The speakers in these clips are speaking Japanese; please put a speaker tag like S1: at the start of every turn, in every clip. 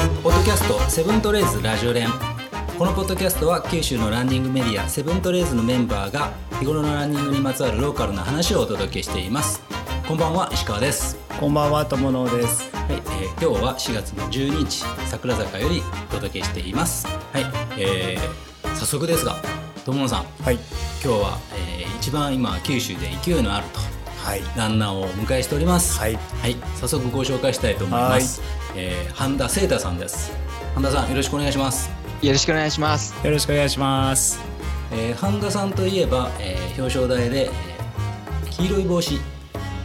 S1: スト「セブントレーズラジオ連」このポッドキャストは九州のランニングメディア「セブントレーズのメンバーが日頃のランニングにまつわるローカルな話をお届けしていますこんばんは石川です
S2: こんばんは、とものです。
S1: はい、えー今日は4月の12日桜坂よりお届けしていますはい、えー早速ですが友野さん
S2: はい。
S1: 今日は、えー一番今九州で勢いのあると
S2: はい。
S1: ランナーをお迎えしております
S2: はい
S1: 早速ご紹介したいと思います、えー、半田聖太さんです半田さんよろしくお願いします、
S3: よろしくお願いします。
S2: よろしくお願いします。
S1: えー、半田さんといえば、えー表彰台で、えー黄色い帽子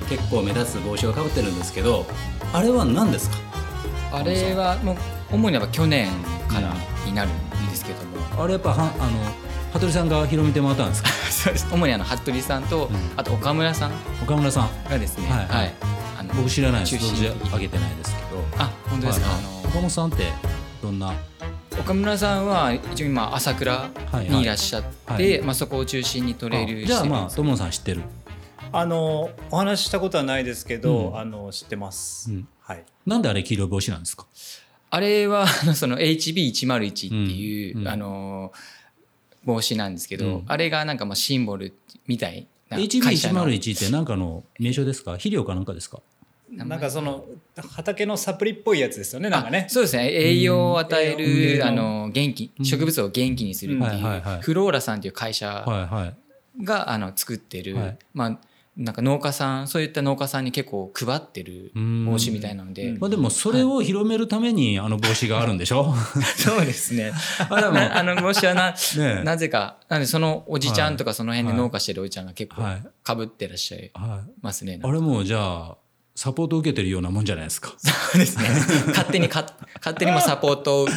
S1: 結構目立つ帽子をかぶってるんですけどあれは何ですか
S3: あれはもう主には去年からになるんですけど も、
S1: あれやっぱはあの羽鳥さんが広めてもらったん ですか
S3: そうです主にあの服部さんと、
S1: うん
S3: あと岡村さん
S1: 岡村さん
S3: がですね、
S1: はいはい
S3: あの
S1: 僕知らないです
S3: 中心
S1: 存
S3: 的
S1: じ
S3: に
S1: 上げてないですけど
S3: あ本当ですか。
S1: はい
S3: あの
S1: 岡本さんってどんな
S3: 岡村さんは一応今朝倉にいらっしゃって、
S1: はいはいはい
S3: まあそこを中心にトレイルしてるん
S1: じ
S3: で
S1: ゃ
S3: す
S1: あ
S3: けど
S1: まあ友野さん知ってる
S2: あの、お話ししたことはないですけど、
S1: うん
S2: あの、知ってます。
S1: うん
S2: はい。
S1: なんであれ黄色い帽子なんですか
S3: あれはあのその HB101 っていう、
S1: うんうん
S3: あの帽子なんですけど、
S1: うん
S3: あれがなんかまあシンボルみたいな会社の
S1: HB101 って何かの名称ですか肥料かなんかですか
S3: 名前
S2: なんかその、畑のサプリっぽいやつですよ ね、なんかね
S3: あ。そうですね栄養を与え
S2: 栄
S3: る
S2: 養
S3: あの元気
S1: うん
S3: 植物を元気にするって
S1: うんはいはいはい
S3: いうフローラさんという会社
S1: はいはい
S3: があの作ってる、
S1: はい
S3: まあなんか農家さんそういった農家さんに結構配ってる帽子みたいなので、
S2: うん
S1: まあでもそれを広めるためにあの帽子があるんでし ょ
S3: そうですね
S1: あれはもう
S3: なあの帽子は な
S1: ね
S3: なぜかなんでそのおじちゃんとかその辺で
S1: はい
S3: 農家してるおじちゃんが結構
S1: はい
S3: かぶってらっしゃい
S1: はい
S3: ますね、
S1: あれもうじゃあサポートを受けてるようなもんじゃないですか
S3: そうですね勝手にか勝手にまあサポートを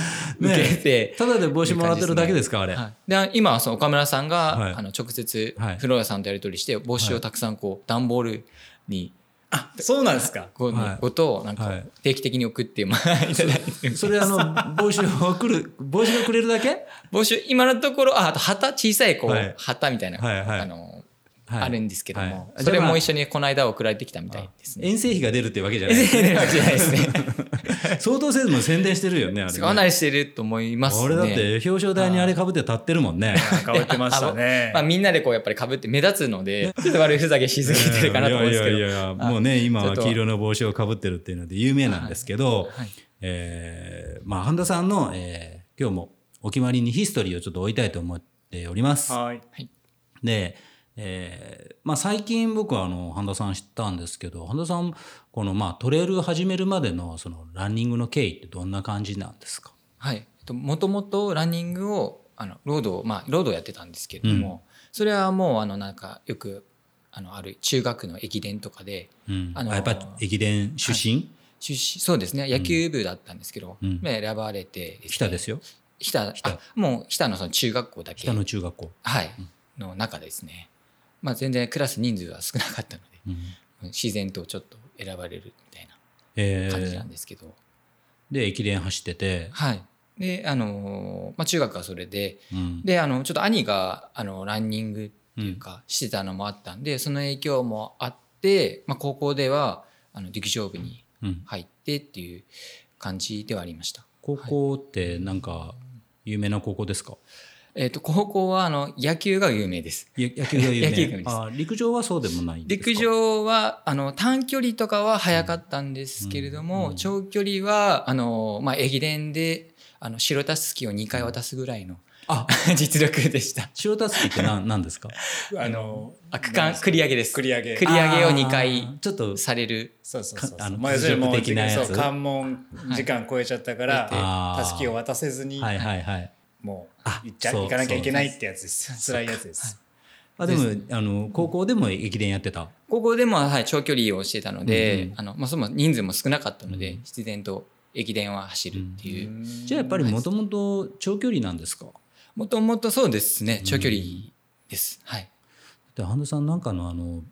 S3: 受 けて、
S1: ただで帽子もらってるだけですかあれ、
S3: はい、で今はその岡村さんが、
S1: はい
S3: あの直接
S1: はい
S3: フローラさんとやり取りして帽子をたくさんこう段ボールに
S2: そうなんですか。
S3: こう
S1: はい
S3: ごとなんか
S1: はい
S3: 定期的に送ってまあいただいて
S1: それあ の帽子を送る帽子がくれるだけ
S3: 帽子今のところああと旗小さいこう、
S1: はい
S3: 旗みたいな、
S1: はいはい
S3: あの
S1: はい
S3: あるんですけども、
S1: はい
S3: それも一
S1: じ
S3: 緒にこの間送られてきたみたいですね。
S1: 遠征費が出るってわけじゃない
S3: 全然わけじゃないですね。
S1: 相当せずも宣伝してるよねあれね
S3: かなりしてると思いますね。
S1: 俺だって表彰台にあれかぶって立ってるもんね
S2: 変わってましたね
S3: まあ、。みんなでこうやっぱり被って目立つのでちょっと悪ふざけしすぎてるかなと思うんですけど
S1: いやいやいや
S3: い
S1: もうね今
S3: ちょ
S1: は
S3: っと
S1: 黄色の帽子をかぶってるっていうので有名なんですけど、
S3: はい
S1: えーまあ半田さんの、えー今日もお決まりにヒストリーをちょっと置いたいと思っております。
S2: はい。
S1: で、えーまあ、最近僕はあの半田さん知ったんですけど半田さんこの、まあ、トレイル始めるまでのそのランニングの経緯ってどんな感じなんですか
S3: はい、えっともともとランニングをあのロードをまあロードをやってたんですけれども、それはもうあのなんかよくあのある中学の駅伝とかで
S1: うん
S3: あの
S1: あやっぱ駅伝出身、
S3: 出身そうですね野球部だったんですけど、
S1: うん
S3: まあ選ばれてですね
S1: 北ですよ
S3: 北あもう北のその中学校だけ
S1: 北の中学校、
S3: はい、の中ですね、まあ、全然クラス人数は少なかったので
S1: うん
S3: 自然とちょっと選ばれるみたい
S1: え
S3: な感じな
S1: ー
S3: んですけど、
S1: で駅伝走ってて、
S3: はいであのまあ、中学はそれで
S1: うん
S3: であのちょっと兄があのランニングっていうかしてたのもあったんで、その影響もあって、まあ、高校ではあの陸上部に
S1: うん、
S3: 入ってっていう感じではありました。
S1: 高校ってなんか有名な高校ですか、
S3: えっと高校はあの野球が有名です。
S1: や野球が有名
S3: 野球部です
S1: あ陸上はそうでもないんですか
S3: 陸上はあの短距離とかは速かったんですけれど
S1: う
S3: も、
S1: んうん
S3: 長距離はあの、まあ、駅伝であの白たすきを2回渡すぐらいの、
S1: あ
S3: 実力でした。
S1: 白たすきって何何 ですか
S2: あの、
S3: あ区間繰り上げです。
S2: 繰り上げ。
S3: 繰り上げを2
S1: あ
S3: 回
S1: ーちょっと
S3: される
S2: そうそうそう
S1: かあの
S2: まあ要するにもう
S1: 屈辱的なやつ
S2: そう関門時間超えちゃったから
S1: はい
S2: たすきを渡せずに
S1: はいはいはい
S2: もう
S1: あ
S2: 行っちゃ
S1: そう
S2: 行かなきゃいけないってやつです辛いやつです
S1: あでも
S3: です
S1: あの高校でも駅伝やってた
S3: 高校でも、はい、長距離をしてたので、
S1: うんうん
S3: あのまあ、その人数も少なかったので、
S1: うん
S3: 必然と駅伝は走るっていうう。
S2: ん
S1: じゃあやっぱりもともと長距離なんですか
S3: もともとそうですね、長距離
S1: うん
S3: です。はい。
S1: で半田さんなんかのあの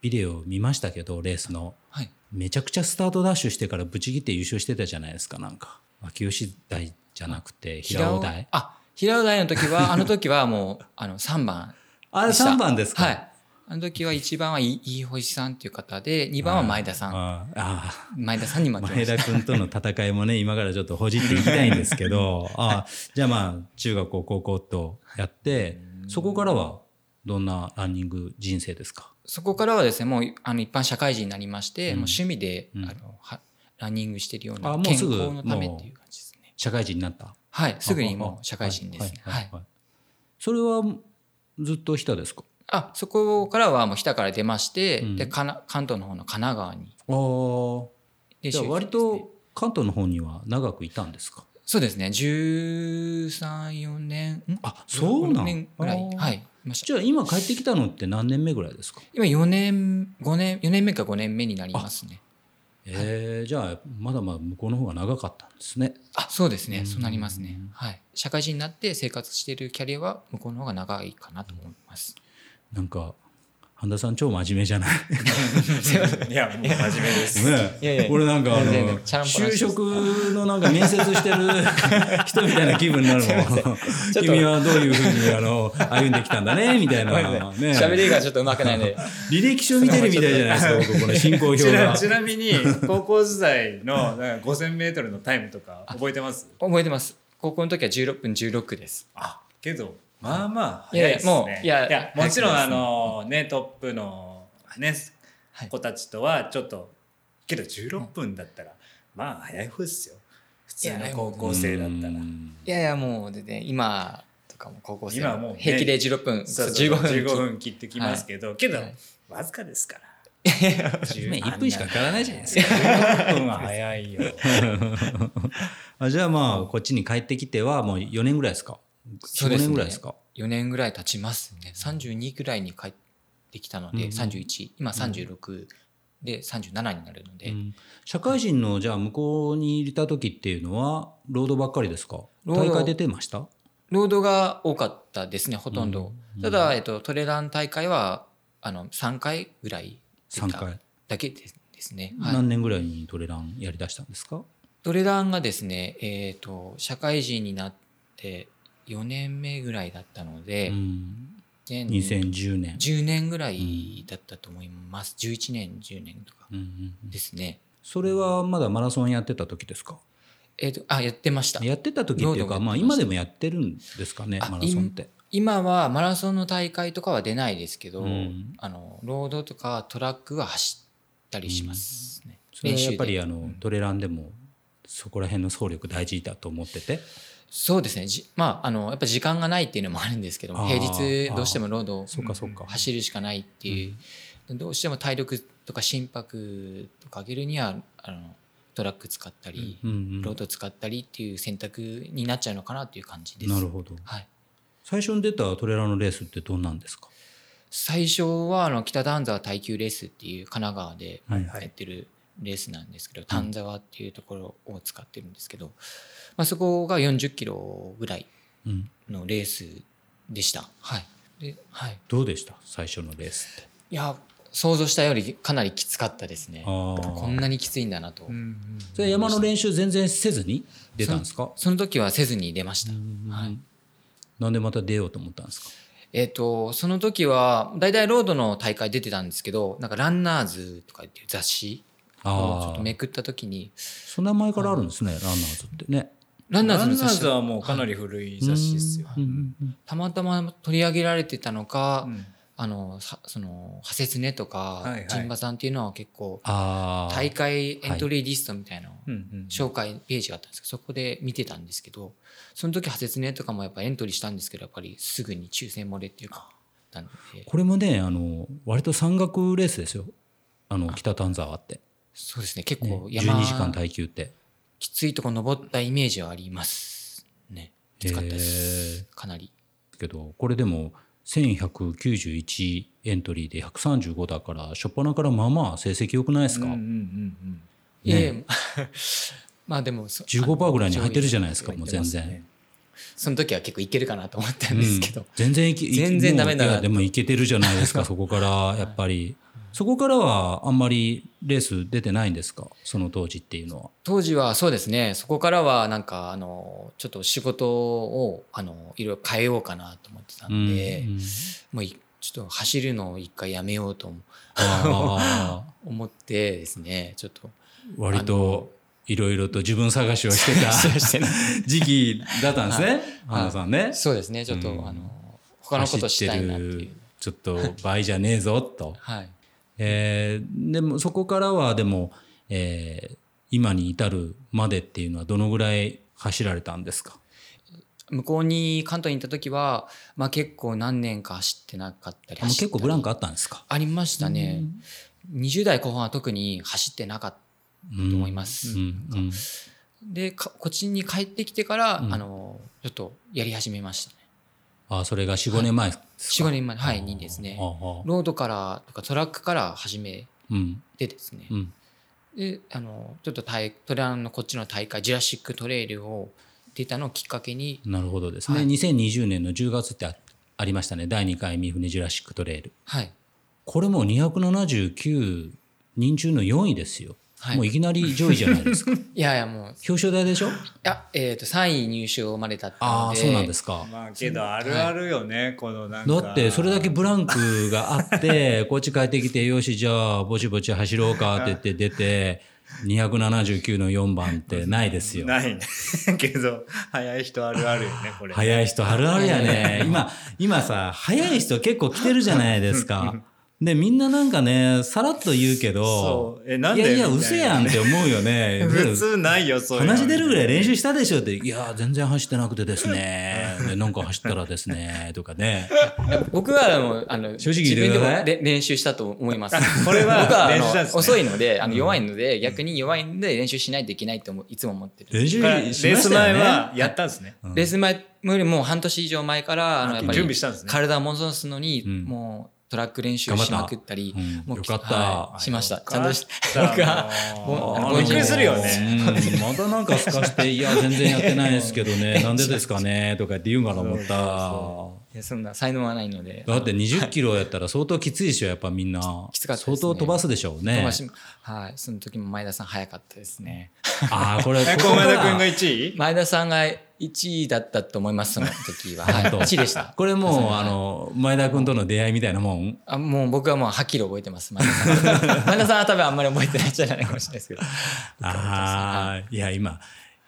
S1: ビデオ見ましたけどレースの
S3: はい。
S1: めちゃくちゃスタートダッシュしてからぶち切って優勝してたじゃないですかなんか秋吉台じゃなくて平尾台
S3: 尾あ、平尾台の時は、あの時はもう、あの、3番。
S1: あれ
S3: でした
S1: 3番ですか、
S3: はい。あの時は一番はい飯星さんっていう方で2番は前田さん
S1: ああ
S3: 前田さんに負けま
S1: 前
S3: した
S1: 田君との戦いもね今からちょっとほじっていきたいんですけどあじゃあまあ中学校高校とやってそこからはどんなランニング人生ですか
S3: そこからはですねもうあの一般社会人になりまし
S1: うん
S3: て、もう趣味で、
S1: うん
S3: あのはランニングしてるよう
S1: あ
S3: な
S1: もう
S3: 健
S1: すぐ
S3: 康のためっていう感じですね
S1: 社会人になった
S3: はいすぐにもう社会人ですね
S1: あああ
S3: はい、
S1: はいそれはずっと下ですか
S3: あそこからはもう日田から出まして、
S1: うん
S3: でかな関東の方の神奈川に
S1: ああ
S3: で
S1: じゃあ
S3: 就職
S1: 割
S3: ですね
S1: と関東の方には長くいたんですか
S3: そうですね134年ん
S1: あそうな
S3: 4
S1: ん
S3: 年ぐらい
S1: あー
S3: はいいました
S1: じゃあ今帰ってきたのって何年目ぐらいですか
S3: 今4年5年4年目か5年目になりますね
S1: えー、じゃあまだまだ向こうの方が長かったんですね
S3: あそうですね、
S1: うん
S3: そうなりますね、はい、社会人になって生活しているキャリアは向こうの方が長いかなと思います、
S1: なんか半田さん超真面目じゃないね
S2: いや、もう真面目です。
S1: え
S3: いやいや
S1: 俺なんかあの
S3: 全然チャランポラン
S1: 就
S3: です
S1: 職のなんか面接 してる人みたいな気分になるもん
S3: と
S1: 君はどういうふうにあの歩んできたんだねみたいな、ね、
S3: 喋りがちょっとうまくないので
S1: 履歴書見てるみたいじゃないですか僕この進行
S2: ち
S1: 表が
S2: なちなみに、高校時代のなんか5000メートルのタイムとか覚えてます
S3: 覚えてます高校の時は16分16です
S2: あ、けど、まあまあ、
S3: いや
S2: 早い
S3: いや
S2: ですね。
S3: もういや
S2: もちろん、
S3: 早
S2: あ
S3: くない
S2: の、ね、トップの、ね、
S3: はい
S2: 子たちとはちょっと、けど16分だったら、まあ早い方ですよ。普通の高校生だったら。
S1: うん
S3: いやいやもう全然今とかも高校生
S2: 今はもうね
S3: 平気で16分、
S2: そ
S3: そうう
S2: そう
S3: 15分
S2: 15分切ってきますけど、けど、
S3: はい
S2: わずかですから。
S1: ね
S2: 10
S1: 1分しかかからないじゃないですか
S2: 1分は早いよ。
S1: あじゃあまあこっちに帰ってきてはもう4年ぐらいですか
S3: そう
S1: 4
S3: ですね
S1: 年ぐらいですか
S3: 4年ぐらい経ちますね32ぐらいに帰ってきたので、
S1: うん
S3: 31今36で37になるので、
S1: うん社会人のじゃあ向こうにいた時っていうのは労働ばっかりですか
S3: 労働
S1: 大会出てました
S3: 労働が多かったですねほとんど、
S1: うん
S3: ただ、えっと、トレラン大会はあの3回ぐらい出た
S1: 3回、
S3: だけですですね、はい、
S1: 何年ぐらいにトレランやりだしたんですか
S3: トレランがですね、えっと社会人になって4年目ぐらいだったので、
S1: うん
S3: 年
S1: 2010年
S3: 10年ぐらいだったと思います、11年10年とか
S1: うんうんうん
S3: ですね、
S1: それはまだマラソンやってた時ですか
S3: えっとあやってました
S1: やってた時っていう
S3: ロードもやっ
S1: か
S3: てま
S1: まあ
S3: した
S1: 今でもやってるんですかね
S3: あ
S1: マラソンって
S3: 今はマラソンの大会とかは出ないですけど、
S1: うん
S3: あのロードとかトラックは走ったりしますね、
S1: それはやっぱりあ
S3: う
S1: の
S3: ん
S1: トレランでもそこら辺の走力大事だと思ってて
S3: そうですねじまああのやっぱ時間がないっていうのもあるんですけど
S1: あー
S3: も平日どうしてもロードを
S1: そうかそうか
S3: 走るしかないっていう、どうしても体力とか心拍とか上げるにはあのトラック使ったり、
S1: うんうん
S3: ロード使ったりっていう選択になっちゃうのかなっていう感じです。
S1: なるほど
S3: はい、
S1: 最初に出たトレランのレースってどんなんですか
S3: 最初はあの北丹沢耐久レースっていう神奈川で
S1: はい
S3: やってるレースなんですけど、丹沢っていうところを使ってるんですけど、まあ、そこが40キロぐらい
S1: うん
S3: のレースでした。はい、ではい、
S1: どうでした最初のレースって
S3: いや想像したよりかなりきつかったですね。
S1: あー
S3: こんなにきついんだなと、
S1: それ山の練習全然せずに出たんですか
S3: その時はせずに出ました。はい
S1: なんでまた出ようと思ったんですか
S3: えっとその時は大体ロードの大会出てたんですけどなんか「ランナーズ」とかっていう雑誌をちょ
S1: あ
S3: っとめくった時に
S1: あその名前からあるんですねランナーズってね
S3: ランナー
S2: ラ
S3: ズの
S2: ンナ
S3: 雑
S2: ーズ
S3: 誌
S2: はもうかなり古い雑誌ですよ。
S1: うんうんうん
S3: たまたま取り上げられてたのか、
S2: うん
S3: あのさそのハセツネとか
S2: はいはい
S3: 陣馬さんっていうのは結構
S1: ああ
S3: 大会エントリーリストみたいなの
S2: うんうん
S3: 紹介ページがあったんですけどそこで見てたんですけどその時ハセツネとかもやっぱエントリーしたんですけどやっぱりすぐに抽選漏れっていうかなので
S1: これもねあの割と山岳レースですよあの北丹沢って
S3: そうですね結
S1: ね
S3: 構山
S1: 12時間耐久って
S3: きついとこ登ったイメージはありますねきつかったですかなり
S1: けどこれでも1191エントリーで135だから初っ端からまあまあ成績良くないですか、
S2: うんうんうん
S3: いやいや まあでもそ
S1: 15%ぐらいに入ってるじゃないですかもう全
S2: うんね
S1: 然、
S3: その時は結構いけるかなと思った
S1: うんん
S3: ですけど、
S1: 全然いきいき
S3: 全然ダメだな
S1: もういやでもいけてるじゃない ですかそこからやっぱり、そこからはあんまりレース出てないんですかその当時っていうのは
S3: 当時はそうですねそこからはなんかあのちょっと仕事をあのいろいろ変えようかなと思ってたんで、
S1: うん
S3: もういちょっと走るのを一回やめようと思
S1: ああ
S3: 思ってですねちょっと
S1: 割といろいろと自分探しをして た時期だったんですね
S3: はい
S1: 花さんね。
S3: そうですねちょっと、
S1: うん
S3: あの他のことしたいなっ
S1: 走
S3: てい
S1: って
S3: う
S1: る。ちょっと倍じゃねえぞと。
S3: はい
S1: えーでもそこからはでも、えー今に至るまでっていうのはどのぐらい走られたんですか
S3: 向こうに関東に行った時は、まあ、結構何年か走ってなかったり
S1: あもう
S3: 走
S1: 結
S3: ったり
S1: 構ブランクあったんですか
S3: ありましたね、20代後半は特に走ってなかった
S1: うん
S3: と思います
S1: うんうん
S3: でかこっちに帰ってきてから、
S1: うん
S3: あのちょっとやり始めましたね
S1: あそれが45年前ですか
S3: 45年前はいにです
S1: あ
S3: ね
S1: あああ
S3: ロードからとかトラックから始め
S1: うん
S3: てですね、
S1: うん
S3: であのちょっと大トレランのこっちの大会ジュラシックトレイルを出たのをきっかけに
S1: なるほどですね、
S3: はい
S1: 2020年の10月ってあありましたね第2回三船ジュラシックトレイル
S3: はい
S1: これもう279人中の4位ですよ、
S3: はい
S1: もういきなり上位じゃない ですか
S3: いやいやもうい
S1: 表彰台でしょ
S3: や、えー、と3位入賞までだった
S1: あ
S3: の
S1: あ
S3: で
S1: そうなんですか
S2: まあけどあるあるよね、このなんか
S1: だってそれだけブランクがあってこっち帰ってきてよしじゃあぼちぼち走ろうかって言って出て279の4番ってないですよ。
S2: ないねけど早い人あるあるよねこれ
S1: 早い人あるあるや ね今今さ早い人結構来てるじゃないです か。でみんななんかねさらっと言うけど
S2: そうえなんで
S1: いやいや
S2: みたいな
S1: 嘘やんって思うよ ね。
S2: 普通ないよそういうの
S1: 話出るぐらい練習したでしょって「いや全然走ってなくてですね」で「なんか走ったらですね」とかね。
S3: 僕はもうあの
S1: 正直言ってください
S3: 自分でもれ練習したと思います
S2: これは
S3: 僕はあ
S2: 練習したんです
S3: の
S2: ね
S3: 遅いのであの弱いので、逆に弱いので練習しないといけないと思ういつも思ってる、
S1: 練習し
S2: レ
S1: ましたよね
S2: ース前はやったんですね
S1: うん
S3: レース前よりもう半年以上前からあのやっぱり
S2: 準備したんですね
S3: 体を戻すのに、
S1: うん
S3: もうトラック練習しまくったり
S1: 頑張ったうん
S3: もう
S1: よかった
S3: はいしましたちゃんとし
S2: よかっ
S3: 僕は
S2: た
S3: もうあの
S2: あびっくりするよね
S1: うんまたなんかすかして「いや全然やってないですけどねなんでですかね」とかって言うんかな思っ
S2: そう
S1: た
S3: いやそんな才能はないので
S1: だって2 0キロやったら相当きついでしょやっぱみんな
S3: きつかったです
S1: 相
S3: ね
S1: 当飛ばすでしょう
S3: 飛
S1: ね
S3: ばしはいその時も前田さん早かったですね
S1: ああこれ
S2: え
S1: こ
S2: 小
S1: こ
S2: 前田君が
S1: が
S2: 1位
S3: 前田さんが1位だったと思いますその時は、はい、
S1: 本当
S3: 1位でした
S1: これもうあの前田君との出会いみたいなもん
S3: あもう僕はもうはっきり覚えてます前田さん前田さんは多分あんまり覚えてないんじゃないかもしれないですけど
S1: ああいや今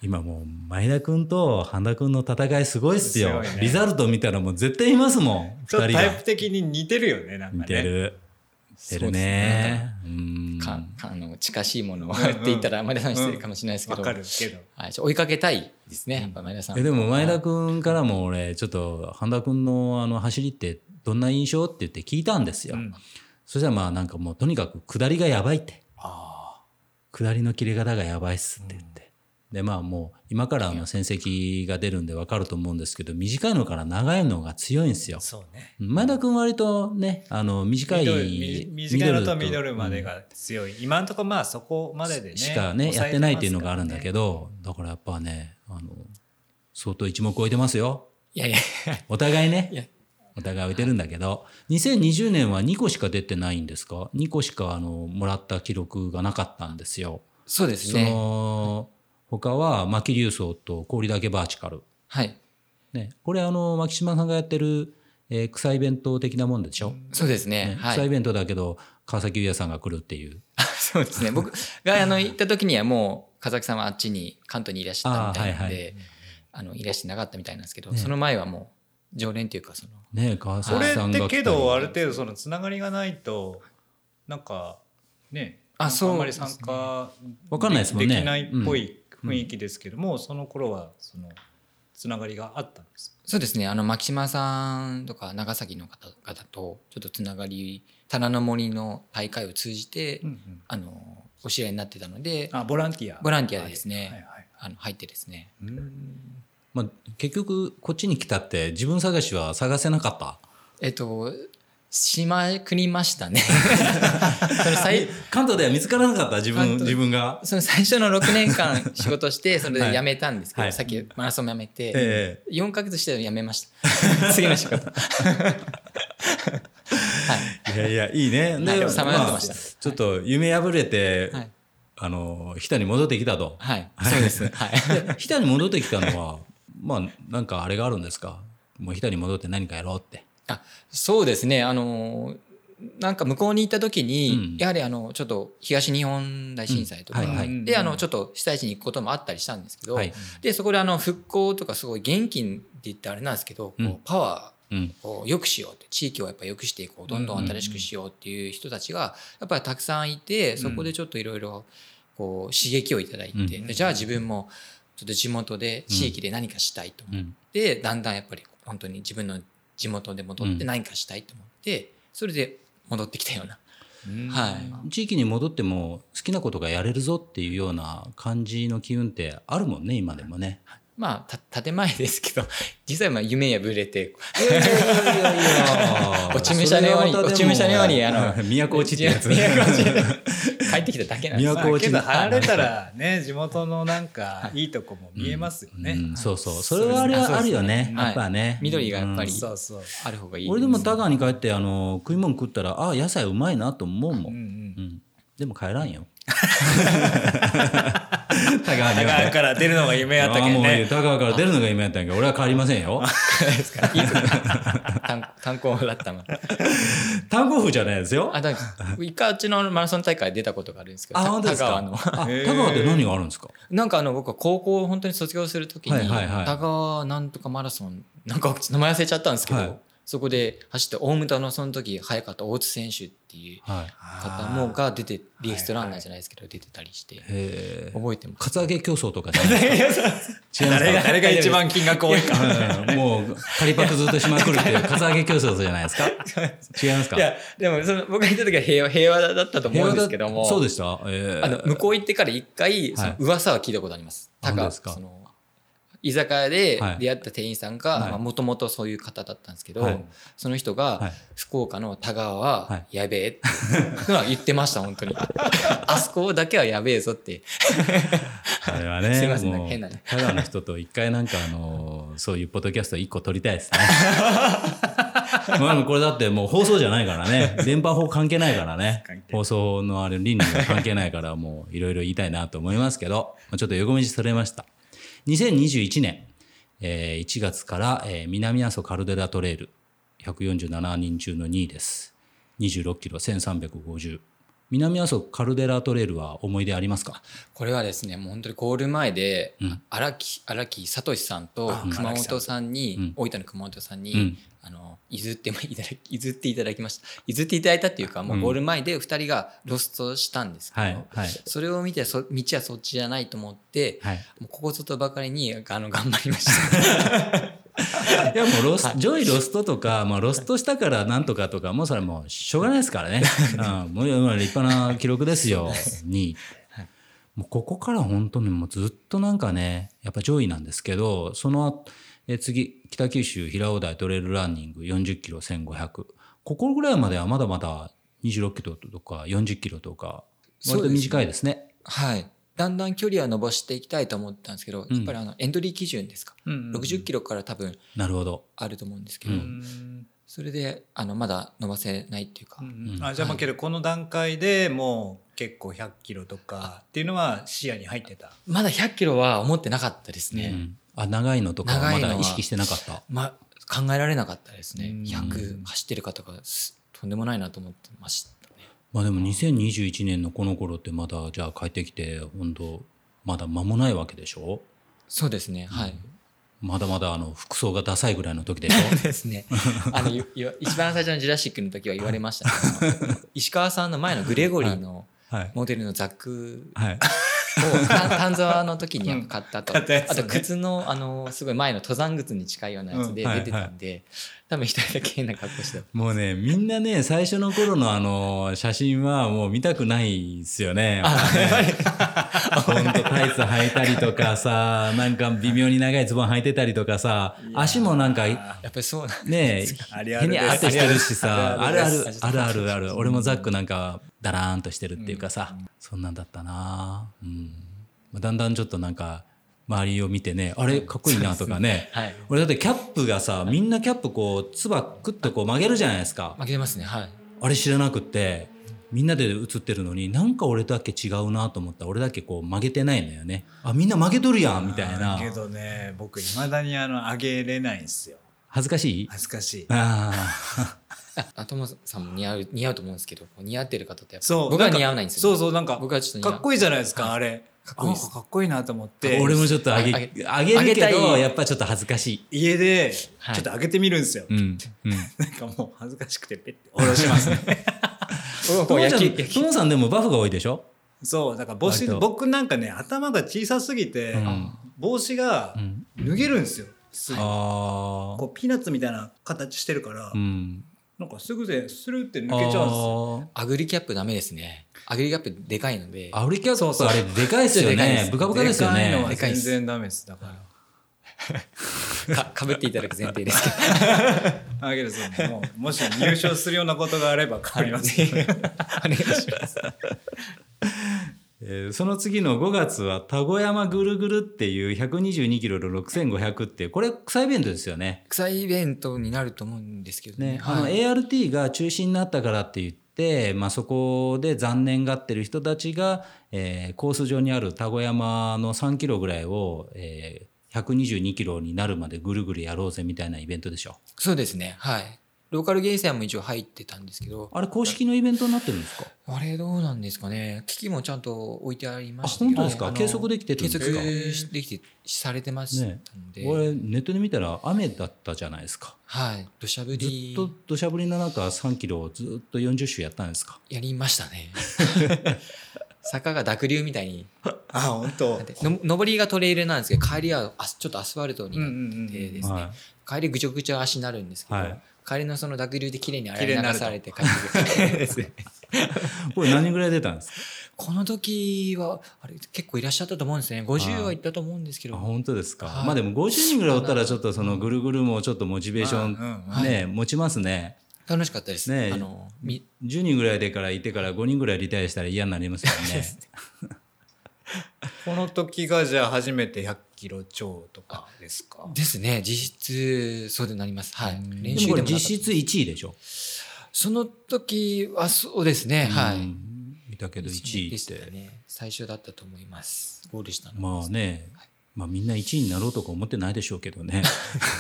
S1: 今もう前田君と半田君の戦いすごいっすよ
S2: すごいね
S1: リザルト見たらもう絶対いますもん
S2: ちょっ
S1: 2
S2: と
S1: 人
S2: タ
S1: が
S2: イプ的に似てるよねなんかね
S1: 似てる似てるねうん
S3: かかあの近しいものをって言ったら前田さんに失礼かもしれないですけ
S2: わ
S3: ど、
S2: かるけど
S3: はい、ちょ追いかけたいですねやっぱ前田さん
S1: えでも前田君からも俺ちょっと半田君のあの走りってどんな印象って言って聞いたんですよ、
S2: うん
S1: そしたらまあなんかもうとにかく下りがやばいって
S2: あ
S1: 下りの切れ方がやばいっすって言って、でまあもう今からあの戦績が出るんで分かると思うんですけど短いのから長いのが強いんですよ
S2: あそうね
S1: 前田君割とねあの短い
S2: ミドルみ短いのとミドルまでが強い、今のところまあそこまででね
S1: しかねやってないっていうのがあるんだけど、だからやっぱねあの相当一目置いてますよ
S3: いやいや
S1: お互い
S3: いや
S1: ね。お互い置いてるんだけど、2020年は2個しか出てないんですか ?2 個しかあのもらった記録がなかったんですよ。
S3: そうです
S1: そ
S3: ね
S1: の、他は牧竜走と氷だけバーチカル。
S3: はい
S1: ね、これあの牧島さんがやってる、えー草イベント的なもんでしょ、
S3: そうですね
S1: ね
S3: は
S1: 草イ
S3: い
S1: ベントだけど川崎優也さんが来るっていう。
S3: そうですね僕があの行った時にはもう風木さんはあっちに関東にいらっしゃったみたいなの
S1: あーはい
S3: であ,、のいらしてなかったみたいなんですけど、
S1: ね
S3: その前はもう常連というかその
S1: ね川
S2: そ
S1: 崎
S2: れ
S1: さんが
S2: っ
S1: 来た
S2: て
S1: り
S2: けどある程度そのつながりがないとなんかね
S3: あ
S2: なんか
S3: そう
S2: あんまり参加
S1: わかんないですもんね
S2: できないっぽい雰囲気ですけども、その頃はそのつながりがあったんです
S3: そうですねあの牧島さんとか長崎の方々とちょっとつながり棚の森の大会を通じ
S2: よ、
S3: て、
S2: うん
S3: あのお知り合いになってたので
S2: うんあボランティア
S3: ボランティアです
S2: はいは
S3: ね、
S2: い
S3: あの入ってですね
S2: うん
S1: まあ、結局こっちに来たって自分探しは探せなかった
S3: えっとしまくりましたね その最
S1: 関東では見つからなかった自分
S3: 関東
S1: 自分が。
S3: その最初の6年間仕事 してそれ
S1: はい
S3: で辞めたんですけど、
S1: はい
S3: さっきマラソンも辞めて、
S1: ええ
S3: 4ヶ月して辞めまし た 次の仕事はい
S1: いやいや、いい ね。
S3: はい
S1: で、
S3: さまよってました
S1: あちょっと夢破れて、
S3: はい
S1: あの、日田に戻ってきたと。
S3: はいそうですはい
S1: で日田に戻ってきたのは、まあ、なんかあれがあるんですか。もう日田に戻って何かやろうって。
S3: そうですねあのなんか向こうに行った時に、
S1: うん
S3: やはりあのちょっと東日本大震災とか、
S1: うんはいはい
S3: であのちょっと被災地に行くこともあったりしたんですけど、
S1: はい
S3: でそこであの復興とかすごい元気って言ってあれなんですけど、こう
S1: うん
S3: パワ
S1: うん
S3: ーを良くしようって地域をやっぱ良くしていこうどんどん新しくしようっていう人たちがやっぱりたくさんいてそこでちょっといろいろこう刺激をいただいて、
S1: うん
S3: でじゃあ自分もちょっと地元で地域で何かしたいと思
S1: うん
S3: って、だんだんやっぱり本当に自分の地元で戻って何かしたいと思って、それで戻ってきたようなはい
S1: 地域に戻っても好きなことがやれるぞっていうような感じの機運ってあるもんね今でもね。
S3: まあた建前ですけど 実際まあ夢破れて 落ち武者のように落ち武者のようにあの
S1: 都落ちってやつ。
S3: 都落ち 帰ってきただけなんです
S1: 都
S2: ま
S1: こ
S2: あ、
S1: う
S2: けど
S1: 落ち
S2: 離れたらね地元のなんかいいとこも見えますよね、
S1: うんそうそうそれはあれはあるよね
S3: はい
S1: やっぱね。
S3: 緑がやっぱり
S2: そうそう、
S3: ある方がいい
S1: 俺でもダガに帰ってあの食い物食ったらああ野菜うまいなと思うも
S2: うん
S1: ん。
S2: うん
S1: うんでも帰ら んよ。ダガ
S2: 田川から出るのが夢やったけん
S1: もういいよ
S2: ね。
S1: 田川から出るのが夢やったんやけど俺は変わりませんよ。
S3: ですからいいこと 炭炭鉱だったの
S1: 炭鉱夫じゃないですよ。
S3: あだから一回あっちのマラソン大会出たことがあるんですけど
S1: あ、本当です
S3: 田
S1: か。
S3: 川の
S1: あ
S2: へー
S1: 田川って何があるんですか。
S3: なんかあの僕は高校を本当に卒業するときに、
S1: はいはいはい
S3: 田川なんとかマラソンなんか名前忘れちゃったんですけど、
S1: はい
S3: そこで走って大牟田のその時速かった大津選手っていう
S1: はい。
S3: 方もが出てリーストランナーじゃないですけど出てたりして
S1: ええ。
S3: 覚えてます
S1: カツアゲ競争とかじゃないですか。違います
S2: 誰が誰が一番金額多いか。
S1: うんもう仮パクずっとしまくるっていうカツアゲ競争じゃないですか。違いますか
S3: い。やでもその僕が行った時は平和平和だったと思うんですけども
S1: そうでした。ええ
S3: あの向こう行ってから一回その噂は聞いたことあります。
S1: あ
S3: た
S1: 本当
S3: か
S1: ですか
S3: その居酒屋で
S1: はい
S3: 出会った店員さん
S1: はい
S3: がもともとそういう方だったんですけど、
S1: はい
S3: その人
S1: は
S3: が
S1: い
S3: 福岡の田川
S1: は
S3: はいやべえってのは言ってました 本当にあそこだけはやべえぞって
S1: あれはね。
S3: すいません
S1: もう
S3: 変なね
S1: ただの人と一回なんかあのそういうポッドキャスト一個撮りたい ですね。まあでもこれだってもう放送じゃないからね。電波法関係ないからね
S2: 関係な。い
S1: 放送のあれ倫理が関係ないからもういろいろ言いたいなと思いますけど、まあちょっと横道それました。2021年、えー1月から、えー南阿蘇カルデラトレイル147人中の2位です。26キロ1350。南阿蘇カルデラトレイルは思い出ありますか
S3: これはですねもう本当にゴール前で
S1: うん
S3: 荒木荒木聡さんと
S2: あ
S3: 熊
S2: 荒木さ
S3: 本
S2: ん
S3: さんに、
S1: うん
S3: 大分の熊本さんに、
S1: うん
S3: あの譲っていただき 譲っていただきました譲っていただいたっていうかもうゴール前で2人がロストしたんですけど、
S1: はい。はい。
S3: それを見てそ道はそっちじゃないと思って、
S1: はい
S3: もうここぞとばかりにあの頑張りま した。
S1: いやもうロス、ジョイロストとか、まあ、ロストしたからなんとかとか、もうそれはもうしょうがないですからね。うん、もうもう立派な記録です よ、に。もうここから本当にもうずっとなんかね、やっぱ上位なんですけど、その後え次、北九州平尾台トレイルランニング40キロ1500。ここぐらいまではまだまだ26キロとか40キロとか、割と短いですね。
S3: はいだんだん距離は伸ばしていきたいと思ったんですけど、
S1: ん
S3: やっぱりあのエントリー基準ですか、
S2: うん
S3: 60キロから多分
S1: なるほど。
S3: あると思うんですけど、
S1: う
S2: うん
S3: それであのまだ伸ばせないっていうか、
S2: うん
S1: うん
S2: あじゃあまあけどこの段階でもう結構100キロとかっていうのは視野に入ってた。
S3: まだ100キロは思ってなかったです
S1: う
S3: ね、
S1: ん、あ、長いのとかはま
S3: 長いの
S1: だ
S3: は
S1: 意識してなかった。
S3: まあ、考えられなかったですね
S2: うん
S3: 100走ってる方がすとんでもないなと思ってましたね
S1: まあでも2021年のこの頃ってまだじゃあ帰ってきて本当まだ間もないわけでしょ
S3: そうですね はい、
S1: まだまだあの服装がダサいぐらいの時でしょ
S3: ですね。あのいいわ一番最初の「ジュラシック」の時は言われました、ね、あの 石川さんの前のグレゴリーの
S1: はい。
S3: モデルのザック
S1: はい。
S3: をた丹沢の時にやっぱ買ったと、
S2: 買ったやつ
S3: あ
S2: ね
S3: と靴のあのすごい前の登山靴に近いようなやつで
S1: うん
S3: 出てたんで、多分一人だけ変な格好してた。
S1: もうね、みんなね、最初の頃のあの、写真はもう見たくないですよね。ほんとタイツ履いたりとかさ、なんか微妙に長いズボン履いてたりとかさ、足もなんか、
S3: やっぱりそうなん
S1: ねえ、
S2: ありあ
S1: 手
S2: る
S1: に
S2: です
S1: あってしてるしさ、あ
S3: あ
S1: る
S3: る
S1: あ
S3: あ
S1: る
S3: る、
S1: あるあるある。俺もザックなんか、だらーんとしてるっていうかさ、そんなんだったなうん。まあだんだんちょっとなんか、周りを見てね、あれ、かっこいいなとか ね。
S3: はい
S1: 俺だってキャップがさ、みんなキャップこう、つばくっとこう曲げるじゃないですか。
S3: 負けてますねはい
S1: あれ知らなくって、みんなで写ってるのに、なんか俺だけ違うなと思ったら、俺だけこう曲げてないのよね。あ、みんな曲げとるやんみたいな。
S2: けどね僕いまだにあの上げれないんですよ。
S1: 恥ずかしい
S2: 恥ずかしい。
S1: あ
S3: あともさんも似合う似合うと思うんですけど似合ってる方ってやっぱ
S2: そう
S3: 僕は
S2: なんか
S3: 似合わないんです
S2: そ
S3: よ
S2: うそう、なんか、
S3: 僕はちょっと
S2: かっこいいじゃないですか、
S3: は
S2: あれ。かっ
S3: こいいです
S2: かっこいいなと思っ
S1: あ
S2: て。
S1: 俺もちょっとあげ
S3: あ
S1: あげるけ
S3: あげた
S1: ど
S3: い
S1: やっぱちょっと恥ずかしい
S2: 家で、ち
S3: はい
S2: ょっと上げてみるんですよ。
S1: うんうん
S2: なんかもう恥ずかしくて、ペッて下ろしますね。
S3: 俺
S1: と
S3: はこう
S1: もち
S3: 野
S1: ゃんと
S3: 球
S1: もさんでもバフが多いでしょ
S2: そう、だから帽子、
S1: 割と
S2: 僕なんかね、頭が小さすぎて、
S1: うん
S2: 帽子が
S1: うん
S2: 脱げるんですよ。すぐ
S1: ああ
S2: こうピーナッツみたいな形してるから、
S1: うん
S2: なんかすぐでスルーって抜けちゃうんですよ。
S3: アグリキャップダメですねアグリキャップでかいので
S1: アフリカとかあれでかいですよ
S3: でかいで
S1: ね
S3: す
S1: ブカブカですよ
S2: でかいの
S1: ね
S2: は
S3: でかい
S2: 全
S3: です
S2: 然ダメです。だから。
S3: かかぶっていただく前 提ですけど
S2: あげるぞ。もう、もし入賞するようなことがあれば変わります。
S3: お願いします
S1: えーその次の5月は田子山ぐるぐるっていう122キロの6500ってこれ草イベントですよね
S3: 草イベントになると思うんですけどね
S1: ね、あの
S3: はい
S1: ART が中止になったからって言って、まあ、そこで残念がってる人たちが、えーコース上にある田子山の3キロぐらいを、えー122キロになるまでぐるぐるやろうぜみたいなイベントでしょ
S3: そうですねはいローカル芸祭も一応入ってたんですけど
S1: あれ公式のイベントになってるんですか
S3: あれどうなんですかね機器もちゃんと置いてありま
S1: あ
S3: したけど
S1: 本当ですか
S3: の
S1: 計測できてるん
S3: 計
S1: です
S3: 測
S1: か
S3: しできてされてましたので、
S1: 俺ネットで見たら雨だったじゃないですか
S3: はい土砂降
S1: ずっ
S3: り
S1: と土砂降りの中3キロをずっと40周やったんですか
S3: やりましたね 坂が濁流みたいに
S2: あ、本当
S3: なっ。ての上りがトレイルなんですけど帰りはあちょっとアスファルトに
S2: うんう
S3: なっ
S2: んうん。
S3: てですね、
S1: は
S3: 帰りぐちょぐちょ足になるんですけど、
S1: はい
S3: 帰りのその濁流で綺麗に洗
S2: 綺麗
S3: い
S2: にな
S3: 流
S2: ると
S3: されて帰ってく るですね
S1: い、これ何人ぐらい出たんですか
S3: この時はあれ結構いらっしゃったと思うんですね50はいったと思うんですけ
S1: あ
S3: ど
S1: 本当ですか、
S3: はい
S1: まあでも50人ぐらいおったらちょっとそのぐるぐるもちょっとモチベーション
S2: ン
S1: ね、持ちますね。
S3: 楽しかったです、
S1: ねえ
S3: あのみ
S1: 10人ぐらいでからいてから5人ぐらいリタイアしたら嫌になりますよ ね。
S2: この時がじゃあ初めて100キロ超とかですか
S3: ですね実質そうでなりますはい練
S1: で
S3: 習
S1: もこれ
S3: でもなかった
S1: 実質1位でしょ。
S3: その時はそうですね、は
S1: う
S3: い
S1: ん。見たけど1位
S3: で
S1: っ
S3: した
S1: て。
S3: ね最初だったと思いますゴールしたの
S1: まあね、まあみんな1位になろうとか思ってないでしょうけどね。ね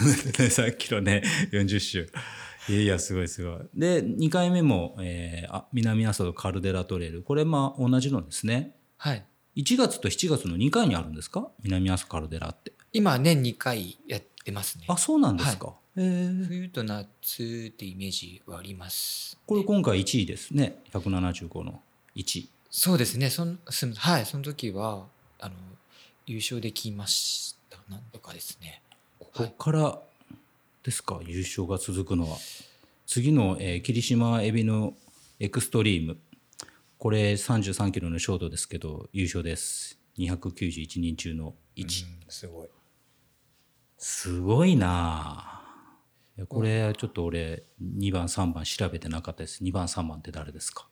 S1: 3キ ロね、40周。いやいや、すごいすごい。で、2回目も、えーあ南阿蘇のカルデラトレイル。これまあ同じのですね。
S3: はい
S1: 1月と7月の2回にあるんですか南阿蘇カルデラって。
S3: 今年2回やってますね
S1: あ、そうなんですか。えー
S3: 冬と夏ってイメージはあります
S1: これ今回1位ですね175の1
S3: そうですねそんすんはいその時はあの優勝できましたなんとかですね
S1: ここからですか優勝が続くのは次の、えー霧島エビのエクストリームこれ33キロのショートですけど優勝です291人中の1、
S2: すごい。
S1: すごいなあいやこれちょっと俺2番3番調べてなかったです2番3番って誰ですか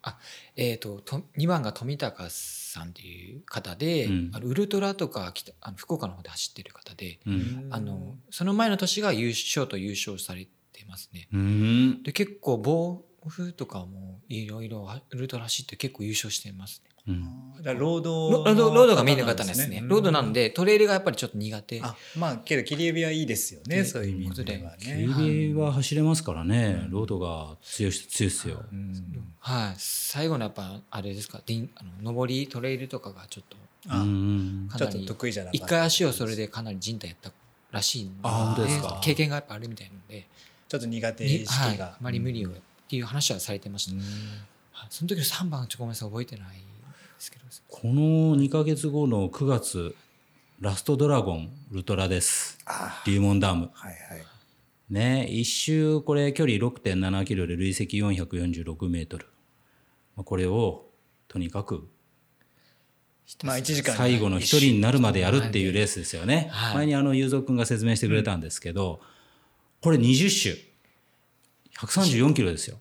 S3: えー、とと2番が富高さんっていう方で、
S1: うん
S3: あのウルトラとか北あの福岡の方で走ってる方で、
S1: うん
S3: あのその前の年が優勝と優勝されてますね
S1: うん
S3: で結構暴風とかもいろいろはウルトラ走って結構優勝してますね
S1: うん
S2: だからロード
S3: ロ
S2: の
S3: ロードロードがメインの方ですねロードな
S2: で
S3: のでトレイルがやっぱりちょっと苦手
S2: あまあけど切り指はいいですよね
S3: ね
S2: そういう意味では
S1: キ
S2: ね。
S1: リは走れますからね、ロードが強いし強いっすよ、
S2: うん
S3: はい最後のやっぱあれですかでんあの上りトレイルとかがちょっと
S2: あ
S1: うん
S3: か
S2: ちょ
S3: な
S2: っと
S3: り
S2: 得意じゃなかった
S3: 一回足をそれでかなり人体やったらしいの
S1: あ本当ですか
S3: 経験がやっぱあるみたいなので
S2: ちょっと苦手
S3: に
S2: 意
S3: はい
S2: 識
S3: あ
S2: が。
S3: まり無理をっていう話はされてました、はいその時の3番ちょっとごめんなさい覚えてないですけど
S1: この2ヶ月後の9月ラストドラゴンウルトラです
S2: あ
S1: 龍門ダム
S2: はいはい。
S1: ね一周これ距離6.7キロで累積446メートルまあこれをとにかく
S2: まあ1時間に
S1: 最後の一人になるまでやるっていうレースですよね、
S3: はい
S1: 前にあの雄三君が説明してくれたんですけど、これ20周134キロですよ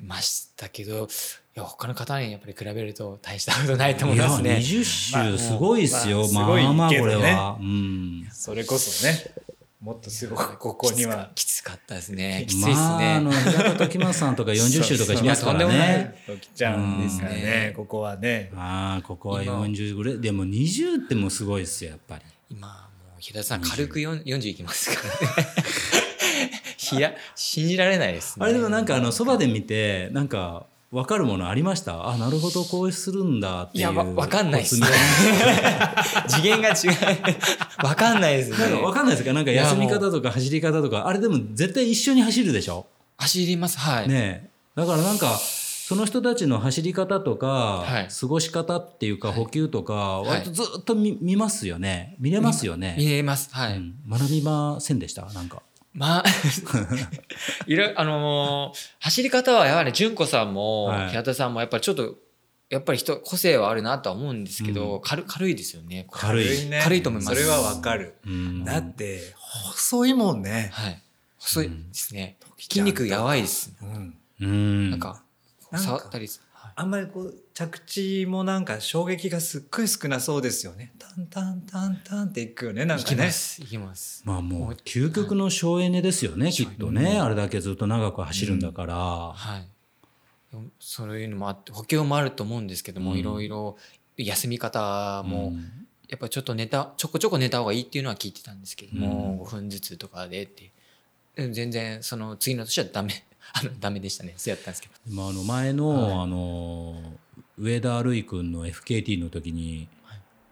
S3: ましたけどいや他の方にやっぱり比べると大したことないと思
S1: い
S3: い
S1: や
S3: ますね
S1: 20周すごいですよ、
S2: ま
S1: ま
S2: あ
S1: あ
S2: まあ
S1: まあ、
S2: すごいけ
S1: こ
S2: どね
S1: れは、うん、
S2: それこそねもっとすごいここには
S3: きつかったですねきついですね、
S1: まああの平田時松さんとか40周とかしますから
S3: そうそういやとんでも
S1: ね
S3: ない
S2: きちゃうんですよ
S3: うん
S2: ねここはね。
S1: ああここは40ぐらいでも20ってもうすごいですよやっぱり
S3: 今もう平田さん軽く4 40いきますからね いや信じられないですね
S1: あれでもなんかあのそばで見てなんか分かるものありましたあなるほどこうするんだって
S3: い
S1: いう
S3: やわわかんないですね
S1: コツ み
S3: 次元が違 うわかんないですね
S1: たいななんか分かんないですかなんか休み方とか走り方とかあれでも絶対一緒に走るでしょ
S3: 走りますはい、
S1: ねえだからなんかその人たちの走り方とか、
S3: はい
S1: 過ごし方っていうか補給とか、
S3: い
S1: 割とずっと見見ますよね見れますよね、
S3: 見えますはい、
S1: うん学びませんでしたなんか
S3: まあ、 いろいろあのー走り方はやはり純子さんも
S1: はい
S3: 平田さんもやっぱりちょっとやっぱり人個性はあるなとは思うんですけど、軽軽いですよね。
S1: 軽い
S2: ね
S3: 軽いと思います
S2: それはわかる。
S1: うん
S2: だって、細いもんね。
S3: はい。細
S1: う
S3: い
S1: ん
S3: ですね。
S2: ち
S3: 筋
S2: ゃんと
S3: 肉やばいです。
S2: うん。
S1: うん
S3: なんか
S2: なんか
S3: 触ったりすはい
S2: あんまりこう、着地もなんか衝撃がすっごい少なそうですよね。タンタンタンタンっていくよね、なん
S3: い
S2: か
S3: き
S2: ね
S3: ま。す。いきます。
S1: まあもう究極の省エネですよね、きっとね、
S2: うん
S1: あれだけずっと長く走るんだから、
S3: はい。でもそういうのもあって補給もあると思うんですけども、
S1: うん
S3: いろいろ休み方
S1: も
S3: も
S1: う、
S3: やっぱちょっと寝たちょこちょこ寝た方がいいっていうのは聞いてたんですけども、
S1: うん
S3: 5分ずつとかでってで全然その次の年はダメ あのダメでしたねそうやったんですけど
S1: まあ、あの前の、
S3: はい
S1: あの上田瑠衣君の FKT の時に、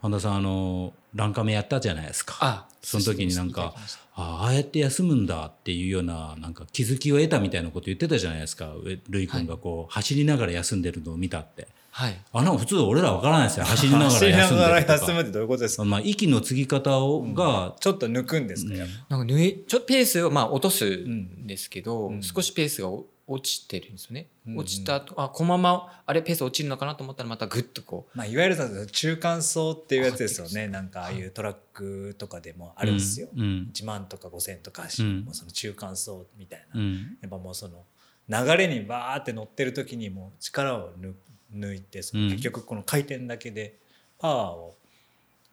S1: 半田さんあのランカメやったじゃないですか。
S3: あ
S1: その時になんか
S3: そうですね
S1: あああやって休むんだっていうようななんか気づきを得たみたいなこと言ってたじゃないですか上瑠衣君がこう、走りながら休んでるのを見たって
S3: はい
S1: あなんか普通俺らわからないですよ走りながら休んでる
S2: 走りなが
S1: と
S2: ら休む
S1: か
S2: ってどういうことですか
S1: まあ、息の継ぎ方をが
S2: ちょっと抜くんですか、やっぱ
S3: なんか抜いちょっとペースをまあ落とすんですけど、
S2: うん
S3: 少しペースがお落ちてるんですよね、
S2: うん
S3: 落ちた後あこのままあれペース落ちるのかなと思ったらまたグッとこ
S2: まあ、いわゆるその中間層っていうやつですよねなんかああいうトラックとかでもあるんですよ、
S1: うんうん
S2: 1万とか5,000とか走
S1: うん
S2: る、もうその中間層みたいな、
S1: う
S2: や
S1: ん
S2: っぱもうその流れにバーって乗ってる時にもう力を抜抜いてその
S1: うん
S2: 結局この回転だけでパワーを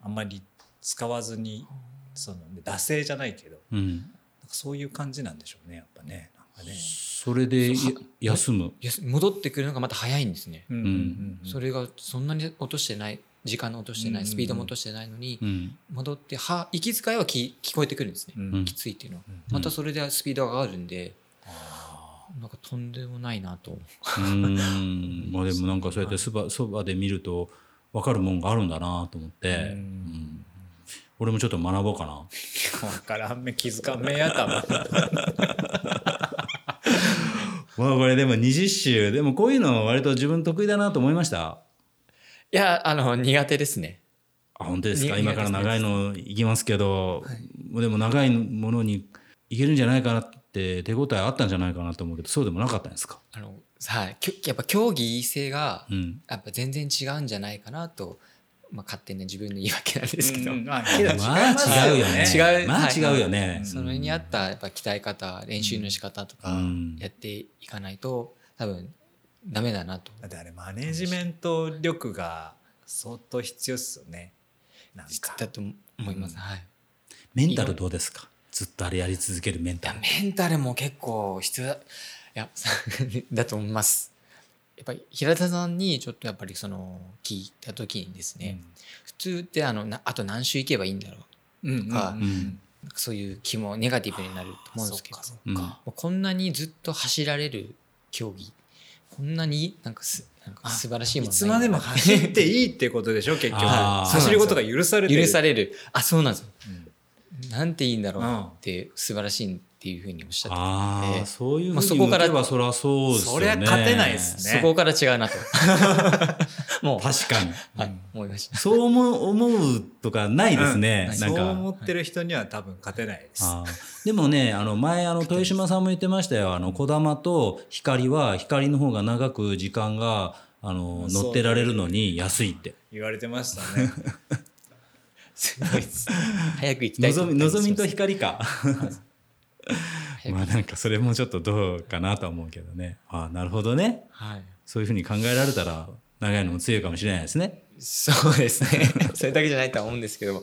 S2: あんまり使わずにその惰性じゃないけど
S1: うん
S2: なんかそういう感じなんでしょうねやっぱね。なんかね
S1: それでや休む。
S3: うやす戻ってくるのがまた早いんですね、
S2: うんうん
S3: それがそんなに落としてない時間の落としてな
S2: う
S3: い
S2: ん
S3: スピードも落としてないのに、
S1: うん。
S3: 戻っては息遣いはき聞こえてくるんですね、
S2: うん
S1: うん
S3: きついっていうのは、
S2: うん
S3: またそれでスピードが上がるんで、なんかとんでもないなと
S1: うん。まあでもなんかそうやってそばそばで見ると分かるもんがあるんだなと思って、
S2: う
S1: うんん俺もちょっと学ぼうかな。
S2: わからんめ気づかんめやたま
S1: まあこれでも20周でもこういうの割と自分得意だなと思いました。
S3: いやあの苦手ですね
S1: あ本当ですか
S3: に
S1: 今から長いのいきますけど、でも長いものにいけるんじゃないかなって手応えあったんじゃないかなと思うけどそうでもなかったんですか、
S3: あのはいきょやっぱ競技性が
S1: うん、
S3: やっぱ全然違うんじゃないかなと、まあ、勝手な自分の言い訳なんですけど、
S2: うんまあ
S1: まあ違うよね
S3: 違う
S1: まあ
S3: はい
S1: 違うよね、
S3: それに合ったやっぱ鍛え方練習の仕方とか
S1: うん
S3: やっていかないと多分ダメだなと
S2: だってあれマネジメント力が相当必要っすよね。なんか。
S3: だと思います、はい。
S1: メンタルどうですかずっとあれやり続けるメンタル。
S3: メンタルも結構必要だいや だと思いますやっぱり平田さんにちょっとやっぱりその聞いた時にですね、普通ってあのなあと何周行けばいいんだろう
S2: うん。うん
S3: か
S2: う
S1: うんん
S3: なんかそういう気もネガティブになると思うんですけど
S2: あーそっか
S1: うん
S3: もうこんなにずっと走られる競技こんなになんかすなんか素晴らしいも
S2: い
S3: の
S2: つまでも走っていいってことでしょ結局
S1: あ
S3: ー
S2: 走ることが許されてる
S3: 許されるあそうなんですよ
S2: うん
S3: なんていいんだろ
S2: う
S3: うんって素晴らしいっていうふうにおっしゃって
S1: ああ、そういう
S3: まあ
S1: ふう
S3: そ
S1: に
S3: こ
S1: 向け
S3: から
S1: ればそりゃそうですよね。
S2: そりゃ勝てないですね
S3: そこから違うなともう
S1: 確かに。
S3: はい、思いました。
S1: そう思う思うとかないですね。
S2: うん
S1: な
S2: そ
S1: ん
S2: う
S1: か。
S2: 思ってる人には多分勝てないです。
S1: あーでもね、あの前あの豊島さんも言ってましたよ。あの小玉と光は光の方が長く時間があの
S2: そう
S1: 乗ってられるのに安いって。
S2: 言われてましたね。
S3: すごいです。早く行きたい
S1: 望み
S3: 思った
S1: 望
S3: り
S1: み
S3: しま
S1: と
S3: す
S1: 光か。
S3: 早く
S1: まあなんかそれもちょっとどうかなとは思うけどね。ああ、なるほどね。
S3: はい。
S1: そういうふうに考えられたら長いのも強いかもしれないですね。
S3: そうですね。それだけじゃないとは思うんですけども。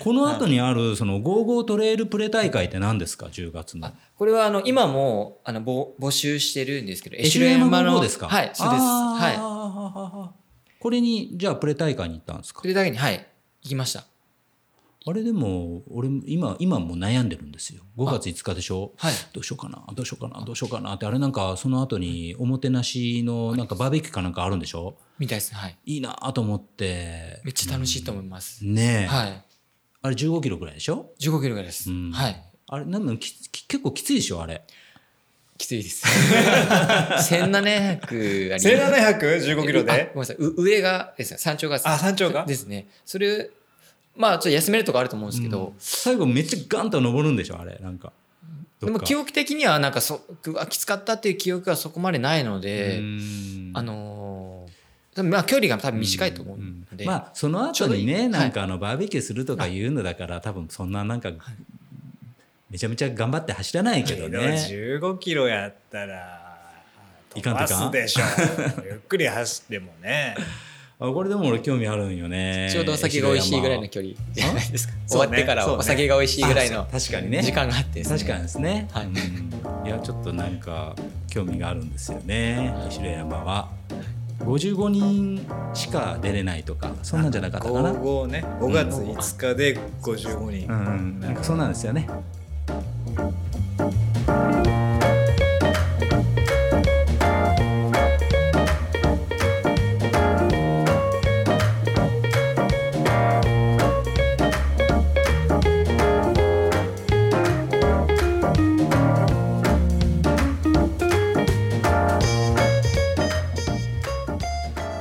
S1: この後にあるその55トレイルプレ大会って何ですか10月の。
S3: これはあの今もあのぼ募集してるんですけど、
S1: エシュレンマの
S3: の
S1: 方ですか
S3: はい、そうです。は
S1: はい。これにじゃあプレ大会に行ったんです
S3: い。
S1: か
S3: それだけにはい行きました。
S1: あれでも俺今今も悩んでるんですよ5月5日でしょ、
S3: はい
S1: どうしようかなどうしようかなどうしようかなってあれなんかその後におもてなしのなんかバーベキューかなんかあるんでしょ
S3: みたいですねはい
S1: いいなと思って
S3: めっちゃ楽しいと思います、
S1: ねえ、
S3: はい
S1: あれ15キロぐらいでしょ
S3: 15キロぐらいです、
S1: うん
S3: はい
S1: あれなんなんきき結構きついでしょあれ
S3: きついです1700あり
S2: 1715キロ
S3: あごめ
S2: で
S3: んなさいう上がですね山頂が
S2: あ山頂が
S3: ですねそれまあちょっと休めるとこあると思うんですけど、
S1: 最後めっちゃガンと登るんでしょあれなんか
S3: でも記
S1: 憶
S3: 憶的にはなんかそあきつかったっていう記憶がそこまでないので、あ
S1: の
S3: のー多分まあ距離が多分短いと思うので、
S1: まあその後に
S3: ちょうどい
S1: ね
S3: い
S1: なんかあのバーベキューするとかいうのだから多分そんななんかめちゃめちゃ頑張って走らないけど
S2: けど
S1: ね
S2: 15キロやったら
S1: い
S2: 飛
S1: かんとい
S2: ば
S1: かん
S2: すでしょゆっくり走ってもね
S1: あこれでも俺興味あるんよね
S3: ちょうどお酒が美味しいぐらいの距離じゃ ないですか、終わってから
S2: そうね
S3: お酒が美味しいぐらいの
S1: あ確かにね
S3: 時間があってですね
S1: 確かにですね、
S3: はい
S1: うんいやちょっとなんか興味があるんですよね石霊山は55人しか出れないとかそんなんじゃなかったかな、う
S2: 55ね5月5日で55人、
S1: ん、なんかそうなんですよね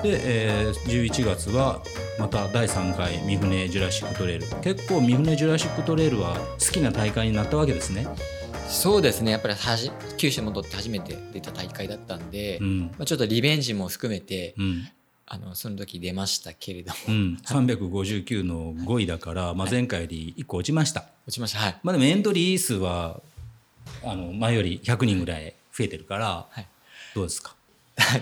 S1: で、えー11月はまた第3回三船ジュラシックトレイル結構三船ジュラシックトレイルは好きな大会になったわけですね、
S3: そうですねやっぱりはじ九州に戻って初めて出た大会だったんで、
S1: うん
S3: まあ、ちょっとリベンジも含めて、
S1: うん
S3: あのその時出ましたけれども、
S1: う
S3: 落
S1: ん、359の5位だから、まあ、前回より1個落ちました、
S3: ちましたはい
S1: まあ、でもエントリー数はあの前より100人ぐらい増えてるから、
S3: はい
S1: どうですか、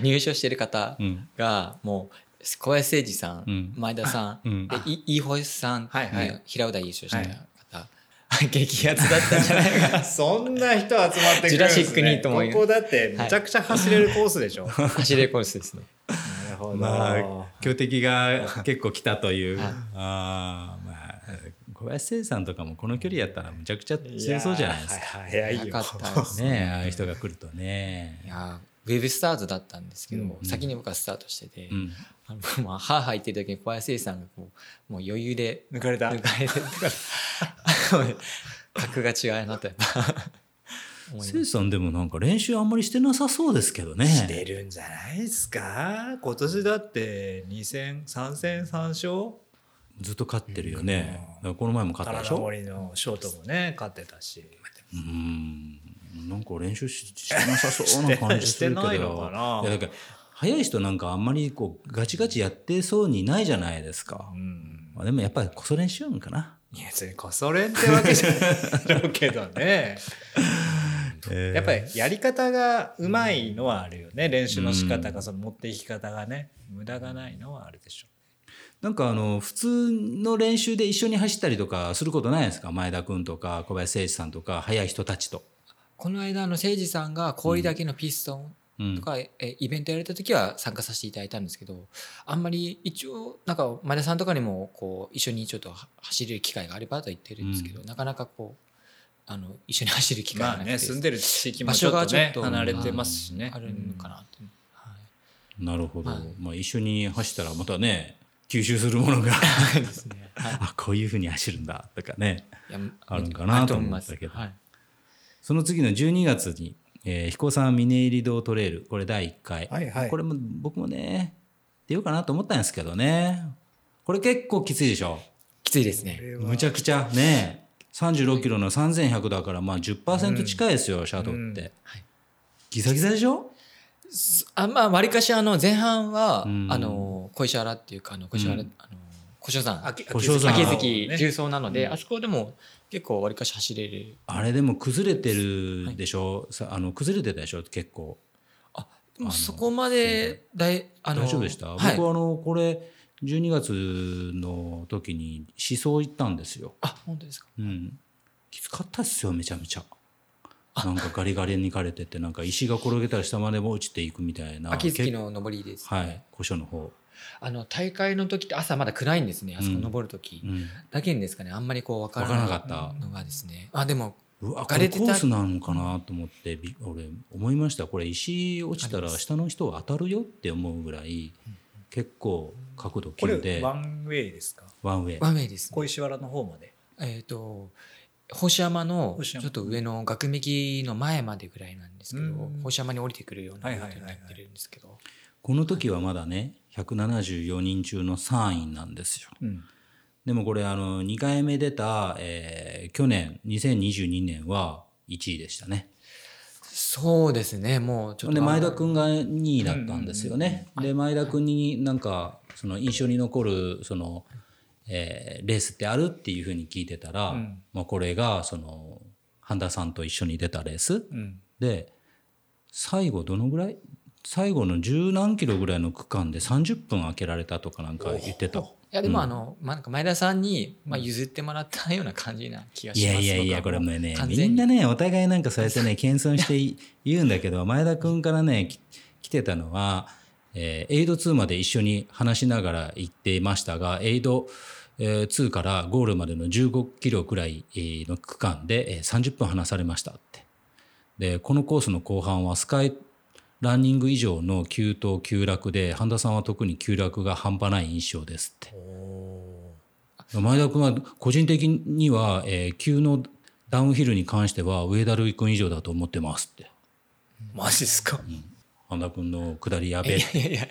S3: 入賞してる方
S1: うん
S3: がもう小林誠司さん、
S1: うん
S3: 前田さん、
S1: うん
S3: でい飯星さん、
S2: はいはい
S3: 平尾台優勝した
S2: は
S3: 方、
S2: い
S3: 激アツだった んじゃないか
S2: そんな人集まってくるんです、ね、
S3: ジュラシックにと思い
S2: ここだってめちゃくちゃ走れるコース でしょ、な
S3: 走れコースですね
S2: るほど、
S1: まあ強敵が結構来たという、
S3: はい
S1: あーまあ小林誠さんとかもこの距離やったらむちゃくちゃ強そうじゃないですか。
S2: か早い
S3: 早
S2: よ
S3: かったですね
S1: ねえああいう人が来るとね
S3: い。やーウェブスタートだったんですけど、
S1: うんうん
S3: 先に僕はスタートしてて、
S1: うん、
S3: あのまあ、歯入ってる時に小林誠司さんがこうもう余裕で
S2: 抜かれた
S3: 抜かれてるから 格が違うな とやっぱ思います
S1: 誠さんでもなんか練習あんまりしてなさそうですけどね。
S2: してるんじゃないですか今年だって2戦3戦3勝
S1: ずっと勝ってるよね。だからこの前も勝ったでし
S2: 田
S1: ょ。
S2: 森のショートもね勝ってたし
S1: うん。なんか練習ししてなさそうな感じするけど。
S2: してしてないのかない
S1: やだから早い人なんかあんまりこうガチガチやってそうにないじゃないですか。
S2: うん
S1: まあ、でもやっぱりこそ練習なんかな。
S2: いや別にこそれんってわけじゃないけど ねやっぱりやり方がうまいのはあるよね練習の仕方
S1: う
S2: がその持っていき方がね無駄がないのはあるでしょ
S1: なんかあの普通の練習で一緒に走ったりとかすることないですか前田君とか小林誠司さんとか速い人たちと。
S3: この間あの誠司さんが氷だけのピストン
S1: うん
S3: とか、えイベントやられた時は参加させていただいたんですけどあんまり一応なんか前田さんとかにもこう一緒にちょっとは走れる機会があればと言ってるんですけど、
S1: う
S3: なかなかこうあの一緒に走る機会が
S2: まあ
S3: なくて、
S2: ね住んでる地域も
S3: 場
S2: ちょ
S3: 所
S2: っ
S3: が
S2: と
S3: ちょっ
S2: ね
S3: と
S2: 離れてますしね
S3: あるのかなって、はい
S1: なるほど、
S3: はい
S1: まあ、一緒に走ったらまたね吸収するものが
S3: ですねはい
S1: あこういうふうに走るんだとかね
S3: いや
S1: あるんかなと思ったけどその次の12月に、えー彦山峰入り堂トレイルこれ第1回、
S2: はいはい
S1: これも僕もね出ようかなと思ったんですけどねこれ結構きついでしょ
S3: きついですね
S1: むちゃくちゃね36キロの3100だからまあ10%近いですよ、シャドウって、
S2: うん
S3: い
S1: ギザギザでしょ
S3: あまあわりかしあの前半は、
S1: うん
S3: あの小石原っていうかあの小石原、
S1: うん
S3: あの小所山
S2: 秋
S1: 故障山
S3: 秋
S1: 秋
S3: 月重
S2: ね
S3: 曹なので、
S2: うん
S3: あそこでも結構わりかし走れる
S1: あれでも崩れてるでしょ、さあの崩れてたでしょ結構
S3: でも
S1: あの
S3: そこまでだいあの
S1: 大丈夫でした、
S3: はい、
S1: 僕はあのこれ12月の時に思想行ったんですよ、
S3: あ本当ですか
S1: うん、きつかったっすよめちゃめちゃなんかガリガリにかれててなんか石が転げたら下まで落ちていくみたいな
S3: 秋月の上りです、
S1: はい古書の方
S3: あの大会の時って朝まだ暗いんですねあそこ
S1: うん
S3: 登る時、
S1: うん
S3: だけにですかねあんまりこう分から
S1: わから
S3: な
S1: な
S3: か
S1: か
S3: っ
S1: った
S3: たのがですねあでも
S1: うわこ
S3: 枯れ
S1: れ
S3: て
S1: コ
S3: た
S1: ースなのかなと思ってび俺思いましたこれ石落ちたら下の人は当たるよって思うぐらい結構角度
S2: こ
S1: 急
S2: れ
S1: で
S2: ワンウェイですか
S1: ワンウェイ
S3: ワンウェイです、ね、
S2: 小石原の方まで
S3: えっ、と星山の
S2: 星
S3: ち
S2: 山
S3: ょっと上の額引きの前までぐらいなんですけど
S2: うん
S3: 星山に降りてくるような
S2: は
S3: ル
S2: いはい
S3: ー
S2: はいは
S3: ト
S2: い
S3: になってるんですけど
S1: この時はまだね174人中の3位なんですよ
S2: うん
S1: でもこれあの2回目出た、えー去年2022年は1位でしたね
S3: そうですねもうちょっ
S1: で
S3: と
S1: 前田君が2位だったんですよね。で前田君になんかその印象に残るその、えーレースってあるっていうふうに聞いてたら、
S2: うん
S1: まあ、これがその半田さんと一緒に出たレース
S2: うん
S1: で最後どのぐらい最後の十何キロぐらいの区間で30分開けられたとかなんか言ってた。
S3: いやでもあの、まあ、なんか前田さんに、まあ、譲ってもらったような感じな気がします
S1: いやいやいや
S3: 僕
S1: これ
S3: は
S1: もうね
S3: 完
S1: み
S3: 全
S1: ん
S3: に
S1: なねお互いなんかそうやってね謙遜してい言うんだけ ど前田君からねき来てたのは、えーエイド2まで一緒に話しながら行っていましたがエイド、えー2からゴールまでの15キロくらいえーの区間で、えー30分離されましたって。でこのコースの後半はスカイランニング以上の急騰急落で半田さんは特に急落が半端ない印象ですって。前田君は個人的には、えー急のダウンヒルに関しては上田瑠衣君以上だと思ってますって
S2: マジっすか
S1: 半田君の下りやべえ
S3: いやいやいやい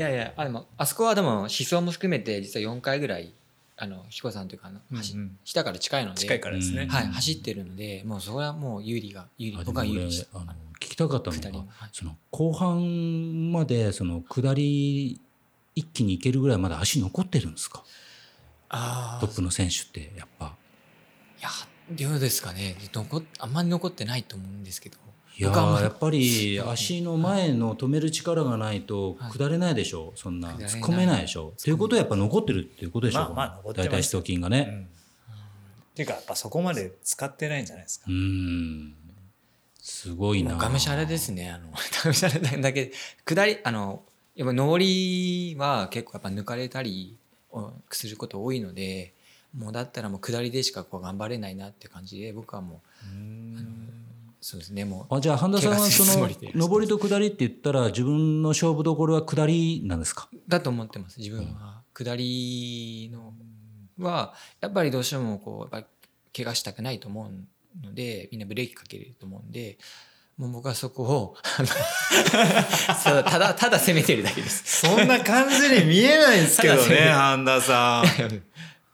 S3: やいやあでもあそこはでも思想も含めて実は4回ぐらいあの彦さんというかあの、走
S2: うんうん
S3: 下から近いので
S2: 近いからですね
S1: うん
S3: はい、走ってるのでもうそこはもう有利が有利
S1: あで
S3: 僕
S1: も
S3: は
S1: 俺
S3: 有利でした
S1: あの聞きたかったの
S3: 下り
S1: が
S3: もはい
S1: その後半までその下り一気に行けるぐらいまで足残ってるんですか
S3: あ
S1: トップの選手ってやっぱ
S3: いやどうですかね残っあんまり残ってないと思うんですけど
S1: いや
S3: 僕はあんま
S1: ー
S3: り
S1: やっぱり足の前の止める力がないと
S3: はい
S1: 下れないでしょそんな
S3: 下れない
S1: 突っ込めないでしょということはやっぱ残ってるっていうことでしょ
S2: まあまあ残って
S1: 大
S2: ます
S1: 体四頭筋がね。
S2: うんっていうかやっぱそこまで使ってないんじゃないですか
S1: うーんすごいな。
S3: もうがむしゃらですねあの がむしゃらだけ下りあのやっぱ上りは結構やっぱ抜かれたりをすること多いのでもうだったらもう下りでしかこう頑張れないなって感じで僕はもうそうですねもう
S1: あじゃあ半田さんは
S3: 怪我す
S1: そ
S3: るつも
S1: の
S3: りで
S1: 上りと下りって言ったら自分の勝負どころは下りなんですか
S3: だと思ってます自分は、下りのはやっぱりどうしてもこうやっぱ怪我したくないと思うのでみんなブレーキかけると思うんでもう僕はそこをあの そうただただ攻めてるだけです
S2: そんな感じに見えないんですけど
S3: ただ
S2: ね
S3: ね
S2: 半田さん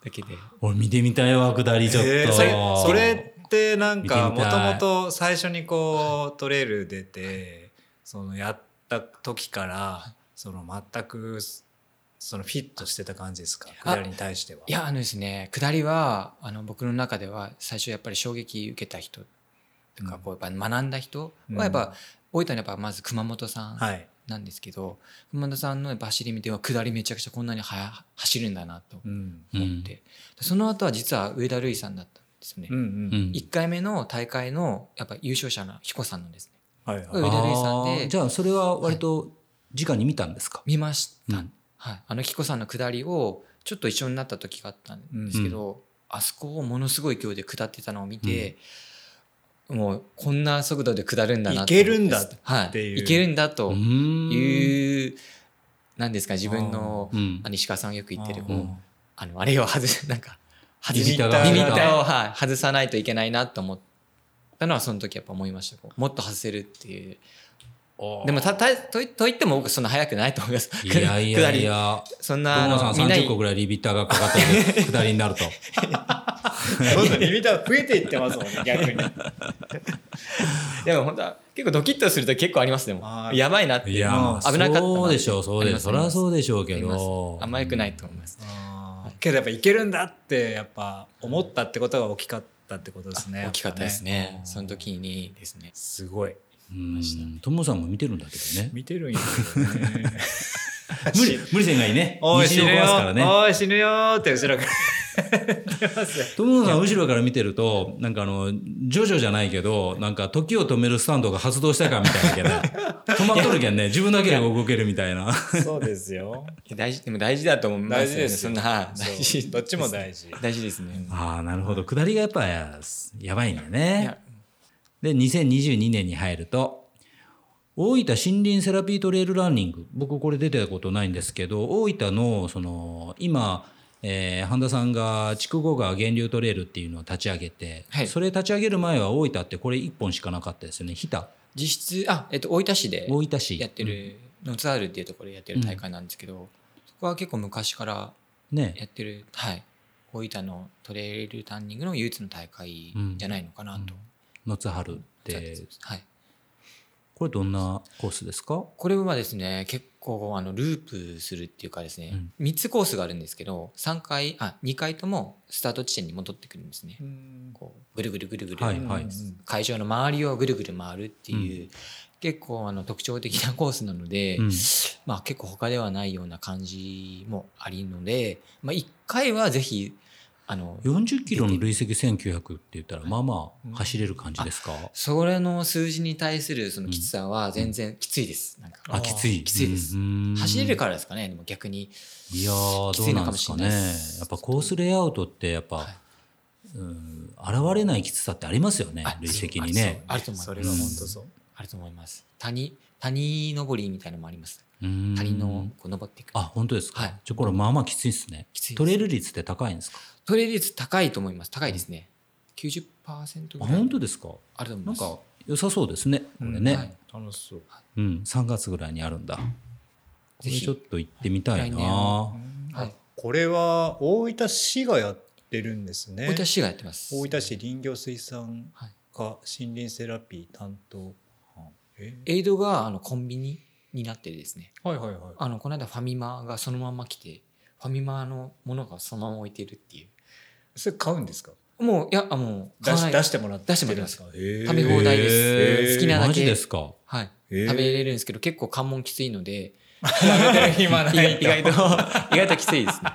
S3: だけで
S1: 俺見てみたいわ下りちょっと、
S2: えーそれそれってなんか
S1: 見て
S2: も
S1: み
S2: と
S1: たい
S2: もと最初にこうトレール出てそのやった時からその全くそのフィットしてた感じですか
S3: あ
S2: 下りに対してはい
S3: やあのですね下りはあの僕の中では最初やっぱり衝撃受けた人とか
S2: うん
S3: こうやっぱ学んだ人
S2: うん
S3: はやっぱ大分のやっぱまず熊本さん
S2: はい
S3: なんですけど、熊本さんのやっぱ走り見ては下りめちゃくちゃこんなには走るんだなと
S2: うん
S1: うん
S3: 思って、でその後は実は上田瑠衣さんだったんですよね、
S2: うんう
S1: うんん
S3: 1回目の大会のやっぱ優勝者の彦さんのですね
S2: はいは
S3: 上
S2: い
S3: 田瑠衣さんで
S1: あーじゃあそれは割と直に見たんですか、
S3: 見ました、
S1: うん
S3: はい、あの彦さんの下りをちょっと一緒になった時があったんですけど、あそこをものすごい勢いで下ってたのを見て、もうこんな速度で下るんだなと思って
S2: いけるんだっていう
S3: はい、いけるんだと
S1: うーん
S3: いうなんですか自分の
S1: うん
S3: あの石川さんがよく言ってる
S2: あー
S3: こうあのあれを外す なんか外
S1: リ
S3: す
S1: ミッターが
S3: リミッターを、はい、外さないといけないなと思ったのはその時やっぱ思いましたこうもっと外せるっていうでもたたといと言っても僕そんな速くないと思います
S1: いやいやい
S3: 下り
S1: や
S3: そん
S1: 五
S3: なあ
S1: 郎
S3: の
S1: さん
S3: みんな
S1: 30個ぐらいリビッターがかかってる下りになると
S2: どんどんリミッターが増えていってますもん ね逆に
S3: でも本当は結構ドキッとすると結構ありますでも
S2: あー
S3: やばいなって
S1: いやまあ
S3: 危なかったな
S1: そうでしょうそうでしょう
S3: あります
S1: そりゃそうでしょうけ
S3: あり
S1: ど
S3: ますあんま良くないと思います、
S2: あーけどやっぱいけるんだってやっぱ思ったってことが大きかったってことですね
S3: 大きかったですね
S2: やっぱ
S3: その時にですね
S2: すごい
S1: うんトモさんも見てるんだけどね
S2: 見てるんやけどね
S1: 無理無理せんがいいね
S2: おい
S1: 西
S2: 死
S1: の
S2: ぬ
S1: 壊
S2: よ
S1: すからね
S2: おい死ぬよーって後ろから
S1: 友野さん後ろから見てるとなんかあのジョジョじゃないけどなんか時を止めるスタンドが発動したかみたいなけ ど、止まっとるけんね自分だけが動けるみたいな
S2: そうですよ。
S3: いや大事でも大事だと思いま
S2: 大
S3: すよね
S2: 事です
S3: そ
S2: よ。
S3: んなは い
S2: そう
S3: 大事
S2: どっちも大事。
S3: 大事ですね
S1: ああなるほど下りがやっぱややばいんだよ
S3: い
S1: ね
S3: や
S1: で2022年に入ると大分森林セラピートレイルランニング僕これ出てたことないんですけど大分のその今、えー半田さんが筑後川源流トレイルっていうのを立ち上げて、
S3: はい
S1: それ立ち上げる前は大分ってこれ1本しかなかったですよね日田
S3: 実質あえっと大分市で
S1: 大分市
S3: やってるノツアールっていうところでやってる大会なんですけど、そこは結構昔から
S1: ね
S3: やってる、はい、大分のトレイルランニングの唯一の大会じゃないのかなと、
S1: 野津春っ
S3: そう
S1: て
S3: ですはい、
S1: これどんなコースですか
S3: これはですね結構あのループするっていうかですね、
S1: うん
S3: 3つコースがあるんですけど3回あ2回ともスタート地点に戻ってくるんですね、こうぐるぐるぐるぐる、
S1: はいはい
S3: 会場の周りをぐるぐる回るっていう、結構あの特徴的なコースなので、
S1: うん
S3: まあ、結構他ではないような感じもありので、まあ、1回はぜひあの
S1: 40キロの累積1900って言ったらまあまあ走れる感じですか、
S3: それの数字に対するそのきつさは全然きついです。なんか
S1: あきつい
S3: きついです。
S1: うん
S3: 走れるからですかね、でも逆に。
S1: いやー
S3: き
S1: ど
S3: つ
S1: う
S3: い
S1: な
S3: の
S1: んで
S3: かも
S1: す
S3: し
S1: か
S3: れ
S1: ね
S3: ないです
S1: やっぱコースレイアウトってやっぱ、
S3: はい
S1: うん現れないきつさってありますよね
S3: あ
S1: 累積に
S3: そう
S1: ね
S3: あると思います
S2: それは本当そう。
S3: あると思います。谷、谷登りみたいなのもあります。
S1: うん
S3: 谷のこう登っていく。
S1: あ本当ですか、
S3: はい
S1: じゃあこれまあまあきついですね
S3: きついです
S1: トレイル率って高いんですか
S3: トレイル率高いと思います。高いですね。90%
S1: あ
S3: ぐら
S1: 本
S3: い
S1: 当ですか
S3: あると思
S1: な
S3: いま
S1: ん
S3: す。
S1: か良さそうですねこれ
S2: うん
S3: はい
S1: ね、
S2: 楽しそう。
S1: うん3月ぐらいにあるんだこれ
S3: ぜひ
S1: ちょっと行ってみたいな、
S3: 来年はは
S2: あ
S3: い
S2: これは大分市がやってるんですね。
S3: 大分市がやってます。
S2: 大分市林業水産
S3: はい
S2: 課森林セラピー担当班。え
S3: エイドがあのコンビニになってですね。
S2: はいはいはい。
S3: あのこの間ファミマがそのまま来て、ファミマのものがそのまま置いてるっていう。
S2: それ買うんですか
S3: もういやあもう
S2: 出
S3: 買わ
S2: し
S3: ない
S2: 出してもらって
S3: 出してもらいます
S2: るんですか
S3: 食べ放題です
S2: へー
S3: 好きなだけ
S1: マジですか
S3: はい
S2: へー
S3: 食べれるんですけど結構関門きついので
S2: へー 今
S3: 意外意外と意外ときついですね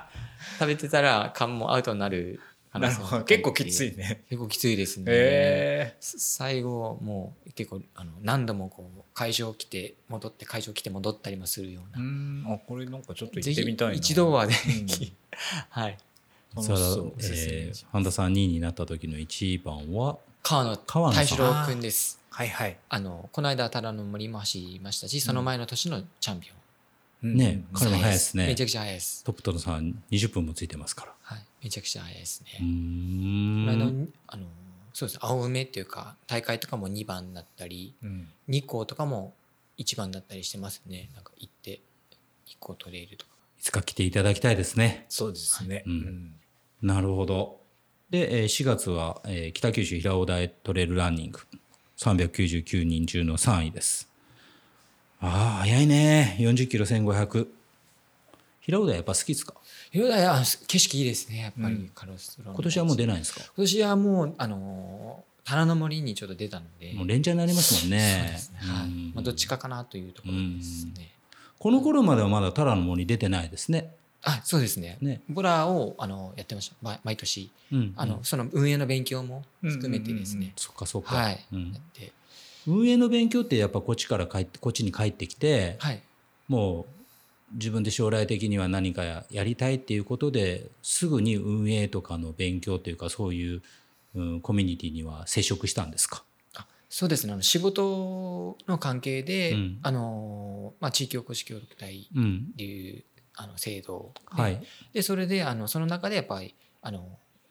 S3: 食べてたら関門アウトになる可能
S2: なる
S3: 性も
S2: ほど結構きついね。
S3: 結構きついですね、
S2: へ
S3: す最後もう結構あの何度もこう会場来て戻って会場来て戻ったりもするよう
S2: ー
S3: な、
S2: あこれなんかちょっと
S3: ぜ
S2: 行って
S3: ひ
S2: みたいな。
S3: 一度はね、
S2: うん
S3: はい
S2: 楽し
S1: そ
S2: そうう
S1: えー、半田さん2位になった時の1番は
S3: 川野
S1: 川野さん
S3: 大志郎君です
S2: はいはい。
S3: あのこの間タラの森も走りましたしその前の年のチャンピオン、
S1: ね
S2: うん
S1: 彼も早いですね
S3: めちゃくちゃ早いです、
S1: トップとの差20分もついてますから。
S3: はい、めちゃくちゃ早いですね、
S1: うーん
S3: この間あのそうですね青梅っていうか大会とかも2番だったり
S2: うん
S3: 2校とかも1番だったりしてますねなんか行って2校取れるとか
S1: いつか来ていただきたいですね。
S2: そうですね。
S1: う
S2: うんん
S1: なるほど。で、えー4月は、えー北九州平尾台トレイルランニング399人中の3位です。ああ、早いね。40キロ1500。平尾台やっぱ好きですか
S3: いやいや景色いいですねやっぱり、
S2: うん
S3: カルロストローム
S1: 今年はもう出ないんですか
S3: 今年はもうあのタラの森にちょっと出たので
S1: もう連チャンになりますもん
S3: そう
S1: ね
S3: ですね、。はい
S1: うん
S3: まあ、どっちかかなというところですね、
S1: この頃まではまだタラの森出てないですね。
S3: あそうですね
S1: ね。
S3: ボラをあのやってました毎毎年
S1: うん
S3: あの、
S1: うん
S3: その運営の勉強も含めてですね、
S1: そっかそっか。
S3: はい、
S1: うん
S3: やって
S1: 運営の勉強ってやっぱこっちから帰ってこっちに帰ってきて、
S3: はい
S1: もう自分で将来的には何かややりたいっていうことですぐに運営とかの勉強というかそういう、うん、コミュニティには接触したんですか、
S3: あそうですねあの仕事の関係で、
S1: うん
S3: あのまあ、地域おこし協力隊
S1: うん
S3: っていうあの制度で,、
S1: はい
S3: でそれであのその中でやっぱりあの、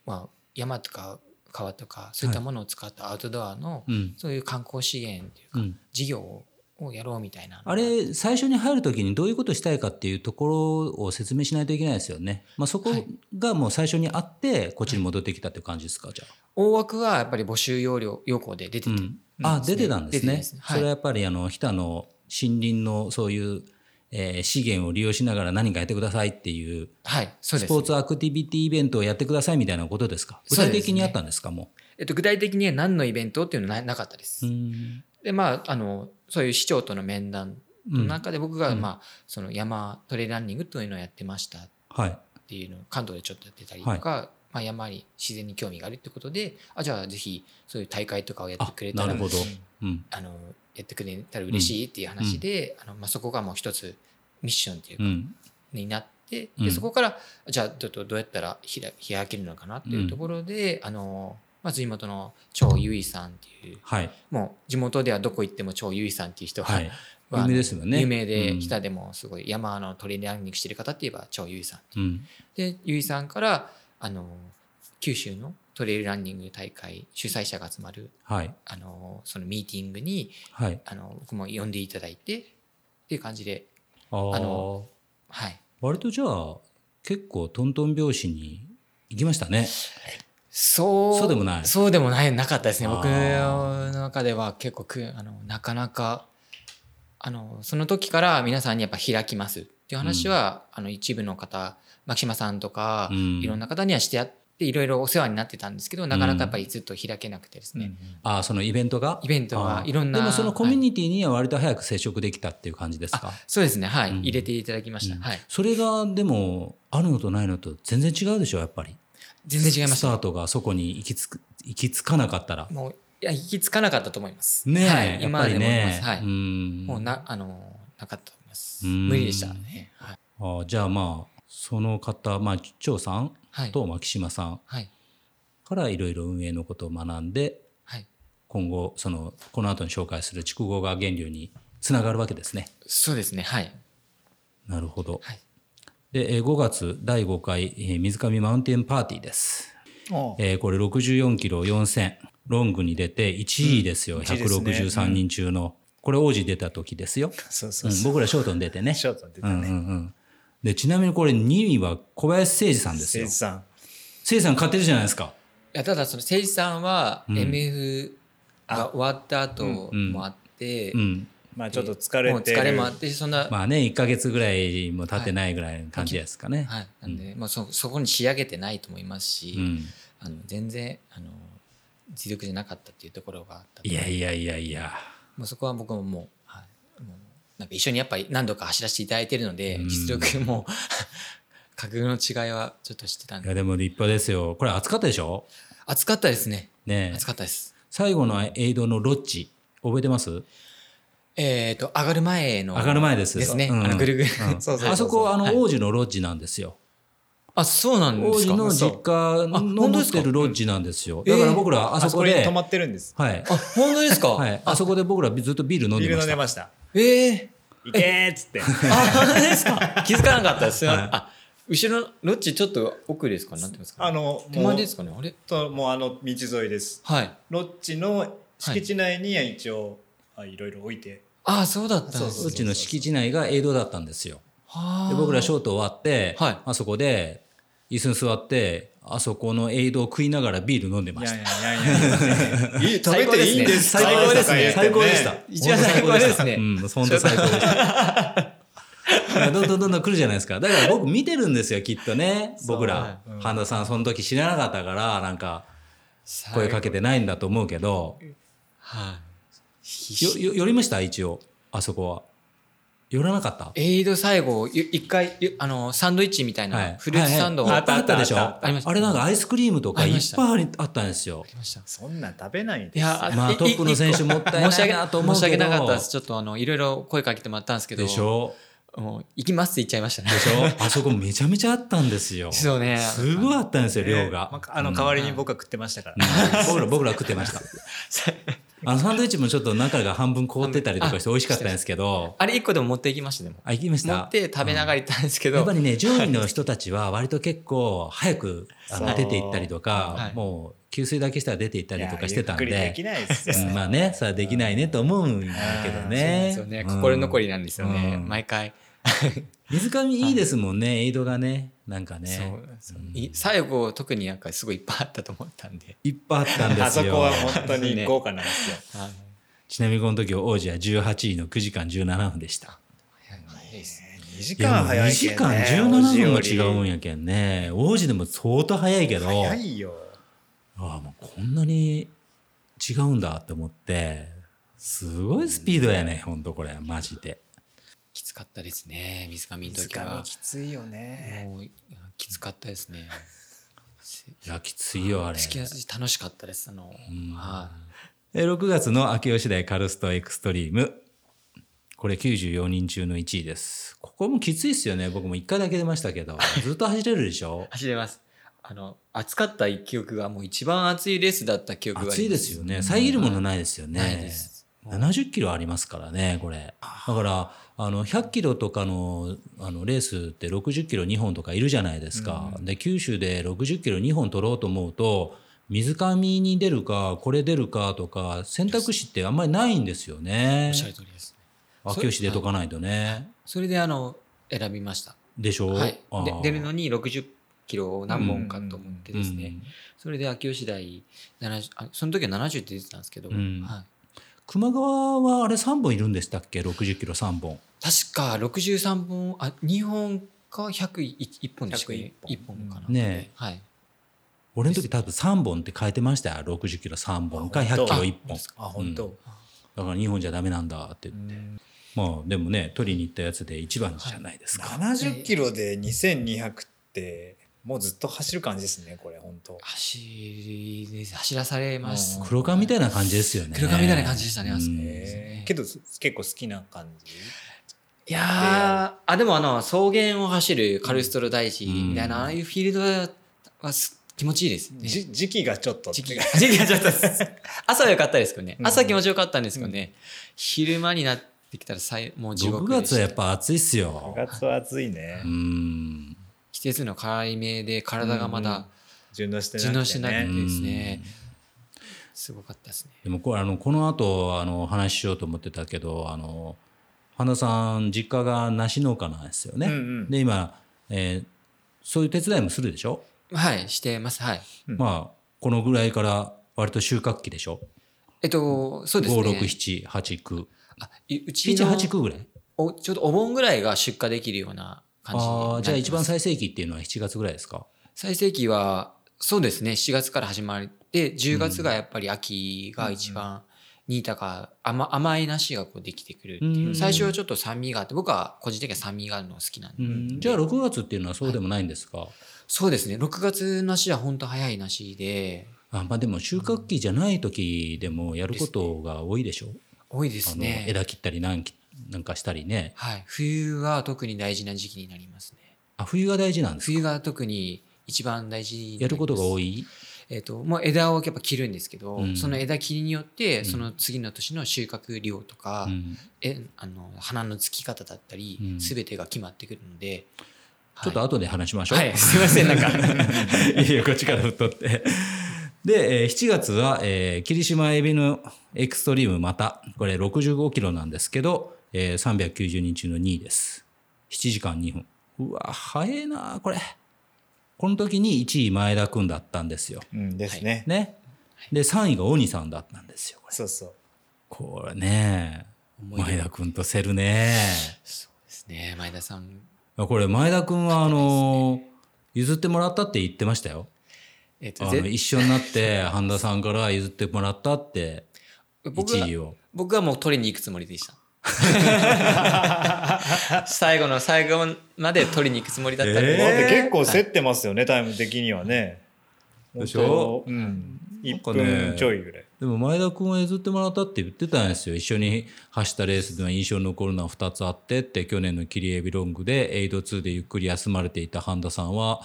S3: まあ、山とか川とかそういったものを使ったアウトドアの、
S1: うん
S3: そういう観光資源っていう
S1: う
S3: か、
S1: ん、
S3: 事業をやろうみたいな
S1: あれ最初に入る時にどういうことしたいかっていうところを説明しないといけないですよね、まあ、そこ
S3: はい
S1: がもう最初にあってこっちに戻ってきたっていう感じですかじゃあ。
S3: 大枠はやっぱり募集要領要項で出てて、
S1: うんあ出てたんですね
S3: 出てますねはい
S1: それはやっぱりあの日田の森林のそういう、えー資源を利用しながら何かやってくださいっていう
S3: はいそう
S1: ス
S3: です
S1: ポーツアクティビティイベントをやってくださいみたいなことですか具体
S3: そうです
S1: 的
S3: ね
S1: にあったんですかも
S3: えっと、具体的には何のイベントっていうのはななかったです、
S1: ううん
S3: でまああのそういう市長との面談
S1: う
S3: の
S1: ん
S3: 中で僕が、
S1: うん
S3: まあ、その山トレランニングというのをやってましたっ
S1: はい
S3: ていうのを関東でちょっとやってたりとか、まあ、山あり自然に興味があるってことであじゃあぜひそういう大会とかをやってくれた
S1: な
S3: ら
S1: るほど。うん。
S3: あのやってくれたら嬉しいっていう話で、あのまあ、そこがもう一つミッションっていう
S1: う
S3: か、
S1: ん。
S3: になって
S1: うん
S3: でそこからじゃあどどどうやったらひら開けるのかなっていうところで、あのまあ、地元の張優衣さんっていう
S1: はい。
S3: もう地元ではどこ行っても張優衣さんっていう人は、
S1: はい。
S3: はあの
S1: 有名ですよね
S3: 有名で、
S1: うん
S3: 北でもすごい山のトレーニングしてる方っていえば張優衣さん
S1: うん。
S3: で結衣さんからあの九州のトレイルランニング大会主催者が集まる
S1: はい。
S3: あのそのミーティングに
S1: はい。
S3: あの僕も呼んでいただいてっていう感じで
S1: あー
S3: あのはい
S1: 割とじゃあ、結構トントン拍子に行きましたね。
S3: そう
S1: そうでもない
S3: そうでもないなかったですね
S1: あー
S3: 僕の中では結構くあのなかなかあのその時から皆さんにやっぱ開きますっていう話は、あの一部の方牧島さんとか、
S1: うん
S3: いろんな方にはしてやっていろいろお世話になってたんですけどなかなかやっぱりずっと開けなくてですね、
S1: ああ、そのイベントが
S3: イベントが
S1: あー
S3: いろんな
S1: でもそのコミュ
S3: はい
S1: ニティには割と早く接触できたっていう感じですか
S3: そうですねはい、
S1: うん
S3: 入れていただきました、
S1: うん
S3: はい
S1: それがでもあるのとないのと全然違うでしょやっぱり
S3: 全然違いまし
S1: スター
S3: た
S1: トがそこに行きつく行きつかなかったら
S3: もういや行き着かなかったと思います
S1: ねえ、
S3: はい、
S1: やっ
S3: 今ま
S1: ぱ
S3: で
S1: り
S3: も思いま
S1: ね
S3: す、はい、
S1: うん
S3: もうなあのなかったと思います
S1: うん
S3: 無理でしたねはい
S1: あーじゃあまあその方まあ張さん
S3: はい
S1: と牧島さん
S3: はい
S1: からいろいろ運営のことを学んで
S3: はい
S1: 今後そのこの後に紹介する筑後川源流につながるわけですね
S3: そうですねはい
S1: なるほど
S3: はい
S1: でえー5月第5回えー水上マウンテンパーティーです
S2: お
S1: えーこれ64キロ4000ロングに出て1位ですよ、
S2: うん1位ですね
S1: 163人中の、これ王子出た時ですよ、
S2: そう
S1: う、
S2: そうんそう。
S1: 僕らショートに出てね
S2: ショートに出
S1: う
S2: た
S1: んうんう
S2: ね。
S1: んでちなみにこれ2位は小林誠司さんです
S2: 誠
S1: よ
S2: 治さん。
S1: 誠司さん勝ってるじゃないですか
S3: いやただその誠治さんは
S1: うん
S3: MF が終わった後
S1: うん
S3: もあって、
S1: うん
S2: まあちょっと疲れ
S3: もう
S2: てる。
S3: 疲れ もあってそんな、
S1: まあね1か月ぐらいも経ってないぐらいの感じですかね、
S3: はい、なんで、まあ、そそこに仕上げてないと思いますし、
S1: うん、
S3: あの全然あの実力じゃなかったっていうところがあった
S1: いやいやいやいや
S3: もうそこは僕ももう,、はい、もうなんか一緒にやっぱり何度か走らせていただいてるので、
S1: うん
S3: 実力も 格の違いはちょっと知ってたん
S1: い
S3: で
S1: やでも立派ですよこれ暑かったでしょ
S3: 暑かったですね
S1: ねえ
S3: 暑かったです
S1: 最後のエイドのロッジ覚えてます
S3: えっ、と上がる前の
S1: 上がる前です
S3: ですね、
S1: うん
S3: あのぐるぐる、
S1: うん
S2: そうそうそうそう
S1: あそこあ
S3: はい
S1: の王子のロッジなんですよ、
S3: あそうなんで
S1: 王
S3: す
S1: 子
S3: か
S1: の実家
S3: あ
S1: の
S3: 本当
S1: 持
S3: で
S1: っ
S3: すか
S1: てるロッジなんですよ。
S3: うん
S1: だから
S3: えー
S1: 僕らあ
S2: あ
S1: そ
S2: そ
S1: こ
S2: こに
S1: で
S2: 泊、まってるんです。
S1: はい、
S3: あ本当ですか、
S1: はい、あそこで僕らずっとビール飲ん
S2: ビー
S1: で
S2: ル
S1: まし
S2: 飲んで
S1: た。
S2: ました。
S3: ええ
S2: 行けーっつって。
S3: あ本当ですか気づかなかったですよ、
S1: はい
S3: あ後ろのロッジちょっと奥ですかなんていうんですか
S2: あの、
S3: 手
S2: も
S3: 前
S2: う、
S3: ですかねあれ
S2: ともうあの道沿いです。
S3: はい
S2: ロッチの敷地内には一応、あいろいろ置いて。
S3: あそうだったん
S2: そ
S3: で
S2: う
S3: す
S2: そう
S1: ロッジの敷地内がエイドだったんですよ。
S3: は
S1: で
S3: あ
S1: 僕らショート終わって、
S3: はい
S1: あそこで椅子に座ってあそこのエイドを食いながらビール飲んでま
S2: い
S1: し
S2: やい
S1: た。
S2: やいやいやいや。いい食べていいんですか
S1: 最高ですね。
S2: とか
S1: 最
S2: 言って
S1: 高でした。
S3: 一番最高ですね
S1: うん、本当最高でした。いやどんどんどんどん来るじゃないですか。だから僕見てるんですよ、きっとね。僕ら
S2: そう。うん
S1: 半田さん、その時知らなかったから、なんか
S3: 最
S1: 声かけてないんだと思うけど、
S3: はい必
S1: よ、
S3: 死
S1: よ、寄りました一応、あそこは。寄らなかった
S3: エイド最後ゆ一回ゆあのサンドイッチみたい
S1: は
S3: な、
S1: い。
S3: フルーツサンドを、
S1: はいはい
S2: あった
S1: あったでしょ
S2: あった
S3: ありました
S1: あれなんかアイスクリームとか
S3: あり
S1: いっ
S3: ました
S1: ぱいありあったんですよ。
S3: ありました
S2: そんな食べない
S3: い
S2: です。
S3: や
S1: まあ
S3: い
S1: トップの選手もったいないな
S3: 申し訳
S1: と思うけど
S3: 申し訳なかったですちょっとあのいろいろ声かけてもらったんですけど
S1: でしょ
S3: もう行きますって言っちゃいましたね
S1: でし ょあそこめちゃめちゃあったんですよ。
S3: そうね
S1: すごいあったんですよ、量が。
S2: まああの、代わりに僕は食ってましたから。
S1: 僕ら僕ら食ってましたあのサンドイッチもちょっと中が半分凍ってたりとかして美味しかったんですけど
S3: あれ一個でも持っていきましたでも
S1: あ行きまし
S3: 持
S1: た
S3: って食べながら行ったんですけ
S1: や
S3: ど、
S1: っぱりね上位の人たちは割と結構早くあ
S2: そ
S1: の
S2: う
S1: 出て行ったりとか、
S3: はい
S1: もう給水だけしたら出て行ったりとかしてたん
S2: いやゆっくりで
S1: で
S2: きないですよ
S1: うんまあねそれはできないねと思うんだけどね
S3: そうなんですよね、
S1: うん
S3: 心残りなんですよね、
S1: うん
S3: 毎回、
S1: 水上いいですもんね、エイドがねなんか
S3: そ
S1: ね
S3: うそうい最後特になんかすごいいっぱいあったと思ったんで
S1: いっぱいあったんで
S2: あ
S1: す
S2: そ
S1: よ
S2: こは本当に豪華なんですよ。
S3: あ
S1: ちなみにこの時王子は18位の9時間17分でした
S2: 2時
S1: いや
S2: 間
S1: もう
S2: 早
S1: 2
S2: いけ
S1: 時
S2: んね。
S1: 間17分も
S2: 王子
S1: 違
S2: より
S1: うんやけんね王子でも相当早いけど
S2: 早いよ。
S1: ああもうこんなに違うんだって思ってすごいスピードやねほんとこれマジで
S3: きつかったですね水上の
S2: 水
S3: 時
S2: 上
S3: は
S2: きついよね。
S3: もうきつかったですね
S1: いやきついよあれ
S3: 好きな楽しかったですあの、
S1: うん
S3: は
S1: えー6月の秋吉台カルストエクストリームこれ94人中の1位ですここもきついっすよね僕も1回だけ出ましたけど ずっと走れるでしょ
S3: い走れますあの暑かった記憶がもう一番暑いレースだった記憶がありま
S1: 暑いですよね遮るものないですよね、
S3: ないですもう
S1: 70キロありますからねこれだからあの100キロとかのあのレースって60キロ2本とかいるじゃないですか、で九州で60キロ2本取ろうと思うと水上に出るかこれ出るかとか選択肢ってあんまりないんですよね
S3: おっしゃる通りです
S1: 秋吉出とかないとね
S3: それであの選びました
S1: でしょ、
S3: はい
S1: あー
S3: で出るのに60キロを何本かと思ってですね、
S1: うん
S3: それで秋吉台70あその時は70って出てたんですけど、
S1: うん
S3: はい、
S1: 熊川はあれ3本いるんでしたっけ60キロ3本
S3: 確か63本あ2本か101本でしたね
S2: 101
S3: 1本かな、
S1: うんねえ
S3: はい
S1: 俺の時多分3本って変えてましたよ60キロ3本か
S2: あ
S1: 100
S2: 本
S1: キ
S2: 当
S1: ロ1本
S2: あ本当、
S1: だから2本じゃダメなんだって言って、まあでもね取りに行ったやつで一番じゃないですか、
S2: 70キロで2200ってもうずっと走る感じですねこれ本当
S3: 走りです走らされます、
S2: うん
S1: 黒髪みたいな感じですよね
S3: 黒髪みたいな感じでしたねあそこ
S1: うん
S2: へーけど結構好きな感じ
S3: いやーあでもあの草原を走るカルストロ大地みたいな、
S1: うん
S3: ああいうフィールドはす気持ちいいですね
S2: じ時期がちょっと
S3: 時期
S2: 違
S3: が
S2: う
S3: 時期がちょっとです 朝は良かったですけどね
S2: うん
S3: 朝気持ちよかったんですけどね、昼間になってきたらさいもう地
S1: 6
S3: 獄でし
S1: 月
S3: た
S1: はやっぱ暑いっすよ
S2: 5月は暑いね
S1: うん
S3: 季節の変わり目で体がま
S2: うん
S3: だ
S2: 順応してなくて、ね、
S3: 順応してなくてですね
S1: う、
S3: すごかったですね
S1: でもこれあのこの後あのお話ししようと思ってたけどあの花さん実家が梨農家なんですよね、
S2: うんうん
S1: で今、えーそういう手伝いもするでしょ、
S3: はいしてますはい
S2: うん
S1: まあこのぐらいから割と収穫期でしょ
S3: えっとそうですね
S1: 5678
S3: あいうちの
S1: 978区ぐらい
S3: おちょうどお盆ぐらいが出荷できるような感じになって
S1: あ
S3: ま
S1: あ
S3: す
S1: じゃあ一番最盛期っていうのは7月ぐらいですか
S3: 最盛期はそうですね7月から始まって10月がやっぱり秋が一番新高、甘甘い梨がこうできてくるっていう、
S1: うん
S3: 最初はちょっと酸味があって僕は個人的には酸味があるの好きなんで、
S1: うんじゃあ6月っていうのはそうでもないんですか、
S3: そうですね6月梨は本当早い梨で
S1: あまあでも収穫期じゃない時でもやることが多いでしょ、
S3: 多いで
S1: あ
S3: す
S1: の
S3: ね
S1: 枝切ったりなんきなんかしたりね
S3: はい、冬は特に大事な時期になりますね
S1: あ冬が大事なんですか
S3: 冬が特に一番大事になります
S1: やることが多い
S3: えっともう枝をやっぱ切るんですけど、
S1: うん
S3: その枝切りによって
S1: ん
S3: その次の年の収穫量とか、
S1: うん
S3: えあの花のつき方だったり、
S1: うん
S3: 全てが決まってくるので
S1: ちょっと
S3: は
S1: 後で話しまし
S3: い、
S1: ょう。
S3: はい、 すいませんなんか
S1: いやいや、こっちから振っとって。で、えー7月は、えー霧島エビのエクストリームまた、これ65キロなんですけど、えー390人中の2位です。7時間2分。うわ、早いな、これ。この時に1位前田くんだったんですよ。
S2: うんですね、
S1: ね。で、3位が鬼さんだったんですよ。
S2: そうそう
S1: これね、
S3: 思い出
S1: 前田くんとセルね。
S3: そうですね前田さん
S1: これ前田君はあの譲ってもらったって言ってましたよ。
S3: えっ、
S1: あ
S3: と
S1: の
S3: ぜ
S1: 一緒になって半田さんから譲ってもらったって
S3: 僕は
S1: 1位を。
S3: 僕はもう取りに行くつもりでした 最後の最後まで取りに行くつもりだったん
S1: え
S3: で、
S1: ー
S2: だって結構競ってますよね、タイム的にはね
S1: でしょ
S2: 本当うん
S1: なん
S2: 1
S1: かね
S2: 分ちょいぐらい、
S1: でも前田君は譲ってもらったって言ってたんですよ一緒に走ったレースでは印象に残るのは2つあってって去年のキリエビロングでエイド2でゆっくり休まれていた半田さんは、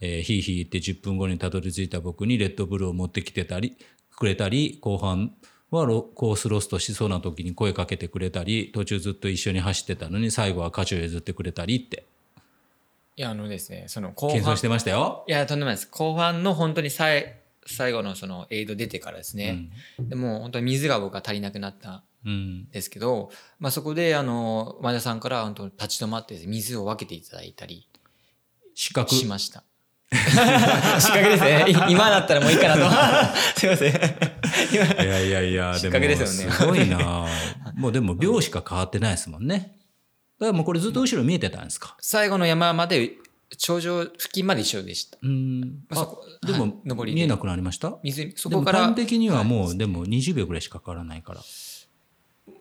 S1: えー、ヒーヒー言って10分後にたどり着いた僕にレッドブルを持ってきてたりくれたり後半はロコースロストしそうな時に声かけてくれたり途中ずっと一緒に走ってたのに最後は価値を譲ってくれたりって
S3: いやあのですねその後
S1: 謙遜
S3: 半
S1: してましたよ。
S3: いやとんでもないです後半の本当にさい最後のそのエイド出てからですね、でもう本当に水が僕は足りなくなった
S1: うん
S3: ですけど、まあ、そこであの前田さんから本当立ち止まって水を分けていただいたり
S1: 失格
S3: しま した。失格ですね。い今だったらもういいか なと。すいません。
S1: いやいやい や、
S3: きっかけですよね
S1: すごい な。もうでも秒しか変わってないですもんね。だからもうこれずっと後ろ見えてたんですか。
S3: 最後の山まで頂上付近まで一緒でした。
S1: うん。
S3: まあそ
S1: あ
S3: こ、
S1: で
S3: は
S1: も
S3: い上りで
S1: 見えなくなりました。
S3: 水そ
S1: で
S3: こ
S1: も
S3: から
S1: 端的にはもうでも20秒ぐらいしかかからないから。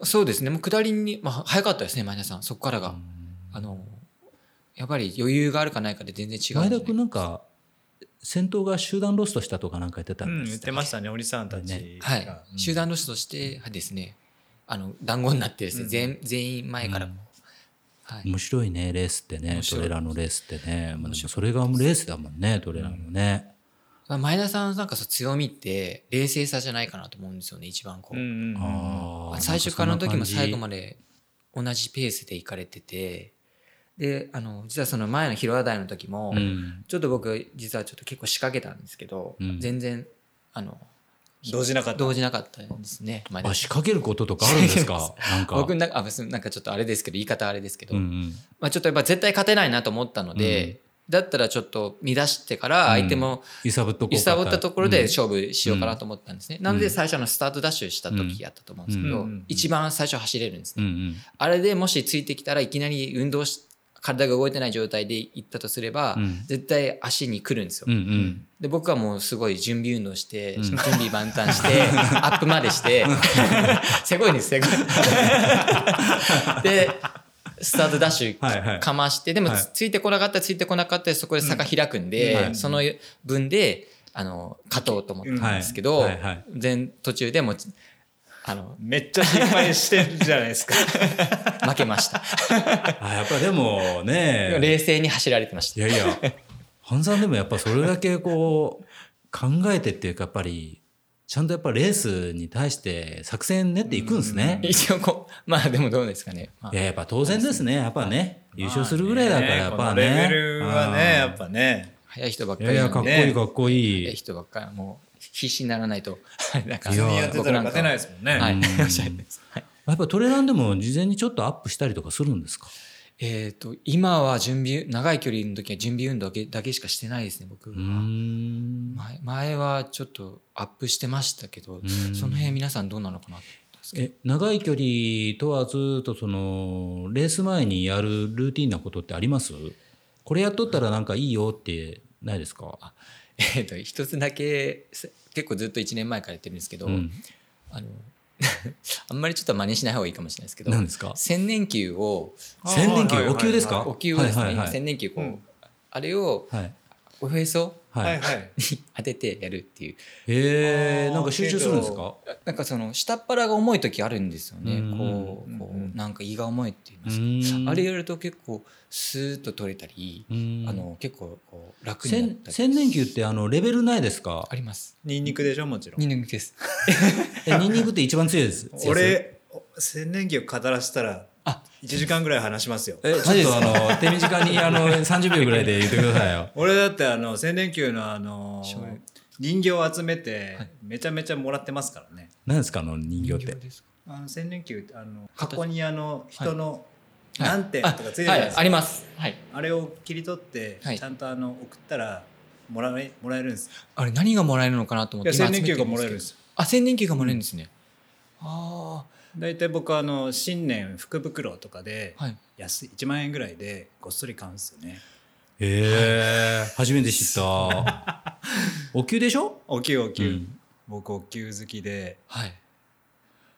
S3: そうですねもう下りに、まあ、早かったですね前田さんそこからが、あのやっぱり余裕があるかないかで全然違う
S1: 前
S3: んじゃ
S1: 田
S3: ない
S1: 君なんか先頭が集団ロストしたとかなんか言ってた
S2: うんん、
S1: で
S2: 言
S1: す
S2: ってましたね、おじさんたちが。
S1: ね
S3: はい、
S2: うん
S3: 集団ロスとしてですねあの団子になってですね、
S2: うん
S3: 全全員前からこう、はい、
S1: 面白いねレースってね
S3: 面白
S1: ト
S3: い
S1: レーラーのレースってね、まあ、でもそれがレースだもんねトレーラーのね、
S3: まあ前田さんのなんかそう強みって冷静さじゃないかなと思うんですよね一番こ
S2: う
S3: う、
S2: んうんうん
S1: あー
S3: 最初からの時も最後ま
S1: で
S3: で同じペースで行かれててであの実はその前の広和台の時も、
S1: うん
S3: ちょっと僕実はちょっと結構仕掛けたんですけど、
S1: うん
S3: 全然あの
S2: 動じなかった。
S3: 動じなかったんですね前田
S1: あ
S3: さん
S1: 仕掛けることとかあるんです
S3: 仕
S1: か
S3: 掛
S1: なんか
S3: 僕の中あ別になんかちょっとあれですけど言い方あれですけど、
S1: うんうん
S3: まあ、ちょっとやっぱ絶対勝てないなと思ったので、だったらちょっと乱してから相手も
S1: 揺さぶっとこう
S3: 揺さぶったところ
S1: う
S3: で
S1: ん
S3: 勝負しようかなと思ったんですね、なので最初のスタートダッシュした時やったと思うんですけど、
S2: うん
S3: 一番最初走れるんです
S1: う
S3: ね、
S1: んうん
S3: あれでもしついてきたらいきなり運動し体が動いてない状態で行ったとすれば、
S1: うん
S3: 絶対足に来るんですよ、
S1: うんうん
S3: で僕はもうすごい準備運動して、
S1: うん
S3: 準備万端して アップまでしてせこいんですせこいでスタートダッシ
S1: はいはい
S3: ュかまして、でも
S1: はい
S3: つついてこなかったらついてこなかったらそこで差が開くんで、
S2: うんはい
S3: その分であの勝とうと思ったんですけど、
S1: はいはいはい
S3: 全途中でもうあの
S2: めっちゃ心配してるじゃないですか。
S3: 負けま した
S1: あやっぱでもね
S3: 冷静に走られてまし
S1: い
S3: た
S1: やいや半沢でもやっぱそれだけこう考えてっていうかやっぱりちゃんとやっぱレースに対して作戦練っていくんですね、
S3: 一応こうまあでもどうですかね、まあ
S1: いややっぱ当然ですねやっぱね 優勝するぐらいだからやっ
S2: ま
S1: ぱ
S2: あ
S1: ね
S2: ねこのレベルはね、やっぱね。
S3: 早い人ばっ
S1: い
S3: かり
S1: やいや
S3: なん
S1: かっこ
S3: で
S1: いいかっこい
S3: 早い
S1: い
S3: 人ばっかりもう必死にならないとなんか
S1: いや
S2: やってたら勝てないですもんね。
S3: はい、
S1: うん
S3: おっしゃるんです。はい
S1: やっぱトレランでも事前にちょっとアップしたりとかするんですか
S3: えっ、と、今は準備、長い距離の時は準備運動だけだけしかしてないですね、僕
S1: う
S3: は。
S1: ーん
S3: 前前はちょっとアップしてましたけど、
S1: ん
S3: その辺皆さんどうなのかな
S1: え長い距離問わずとそのレース前にやるルーティンなことってありますこれやっとったらなんかいいよってないですか
S3: えっ、と、一つだけ、せ結構ずっと1年前からやってるんですけど、
S1: うん、
S3: あの、 あんまりちょっと真似しない方がいいかもしれないですけど、
S1: 何ですか
S3: 千年球を、
S2: あー
S1: 千年
S2: はい
S1: 球
S2: はい
S1: お給ですか
S3: お給をですね、
S1: はいはいはい
S3: 千年球こう、
S2: うん
S3: あれを
S1: はい
S3: おへそ
S1: は
S2: はいいはい。
S3: に当ててやるっていう
S1: へえ
S2: あー
S1: なんか集中するんですか
S3: なんかその下っ腹が重い時あるんですよ
S1: う
S3: ね。
S1: ん
S3: こ
S2: うん
S3: うこ
S2: うんうん
S3: うなんか胃が重いって言いうますか。
S1: ーん
S3: あれやると結構スーッと取れたり、
S1: うーん
S3: あの結構こう楽にな
S1: 千
S3: ったり
S1: 千年球ってあのレベルないですか
S3: あります。
S2: ニンニクでしょ、も ちろん。
S3: 二年目です。
S1: えニンニクって一番強い です
S2: 俺、千年期を語らせたら、
S3: あ
S2: 1時間ぐらい話しますよ。
S1: えちょっとあの手短にあの30秒ぐらいで言ってくださいよ
S2: 俺だってあの千年球のあの
S3: 醤油
S2: 人形を集めてめちゃめちゃもらってますからね。
S1: 何ですかあの人形って
S3: ですか。
S2: あの千年球ってあの
S3: 形
S2: 箱にあの人の
S3: はい
S2: 何点とかついてるじゃ
S3: は
S2: ないで
S3: い
S2: すか
S3: あ。ります。はい。
S2: あれを切り取って
S3: はい
S2: ちゃんとあの送ったらもらえもらえるんです。
S3: あれ何がもらえるのかなと思
S2: い
S3: って
S2: や
S3: 今
S2: 千年球
S3: 集めて
S2: が
S3: ん
S2: もらえるん
S3: で
S2: ですす
S3: け
S2: よ。
S3: ど。あ千年球がもらえるんですね。あ
S2: だいたい僕はあの新年福袋とかで
S3: あはい。
S2: 安い1万円ぐらいでごっそり買うんですよね。
S1: へえ初めて知った お給でしょ
S2: お給お給、
S1: うん
S2: 僕お給好きで
S3: はい。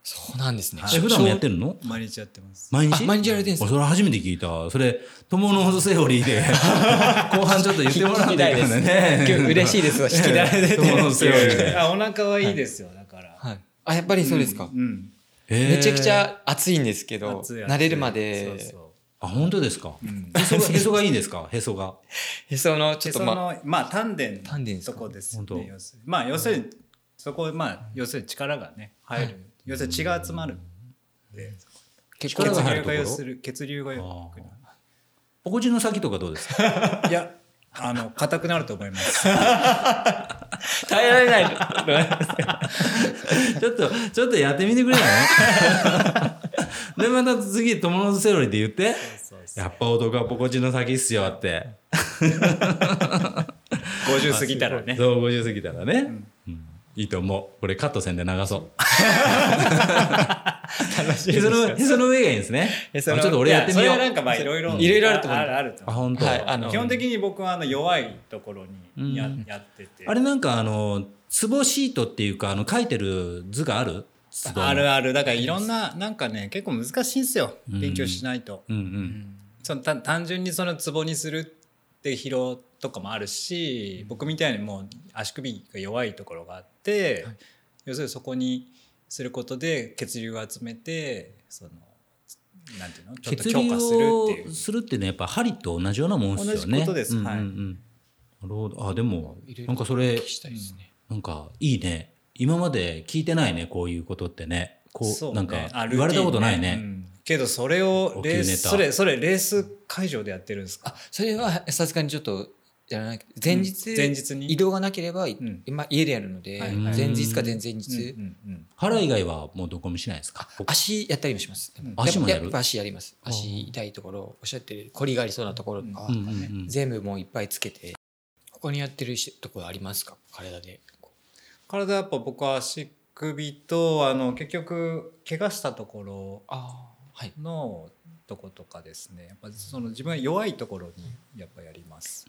S3: そうなんですね。
S2: はい
S1: え
S3: しょ
S1: 普段もやってるの
S2: 毎日やってます。
S1: 毎日
S3: あ毎日やられてんすか
S1: おそれ初めて聞いたそれ友のセオリー で後半ちょっと言ってもらうんだいからね
S3: 今日嬉しいですわ。 引き出 れてて。
S1: 友のセオリーで
S2: あお腹はいいですよ、だから。
S3: はい。あやっぱりそうですか。
S2: んん
S1: へー
S3: めちゃくちゃ暑いんですけど、
S2: 暑い
S3: 慣れるま
S2: そ
S3: で
S2: う、そ
S1: あ本当ですか
S2: ううん
S1: へそ がへそがいいですかへそが
S3: へその
S2: で
S3: ちょっと
S2: そ
S3: まあ、
S2: のまあ丹田
S3: 丹田で
S2: の
S3: すか
S2: とこですよ
S1: 本
S2: ね
S1: 当
S2: 要するにまあ要するにそこまあ要するに力がね入
S3: は
S2: る要するに血が集まるで
S3: 結
S1: 力が
S2: 血
S1: 入
S2: 流
S1: るとこ
S2: が
S1: ろ
S2: 要する血流がよく
S1: お口の先とかどうですか
S2: いやあの硬くなると思います
S3: 耐えられない。
S1: ちょっとちょっとやってみてくれない のでまた次友のセオリーで言ってやっぱ男はポコチの先っすよって
S2: 50過ぎたらね
S1: そう50過ぎたらね、うんいいと思うこれカット線で流そう
S2: 楽し
S1: へその、へその上がいいんですね。
S3: へその
S1: あちょっと俺やってみよ
S2: それはなん
S1: う。
S2: かまあいろいろ
S3: いろいろあると思う
S2: あるあると
S1: あ、
S2: 思う
S1: 本当。
S3: はいあの
S2: 基本的に僕はあの弱いところにや
S1: うん
S2: やってて
S1: あれなんかあの、ツボシートっていうか、あの、書いてる図があるツボの
S2: あるあるだからいろんななんかね結構難しいんですよ勉強しないと
S1: うんうん。
S2: そのた単純にその壺にするで疲労とかもあるし、
S3: うん
S2: 僕みたいにもう足首が弱いところがあって、
S3: はい
S2: 要するにそこにすることで血流を集めてそのなんていうのちょっと
S1: 血
S2: 強
S1: 流
S2: 化する
S1: を
S2: っていう
S1: するっていうのはやっぱ針と同じようなもんですよね。
S2: 同じことです
S1: うんうんうん
S2: はい
S1: なるほど。あでも
S3: いろいろ
S1: なんかそれ
S3: お聞きしたいですね
S1: なんかいいね。今まで聞いてないねこういうことってね。こう
S2: そうね
S1: なんか
S2: あルーティ
S1: 言
S2: ン
S1: われたことないね。
S2: うんけどそれをレー
S1: 呼吸
S2: ス
S1: ネタ
S2: それそれレース会場でやってるんですか
S3: あそれはさすがにちょっとやらなきゃ前日、
S2: うん前日に
S3: 移動がなければ、
S2: ん
S3: 今家でやるので、
S2: はい
S1: はい
S3: 前日か前々日、
S2: うんうん
S1: 腹以外はもうどこもしないですか。僕
S3: 足やったりもします、
S2: うん
S1: 足もやる
S3: っぱ足やります
S1: あー
S3: 足痛いところおっしゃってる凝りがありそうなところとか、
S1: うんうんうん
S3: 全部もういっぱいつけて他にやってるしところありますか体でこ
S2: 体やっぱ僕は足首とあの結局怪我したところ
S3: うああはい
S2: のとことかですねやっぱその自分が弱いところにやっぱやります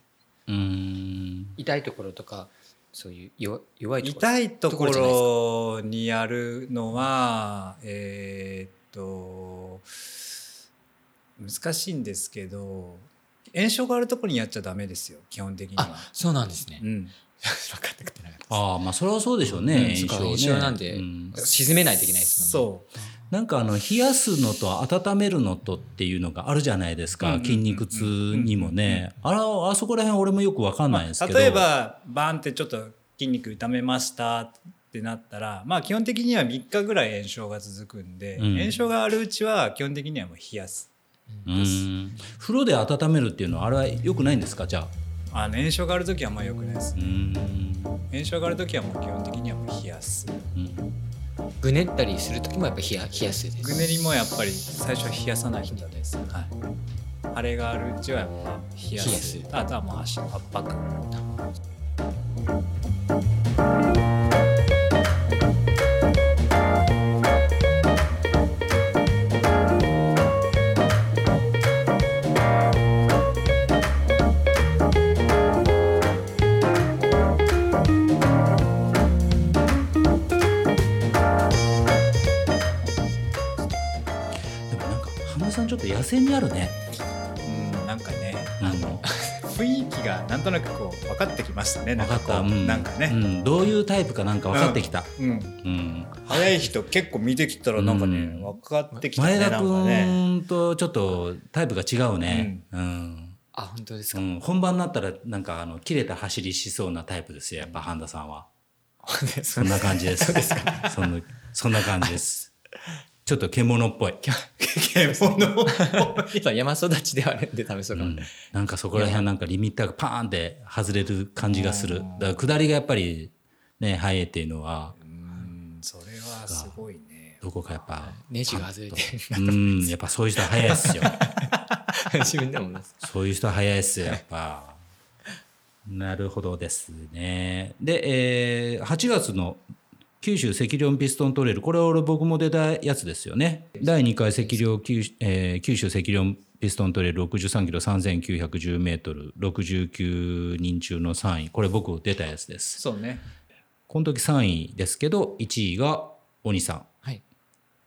S1: うーん。
S3: 痛いところとかそういう弱弱いところ
S2: 痛いとこと
S3: ころじゃないです
S2: ろにやるのはえーっと難しいんですけど炎症があるところにやっちゃダメですよ基本的には
S3: あ。そうなんですね、
S2: うん
S3: 分かってくてなかった
S1: ああまあそれはそうでしょう
S3: うん
S1: ね。
S3: そっか
S1: ね
S3: 炎症なんで
S1: うん
S3: 沈めないといけないですもんね
S2: そう
S1: なんかあの冷やすのと温めるのとっていうのがあるじゃないです
S2: うんうん
S1: か
S2: うん
S1: 筋肉痛にもねあらあそこら辺俺もよくわかんないんですけど
S2: 例えばバーンってちょっと筋肉痛めましたってなったらまあ基本的には3日ぐらい炎症が続くんで、
S1: うん
S2: 炎症があるうちは基本的にはもう冷やす
S1: うーん風呂で温めるっていうのはあれは良くないんですかじゃあ
S2: あの炎症がある時はあんま良くないです
S1: うーん
S2: 炎症がある時はもう基本的にはもう冷やす
S1: うん
S3: ぐねったりする時もやっぱ冷や冷やすです
S2: ぐねりもやっぱり最初は冷やさない人です、はい、腫れがあるうちはやっぱ冷やす
S3: 冷や
S2: あとはもう足の圧迫
S1: でもなんか浜田さんちょっと野生味あるね
S2: うんなんかね
S1: あの
S2: 雰囲気がなんとなくこう分かってきましたねな
S1: 分
S2: ん
S1: か
S2: か
S1: っ
S2: こ
S1: た
S2: う
S1: うん
S2: なんか
S1: う
S2: ね、
S1: んどういうタイプかなんか分かってきた
S2: うん、
S1: うん
S2: 早い人結構見てきたらなんかね、
S1: うん
S2: 分かってきた
S1: 前
S2: ねなん
S1: 田
S2: かね
S1: 君とちょっとタイプが違うねうん
S3: あ本当です
S1: う
S3: か、
S1: ん、本番になったらなんかあの切れた走りしそうなタイプですよやっぱ半田さんは そんな感じですそんなそんな感じですちょっと獣っぽい、
S2: 獣
S3: そう山育ちではあるんでダメそううかも、
S1: ん、なんかそこら辺なんかリミッターがパーンって外れる感じがするだから下りがやっぱりねハイエっていうのは
S2: うんそれはすごいね
S1: どこかやっぱ
S3: ネジが外れて
S1: うんやっぱそういう人は早いっすよ
S3: 自分でもね
S1: そういう人は早いっすよやっぱなるほどですねで、えー8月の九州赤稜ピストントレイルこれ俺僕も出たやつですよね第2回赤稜九,、えー九州赤稜ピストントレイル63キロ3910メートル69人中の3位これ僕出たやつです
S2: そうね
S1: この時3位ですけど1位が鬼さ
S3: はい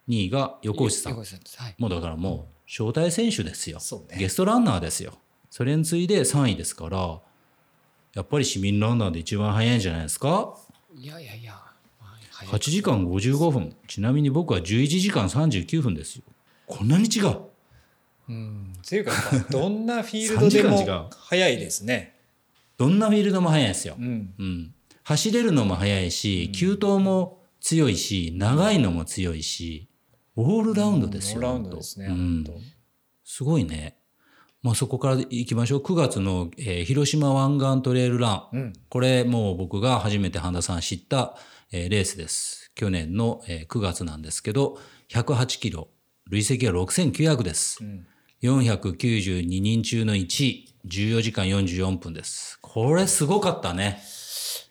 S1: ん2位が横内さん
S3: 横内さんですはい
S1: もうだからもう招待選手ですよ、
S2: そうね
S1: ゲストランナーですよそれに次いで3位ですからやっぱり市民ランナーで一番早いんじゃないですか
S3: いやいやいや、まあ
S1: 8時間55分ちなみに僕は11時間39分ですよこんなに違う
S2: うんっていうかまあどんなフィール
S1: 三
S2: ドで
S1: 時間違
S2: も
S1: う
S2: 早いですね
S1: どんなフィールドも早いですよ
S2: う、ん
S1: うん、走れるのも早いし急登も強いし長いのも強いしオールラウンドですよ、
S2: うんオールラウンドですね
S1: 本当
S2: 本当
S1: すごいね。まあ、そこから行きましょう。9月の、えー広島湾岸トレイルラン。
S2: うん
S1: これもう僕が初めて半田さん知った、えーレースです。去年の、えー9月なんですけど、108キロ、累積は6900です。
S2: うん
S1: 492人中の1位、14時間44分です。これすごかったね。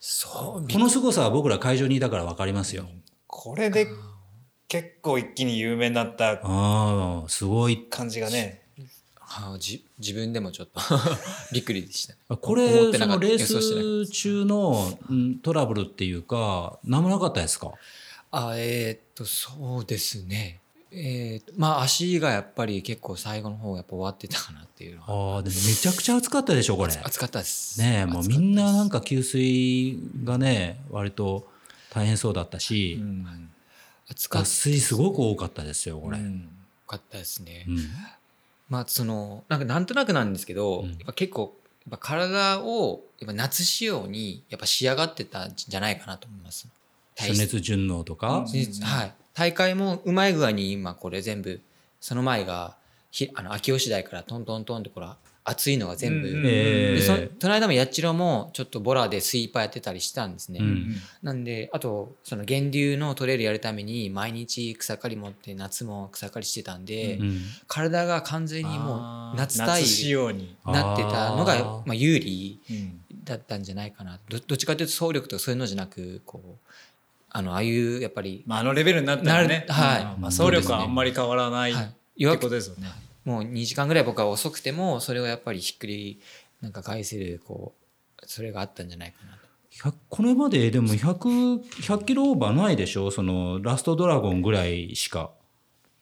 S3: そう
S1: この凄さは僕ら会場にいたから分かりますよ。
S2: これで結構一気に有名になった
S1: ああ、すごい。
S2: 感じがね
S3: あじ自分でもちょっと びっくりでした
S1: こ
S3: 思っ
S1: れ、そ
S3: てなか
S1: の
S3: った
S1: レ
S3: 予想してなか
S1: ース中のうんトラブルっていうか、なんもなかったですか
S3: あえーっとそうですねえーとまあ足がやっぱり結構最後の方やっぱ終わってたかなっていうのは
S1: ああ、でもめちゃくちゃ暑かったでしょ、これ。
S3: 暑かったです
S1: ねえ、もう
S3: 暑かったです
S1: みんななんか給水がね、割と大変そうだったし、
S2: うん
S3: 暑かっ
S1: 脱
S3: た
S1: 水すごく多かったですよ、これ。
S2: う
S1: うん
S2: ん
S3: 多かったですね、
S1: う
S3: まあそのなんかなんとなくなんですけど、
S1: うん
S3: やっぱ結構やっぱ体をやっぱ夏仕様にやっぱ仕上がってたんじゃないかなと思います
S1: 暑熱順応とか、
S2: うん
S3: 熱はい、大会もうまい具合に今これ全部その前がひあの秋吉台からトントントンってこれ暑いのが全部、
S2: うんうん
S1: え
S3: でそ
S1: え
S3: その間も八代もちょっとボラでスイーパーやってたりしたんですね、
S1: うん
S3: なんであとその源流のトレイルやるために毎日草刈り持って夏も草刈りしてたんで、
S1: うん
S3: 体が完全にもう夏対
S2: 夏仕様に、
S1: あー
S3: なってたのがまあ、有利
S2: うん
S3: だったんじゃないかなどどっちかというと総力とかそういうのじゃなくこうあのああいうやっぱり、
S2: まあ、あのレベルになったら
S3: な
S2: ね
S3: る、はい
S2: うんまあ、総力はあんまり変わらないっ
S3: は
S2: て
S3: い、弱
S2: こと
S3: く
S2: ですよね。
S3: もう2時間ぐらい僕は遅くてもそれをやっぱりひっくりなんか返せるこうそれがあったんじゃないかな
S1: 100
S3: と。
S1: これまででも100、100キロオーバーないでしょそのラストドラゴンぐらいしか。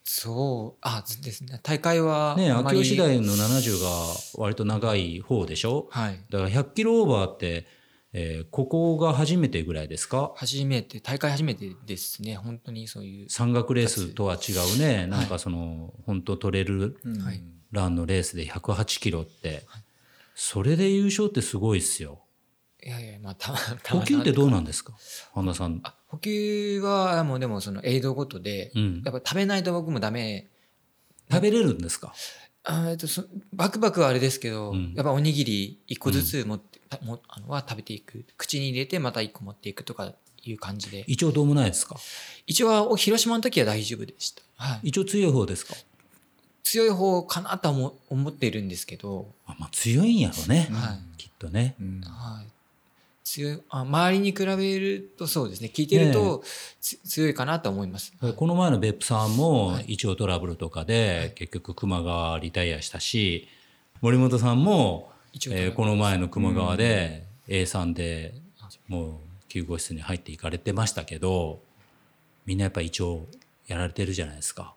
S3: そうあそうですね大会は
S1: ねえ、
S3: あま
S1: 秋
S3: り
S1: 吉台の70が割と長い方でしょ
S3: はい
S1: だから100キロオーバーって、えーここが初めてぐらいですか
S3: 初めて大会初めてですね本当にそういう
S1: 山岳レースとは違うねなんかその本当トレる
S2: うん
S3: はい
S1: ランのレースで108キロってそれで優勝ってすごいっすよ
S3: いやいやまあたま た
S1: 補
S3: ま
S1: 給ってどうなんですか半田さん
S3: あ補給はもうでもそのエイドごとで、
S1: うん
S3: やっぱ食べないと僕もダメ
S1: 食べれるんですか
S3: あーえっとそバクバクはあれですけど、
S1: うん
S3: やっぱおにぎり一個ずつ持って、たもあのは食べていく口に入れてまた一個持っていくとかいう感じで
S1: 一応どうもないですか
S3: 一応はお広島の時は大丈夫でした、はい、
S1: 一応強い方ですか
S3: 強い方かなとは思思っているんですけど、
S1: あまあ強いんやろね
S2: うん
S3: はい
S1: きっとね
S2: うん
S3: はい、強いあ周りに比べるとそうですね聞いてると、つ強いかなと思います、はい
S1: この前の別府さんも
S3: はい
S1: 一応トラブルとかで結局熊がリタイアしたし森本さんも
S3: 一応、
S1: えーこの前の球磨川で A さんでもう救護室に入っていかれてましたけどみんなやっぱり一応やられてるじゃないですか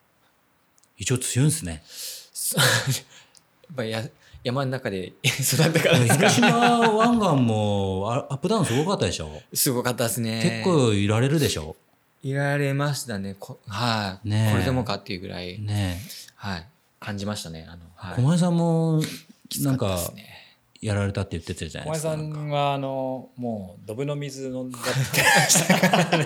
S1: 一応強いんですね
S3: やっぱりや山の中で 育ったからですか
S1: 広島湾岸もあアップダウンすごかったでしょ
S3: すごかったです
S1: 結
S3: ね
S1: 構いられるでしょ
S3: いられましたねこはい、
S1: ねえ
S3: これでもかっていうぐらい、
S1: ね
S3: はい、感じましたねあの、
S1: え
S3: はい、
S1: 小前さんもなん
S3: か
S1: か
S3: ったですね
S1: やられたって言ってたじゃ
S2: お
S1: ないで
S2: 前
S1: すか
S2: さ
S1: なんか
S2: んはあのもうドブの水飲んだって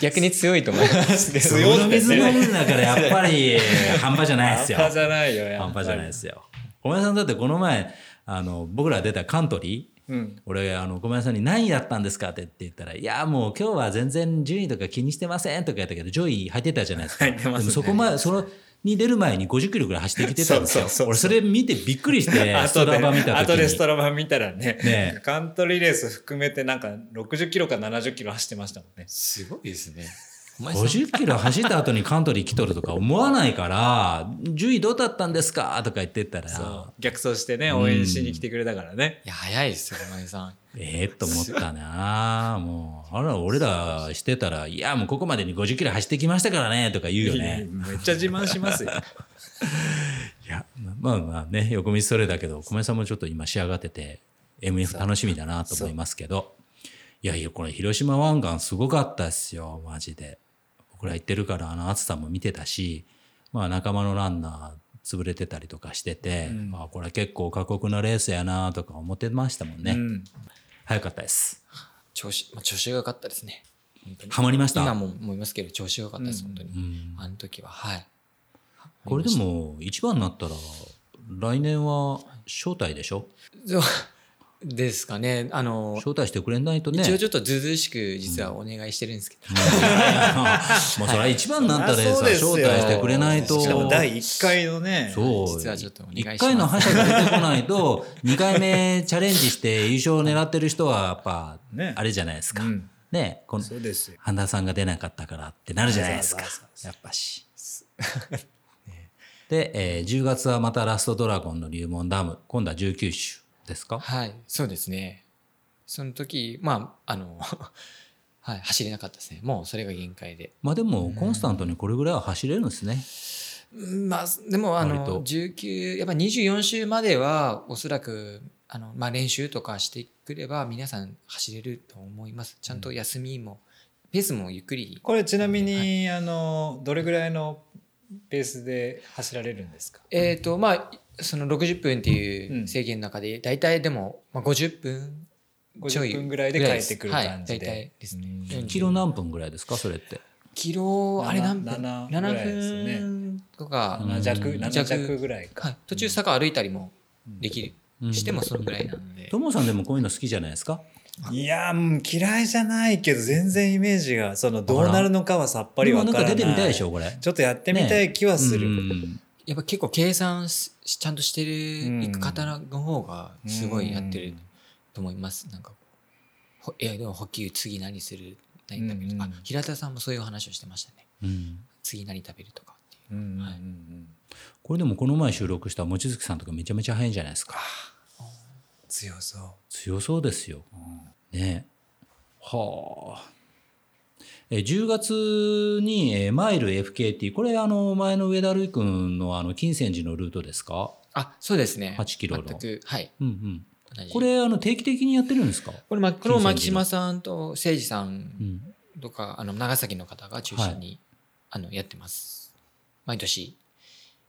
S3: 逆に強いと思います けど
S2: 強い
S1: この水飲むんだからやっぱり半端じゃないですよ
S2: 半端じゃないよやっぱり
S1: 半端じゃないで、すよ小前さんだってこの前あの僕ら出たカントリー
S2: うん、
S1: 俺あの小林さんに「何位だったんですか?」って言ったら「いやもう今日は全然順位とか気にしてません」とか言ったけど上位入ってたじゃないですか
S2: 入ってますね
S1: でもそこまでそのに出る前に50キロぐらい走ってきてたんですよ
S2: そうそうそう
S1: 俺それ見てびっくりしてスト
S2: 後
S1: ラ
S2: で
S1: バ見た時に
S2: 後でストラバ見たらね
S1: ねえ
S2: カントリーレース含めてなんか60キロか70キロ走ってましたもんね
S3: すごいですねお前さん
S1: 50キロ走った後にカントリー来とるとか思わないから「順位どうだったんですか?」とか言ってった
S2: そう
S1: ら
S2: 逆走してね応援しに来てくれたからね、
S3: いや早いですよお前さん
S1: ええと思ったなもうあら俺らしてたら「いやもうここまでに50キロ走ってきましたからね」とか言うよね。
S2: めっちゃ自慢 しますよ
S1: いや、まあまあね、横道それだけど、小林さんもちょっと今仕上がってて、MF 楽しみだなと思いますけど、いやいや、これ広島湾岸すごかったっすよ、マジで。僕ら行ってるから、あの暑さも見てたし、まあ仲間のランナー潰れてたりとかしてて、
S2: うん
S1: あこれ結構過酷なレースやなとか思ってましたもんね。
S2: うん
S1: 早かったです。
S3: 調子、まあ、調子が良かったですね本当に
S1: ハマりました
S3: 今も思いますけど調子が良かったです、
S2: うん
S3: 本当に、
S1: うん
S3: あの時ははい
S1: これでも、一番になったら、来年は招待でしょ
S3: そうですかねあの
S1: 招待してくれないとね。
S3: 一応ちょっとずうずうしく実はお願いしてるんですけど、
S1: もうそれは一番になったら
S2: はい
S1: さ、招待してくれないと。
S2: しかも第1回のね
S1: そう。
S3: 実はちょっとお願いします
S1: 一回の覇者が出てこないと、二回目チャレンジして優勝を狙ってる人は、やっぱ、
S2: ね
S1: あれじゃないですか。
S2: うん
S1: ね、この、
S2: そうですよ
S1: 半田さんが出なかったからってなるじゃないですか
S2: そうそ
S1: や
S2: う。
S1: っぱし。で、えー10月はまたラストドラゴンの龍門ダム、今度は19種ですか
S3: はい、そうですね。その時、まあ、あの、はい、走れなかったですね。もうそれが限界で。
S1: まあでもコンスタントにこれぐらいは走れるんですね。
S3: まあ、でもあ
S1: 割と
S3: の19やっぱ24週まではおそらくあの、まあ、練習とかしてくれば皆さん走れると思いますちゃんと休みも、ペースもゆっくり
S2: これちなみに、あのどれぐらいのペースで走られるんですか
S3: えっ、とまあその60分ってい
S2: ん
S3: う制限の中で大体でも、まあ、50分ちょい
S2: 50分ぐらいで帰ってくる感じで、
S3: はい、大体ですね、
S2: うん
S1: キロ何分ぐらいですかそれって。
S3: キロあれ何分
S2: 7
S3: 7,
S2: ぐらいですね
S3: 分とか、
S1: うん
S2: 7弱7弱
S3: 弱
S2: ぐらいか、
S3: はい、途中坂歩いたりもできる、
S1: うん
S3: してもそのぐらいなんで、
S1: トモさんでもこういうの好きじゃないですか。
S2: いやー嫌いじゃないけど全然イメージがそのどうなるのかはさっぱりわ
S1: 今な
S2: か
S1: ん
S2: ら
S1: か
S2: ない
S1: 出てみたいでしょこれ。
S2: ちょっとやってみたい気はする、
S1: うん
S3: やっぱ結構計算しちゃんとして
S2: うん
S3: るいく方の方がすごいやってると思います、なんかほいやでも補給次何する何食べるとか、
S2: うん
S3: あ平田さんもそういう話をしてましたね
S1: うん
S3: 次何食べるとかってい
S2: う
S3: う
S2: んうんうんうん
S3: はい
S1: これでもこの前収録した望月さんとかめちゃめちゃ早いんじゃないですか。
S2: 強そう
S1: 強そうですよ。ねはあ。え10月に、えーマイル FKT これあの前の上田瑠衣君のあの金銭寺のルートですか、
S3: あそうですね
S1: 8キロの
S3: 全くはい
S1: うんうん、
S3: 同じ
S1: これあの定期的にやってるんですか、
S3: これまこれも牧島さんと誠司さ
S1: うんん、
S3: とか、あの長崎の方が中心に、あのやってます毎年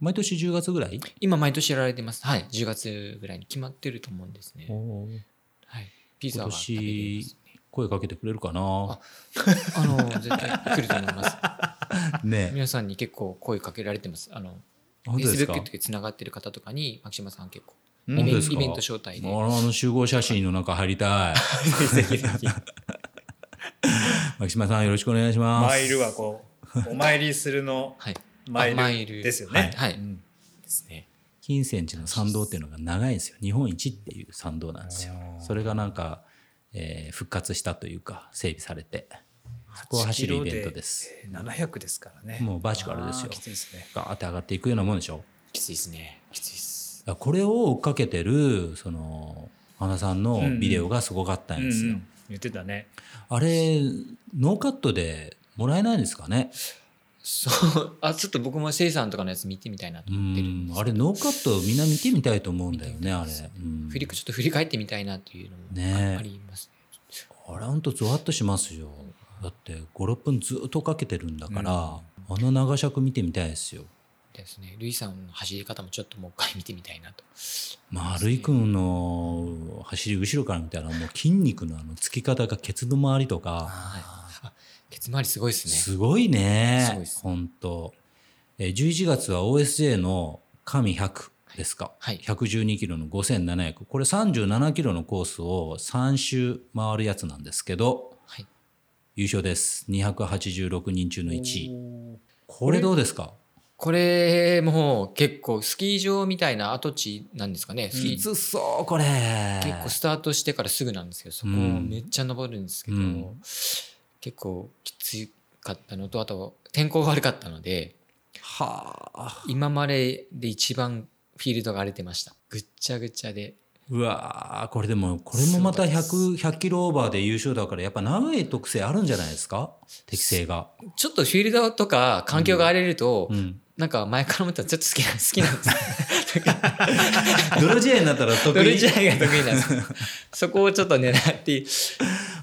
S1: 毎年10月ぐらい
S3: 今毎年やられてますはい10月ぐらいに決まってると思うんですねはいピザ
S1: 今
S3: は食べれま
S1: 年
S3: す
S1: 声かけてくれるかな
S3: あの絶対来ると思います。
S1: ねえ
S3: 皆さんに結構声かけられてます。あの
S1: 本当ですか
S3: Facebook とかつながってる方とかに牧島さん結構イ
S1: 本当
S3: ベ
S1: で
S3: ン
S1: す
S3: ト
S1: か
S3: イベント招待で。
S1: あらあの集合写真の中入りたい 牧島さんよろしくお願いします
S2: マイルはこうお参りするの
S3: はい。
S2: マイ
S3: あ
S2: ル
S3: マイル
S2: ですよね
S3: はい。はい
S2: うん
S3: ですね。
S1: 金銭寺の参道っていうのが長いんですよ日本一っていう参道なんですよ
S2: あー
S1: それがなんか、えー復活したというか整備されてそこを走るイベントです
S2: 8キロでえー700ですからね
S1: もうバーチカルですよ
S2: あーきついですね
S1: ガーって上がっていくようなもんでしょ
S3: きついですね。きついです。
S1: だからこれを追っかけてるその花さんのビデオがすごかったんですよ、
S2: うんうん言ってたね
S1: あれノーカットでもらえないんですかね
S3: そう。あちょっと僕もせいさんとかのやつ見てみたいなと
S1: う
S3: 思ってるん
S1: ん
S3: ですけ
S1: あ
S3: ど。
S1: れノーカットみんな見てみたいと思うんだよねあれ、うん、
S3: 振りちょっと振り返ってみたいなというの
S1: ねえ
S3: もありますね。
S1: あれほんとゾワッとしますよだって56分ずっとかけてるんだから、あの長尺見てみたいですよ
S3: ですね。ルイさんの走り方もちょっともう一回見てみたいなと。
S1: まあるいくんの走り後ろから見たらもう筋肉のあのつき方がケツの周りとか
S3: はい。あケツ周りすごいですね。
S1: すごいね
S3: すごいです
S1: ほんとえー11月は OSJ の神100ですか、
S3: はい
S1: 112キロの5700これ37キロのコースを3周回るやつなんですけど
S3: はい。
S1: 優勝です286人中の1位
S2: おー
S1: これどうですか
S3: これもう結構スキー場みたいな跡地なんですかねスキー、
S2: うん
S1: きつそうこれ
S3: 結構スタートしてからすぐなんですけどそこ
S1: うん
S3: めっちゃ登るんですけど、
S1: うん
S3: 結構きつかったのとあと天候が悪かったので
S1: はあ
S3: 今までで一番フィールドが荒れてましたぐっちゃぐちゃで
S1: うわあこれでもこれもまた100 100キロオーバーで優勝だからやっぱ長い特性あるんじゃないですか適性が、
S3: ちょっとフィールドとか環境が荒れると、
S1: うん、
S3: なんか前から思ったらちょっと好きな 好きなんです
S1: 泥試合になったら得
S3: ドル
S1: 意
S3: 自体が得意な んですそこをちょっと狙って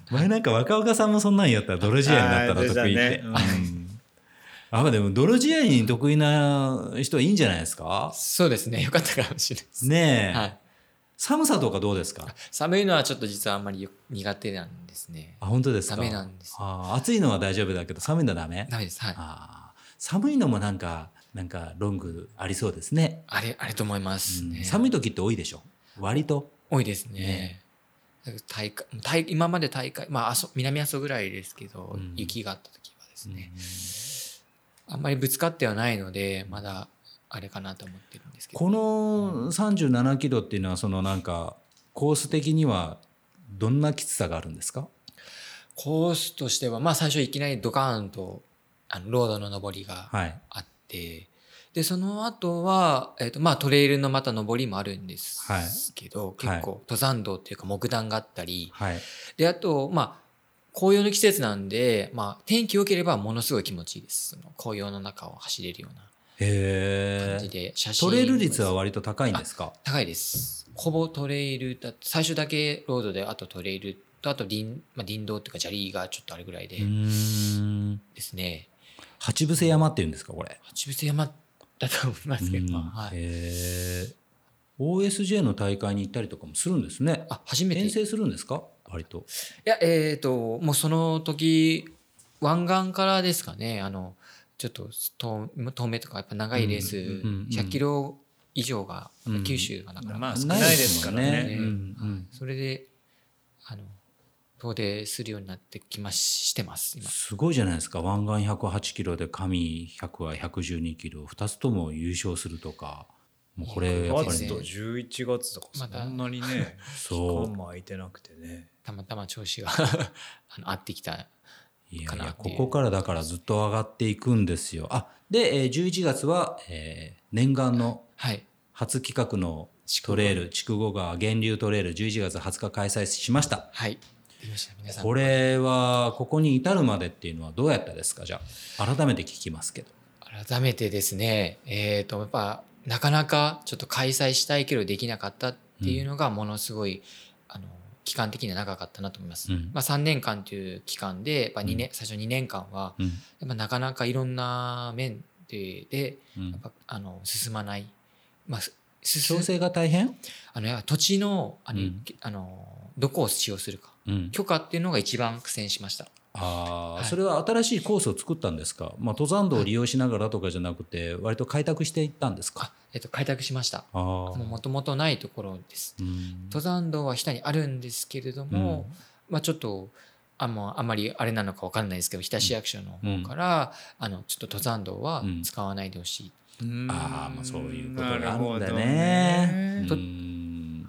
S1: 前なんか若岡さんもそんなんやったら泥試合になったら得意っ
S2: あー
S1: て
S2: 出たねうん
S1: あまあでも泥試合に得意な人はいいんじゃないですか
S3: そうですねよかったかもしれないです、
S1: ねえ、
S3: はい
S1: 寒さとかどうですか
S3: 寒いのはちょっと実はあんまりよ苦手なんですね。
S1: あ本当ですか
S3: ダメなんですよ
S1: あー暑いのは大丈夫だけど寒いのはダメ
S3: ダメです。はい。あ
S1: あー寒いのもなんかなんかロングありそうですね、
S3: れ、あれと思います
S1: うん
S3: ね。
S1: 寒い時って多いでしょ割と
S3: 多いですね
S1: ね。
S3: 大会、大今まで大会、まあ、阿蘇南阿蘇ぐらいですけど、
S1: うん
S3: 雪があった時はですね、あんまりぶつかってはないので、まだあれかなと思ってるんですけど。
S1: この37キロっていうのはそのなんかコース的にはどんなきつさがあるんですか
S3: コースとしては、まあ、最初いきなりドカーンと、あの、ロードの上りが
S1: はい
S3: あって、で、その後は、えっ、と、まあ、トレイルのまた上りもあるんですけど、
S1: い
S3: 結構、登山道っていうか、木段があったり、
S1: はい
S3: であとまあ紅葉の季節なんで、まあ、天気良ければものすごい気持ちいいです。その紅葉の中を走れるような感
S1: へ
S3: じ
S1: え。
S3: で、写真
S1: トレイル率は割と高いんですか
S3: 高いです。ほぼトレイルだ、最初だけロードで、あとトレイルと、あと林、まあ、林道っていうか砂利がちょっとあれぐらいで
S1: うーん。
S3: ですね。
S1: 八伏山っていうんですか、これ。
S3: 八伏山だと思いますけど、
S1: うん
S3: は
S1: へ
S3: い。
S1: え。OSJ の大会に行ったりとかもするんですね。
S3: あ、初めて。
S1: 遠
S3: い
S1: 征するんですか割と。
S3: や、えっ、と、もうその時、湾岸からですかね、あの、ちょっと遠遠目とか、やっぱ長いレース、
S1: うんうんうん
S3: 100キロ以上が、
S1: うん
S3: 九州がなかなか、
S2: まあ少ないですからね
S1: ないで
S3: ね
S1: すもんねうんうん
S3: それであの遠出するようになってきまししてます今
S1: すごいじゃないですか湾岸108キロで神100は112キロ2つとも優勝するとかもうこれやっぱり
S3: い
S2: 月
S3: や
S2: と
S3: ね
S2: 11月とかそ
S3: まだ
S2: んなにね
S1: そう
S2: 期間も空いてなくてね
S3: たまたま調子が あの合ってきた
S1: いや
S3: か
S1: い
S3: なっ
S1: や
S3: て
S1: こ
S3: いう
S1: こからだからずっと上がっていくんですよあでえー11月は、えー念願の
S3: はい
S1: 初企画のトレイル筑後川源流トレイル11月20日開催しました
S3: はいできました皆さん
S1: これはここに至るまでっていうのはどうやったですかじゃあ改めて聞きますけど
S3: 改めてですねえっ、とやっぱなかなかちょっと開催したいけどできなかったっていうのがものすごい、あの期間的には長かったなと思います、
S1: うん
S3: まあ、3年間という期間でやっぱ二年、最初2年間は
S1: うん
S3: やっぱなかなかいろんな面でで
S1: うん
S3: やっぱあの進まない、まあ、す進
S1: 調整が大変、
S3: あのやっぱ土地のあの、
S1: うん
S3: あのどこを使用するか
S1: うん、
S3: 許可っていうのが一番苦戦しました
S1: ああ、
S3: はい
S1: それは新しいコースを作ったんですか、まあ、登山道を利用しながらとかじゃなくて、割と開拓していったんです
S3: あ
S1: か。、
S3: えっと、開拓しました
S1: ああ
S3: もうもともとないところです
S1: うん
S3: 登山道は下にあるんですけれども、まあ、ちょっとあもうあんまりあれなのか分かんないですけど日田市役所の方から、あのちょっと登山道は使わないでほしい、
S1: ああ、まあ、そういうこと
S2: なる
S1: がある
S2: ほ
S1: んだ
S2: ど
S1: ね。
S3: と
S1: うん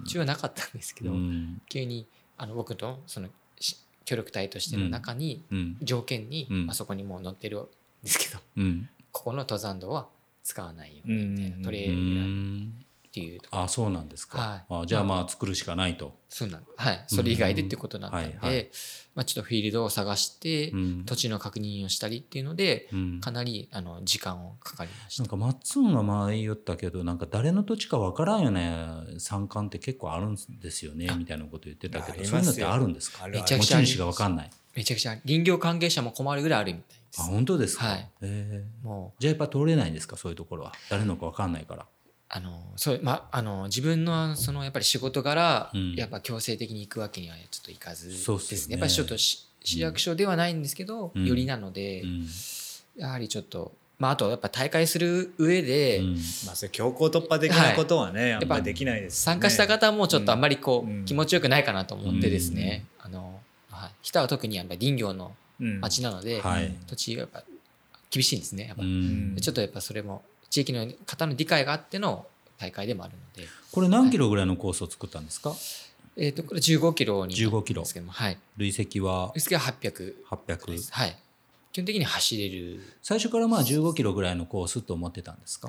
S3: 一応なかったんですけど、
S1: うん
S3: 急にあの僕とそのし協力隊としての中に、
S1: うん
S3: 条件に、
S1: うん
S3: まあ、そこにもう載ってるんですけど
S1: うん
S3: ここの登山道は使わないよ
S2: うん
S3: みたいなトレ
S1: う
S3: イル
S1: ん
S3: っていうとこ
S1: ああそうなんですか、あじゃあまあ作るしかないと、
S3: そうなんはいそれ以外でってことだったんで、
S1: うんはいはい
S3: まあ、ちょっとフィールドを探して、
S1: うん
S3: 土地の確認をしたりっていうので
S1: うん
S3: かなりあの時間をかかりまし
S1: なん
S3: た
S1: かマッツンが前言ったけどなんか誰の土地かわからんよね山間って結構あるんですよねみたいなこと言ってたけどそういうのってあるんですか
S2: あ
S3: め
S2: る
S3: ちゃ
S2: あ
S3: く
S1: 持
S3: ち
S1: ち
S3: ゃ
S1: 主がわかんない
S3: めちゃくちゃ林業関係者も困るぐらいあるみたいで
S1: あ
S3: す
S1: 本当ですか、
S3: はい
S1: ええ
S3: もう
S1: じゃあやっぱ通れないんですかそういうところは誰のか分かんないから
S3: あのそうまああの自分のそのやっぱり仕事柄、
S1: うん
S3: やっぱ強制的に行くわけにはちょっといかずです
S1: そう
S3: ね
S1: っすよね
S3: やっぱりちょっとし市役所ではないんですけど、
S1: うん
S3: よりなので、
S1: うん
S3: やはりちょっと、まあ、あとやっぱ大会する上で、
S1: うん
S2: まあそれ強行突破的なことはね、あんまりできないです、ね、
S3: 参加した方もちょっとあんまりこう、
S2: うん
S3: 気持ちよくないかなと思ってですね、あのはい、北は特にやっぱり林業の
S2: うん
S3: 町なので、
S1: はい
S3: 土地がやっぱ厳しいんですねやっぱ、
S1: うん
S3: ちょっとやっぱそれも地域の方の理解があっての大会でもあるので、
S1: これ何キロぐらいのコースを作ったんですか
S3: えー、とこれ15キロに
S1: 15キロ
S3: ですけどもはい
S1: 累積は
S3: 薄毛は800
S1: 800
S3: はい基本的に走れる
S1: 最初からまあ15キロぐらいのコースと思ってたんですか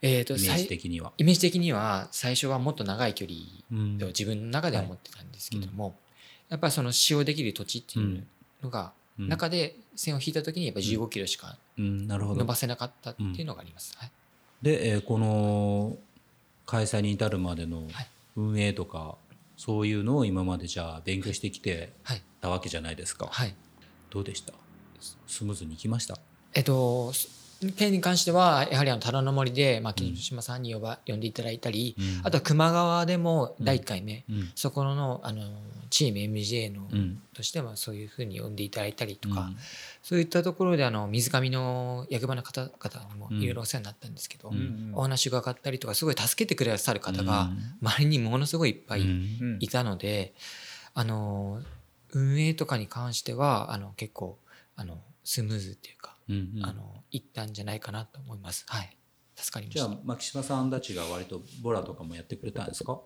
S3: えっ、
S1: イ
S3: と
S1: メ
S3: さ
S1: ー
S3: い
S1: ジ的には、
S3: イメージ的には最初はもっと長い距離
S1: うん
S3: と自分の中では思ってたんですけども、やっぱりその使用できる土地っていうのが
S1: うん
S3: 中で線を引いた時にやっぱ15キロしか
S1: うんなるほ
S3: 伸
S1: ど
S3: ばせなかったっていうのがあります、はい
S1: で、えーこの開催に至るまでの
S3: はい
S1: 運営とか、そういうのを今までじゃあ勉強してきて
S3: はい
S1: たわけじゃないですか、
S3: はい
S1: どうでしたスムーズにいきました
S3: えっとす県に関してはやはりあのタラの森で、まあ、木島さんに呼ば、呼んでいただいたり、
S1: うん
S3: あとは球磨川でも第1回目、
S1: うん
S3: そこのあのチーム MJ の、
S1: うん
S3: としてもそういうふうに呼んでいただいたりと
S1: う
S3: か、
S1: ん
S3: そういったところであの水上の役場の方々にも
S1: うん
S3: いろいろお世話になったんですけど、
S1: うん
S3: お話伺ったりとかすごい助けてくださる方
S1: う
S3: が
S1: ん
S3: 周りにものすごいいっぱ
S1: う
S3: い
S1: ん
S2: うん
S3: いたので、あの運営とかに関してはあの結構あのスムーズっていうか、
S1: うんうん
S3: あのいったんじゃないかなと思います。はい助かりまし
S1: じゃ
S3: た
S1: あ牧島さんたちが割とボラとかもやってくれたんですか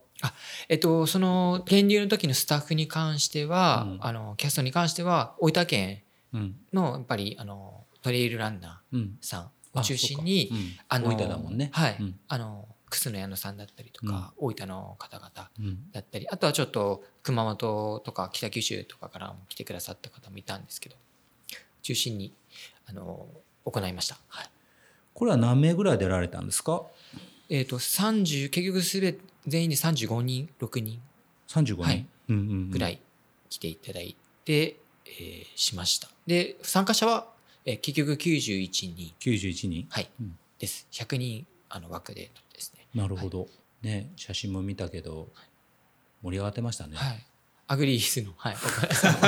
S3: えっと、その源流の時のスタッフに関しては、
S1: うん
S3: あのキャストに関しては大分県
S1: うん
S3: のやっぱりあのトレイルランナ
S1: うん
S3: ーさんを中心に、あの
S1: 大分だもんね
S3: はい
S1: うん
S3: あの楠矢野さんだったりとか、大分の方々
S1: うん
S3: だったりあとはちょっと熊本とか北九州とかからも来てくださった方もいたんですけど中心にあの行いました、はい
S1: これは何名ぐらい出られたんですか
S3: えっ、と30結局すべ全員で35人6人
S1: ?35 人、
S3: はい
S1: うんうんうん
S3: ぐらい来ていただいて、えーしましたで参加者は、えー結局91人
S1: 91人
S3: はい、
S1: うん
S3: です100人あの枠でですね
S1: なるほど、ね写真も見たけど盛り上がってましたね、
S3: はい。アグリーズの、 はい、岡田さん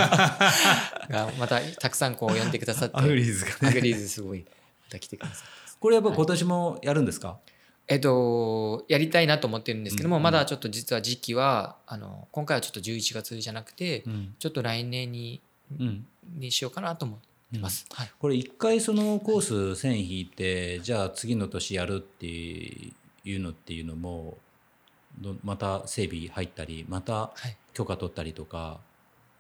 S3: が またたくさんこう呼んでくださって、
S1: アグリーズが
S3: アグリーズすごい、また来てくださって。
S1: これやっぱ今年もやるんですか、
S3: えっと、やりたいなと思ってるんですけども、
S1: うん
S3: まだちょっと実は時期はあの今回はちょっと11月じゃなくて、
S1: うん
S3: ちょっと来年に
S1: うん
S3: にしようかなと思ってます、はい、
S1: これ一回そのコース線引いてじゃあ次の年やるっていうのっていうのもどまた整備入ったりまた
S3: はい
S1: 許可取ったりとか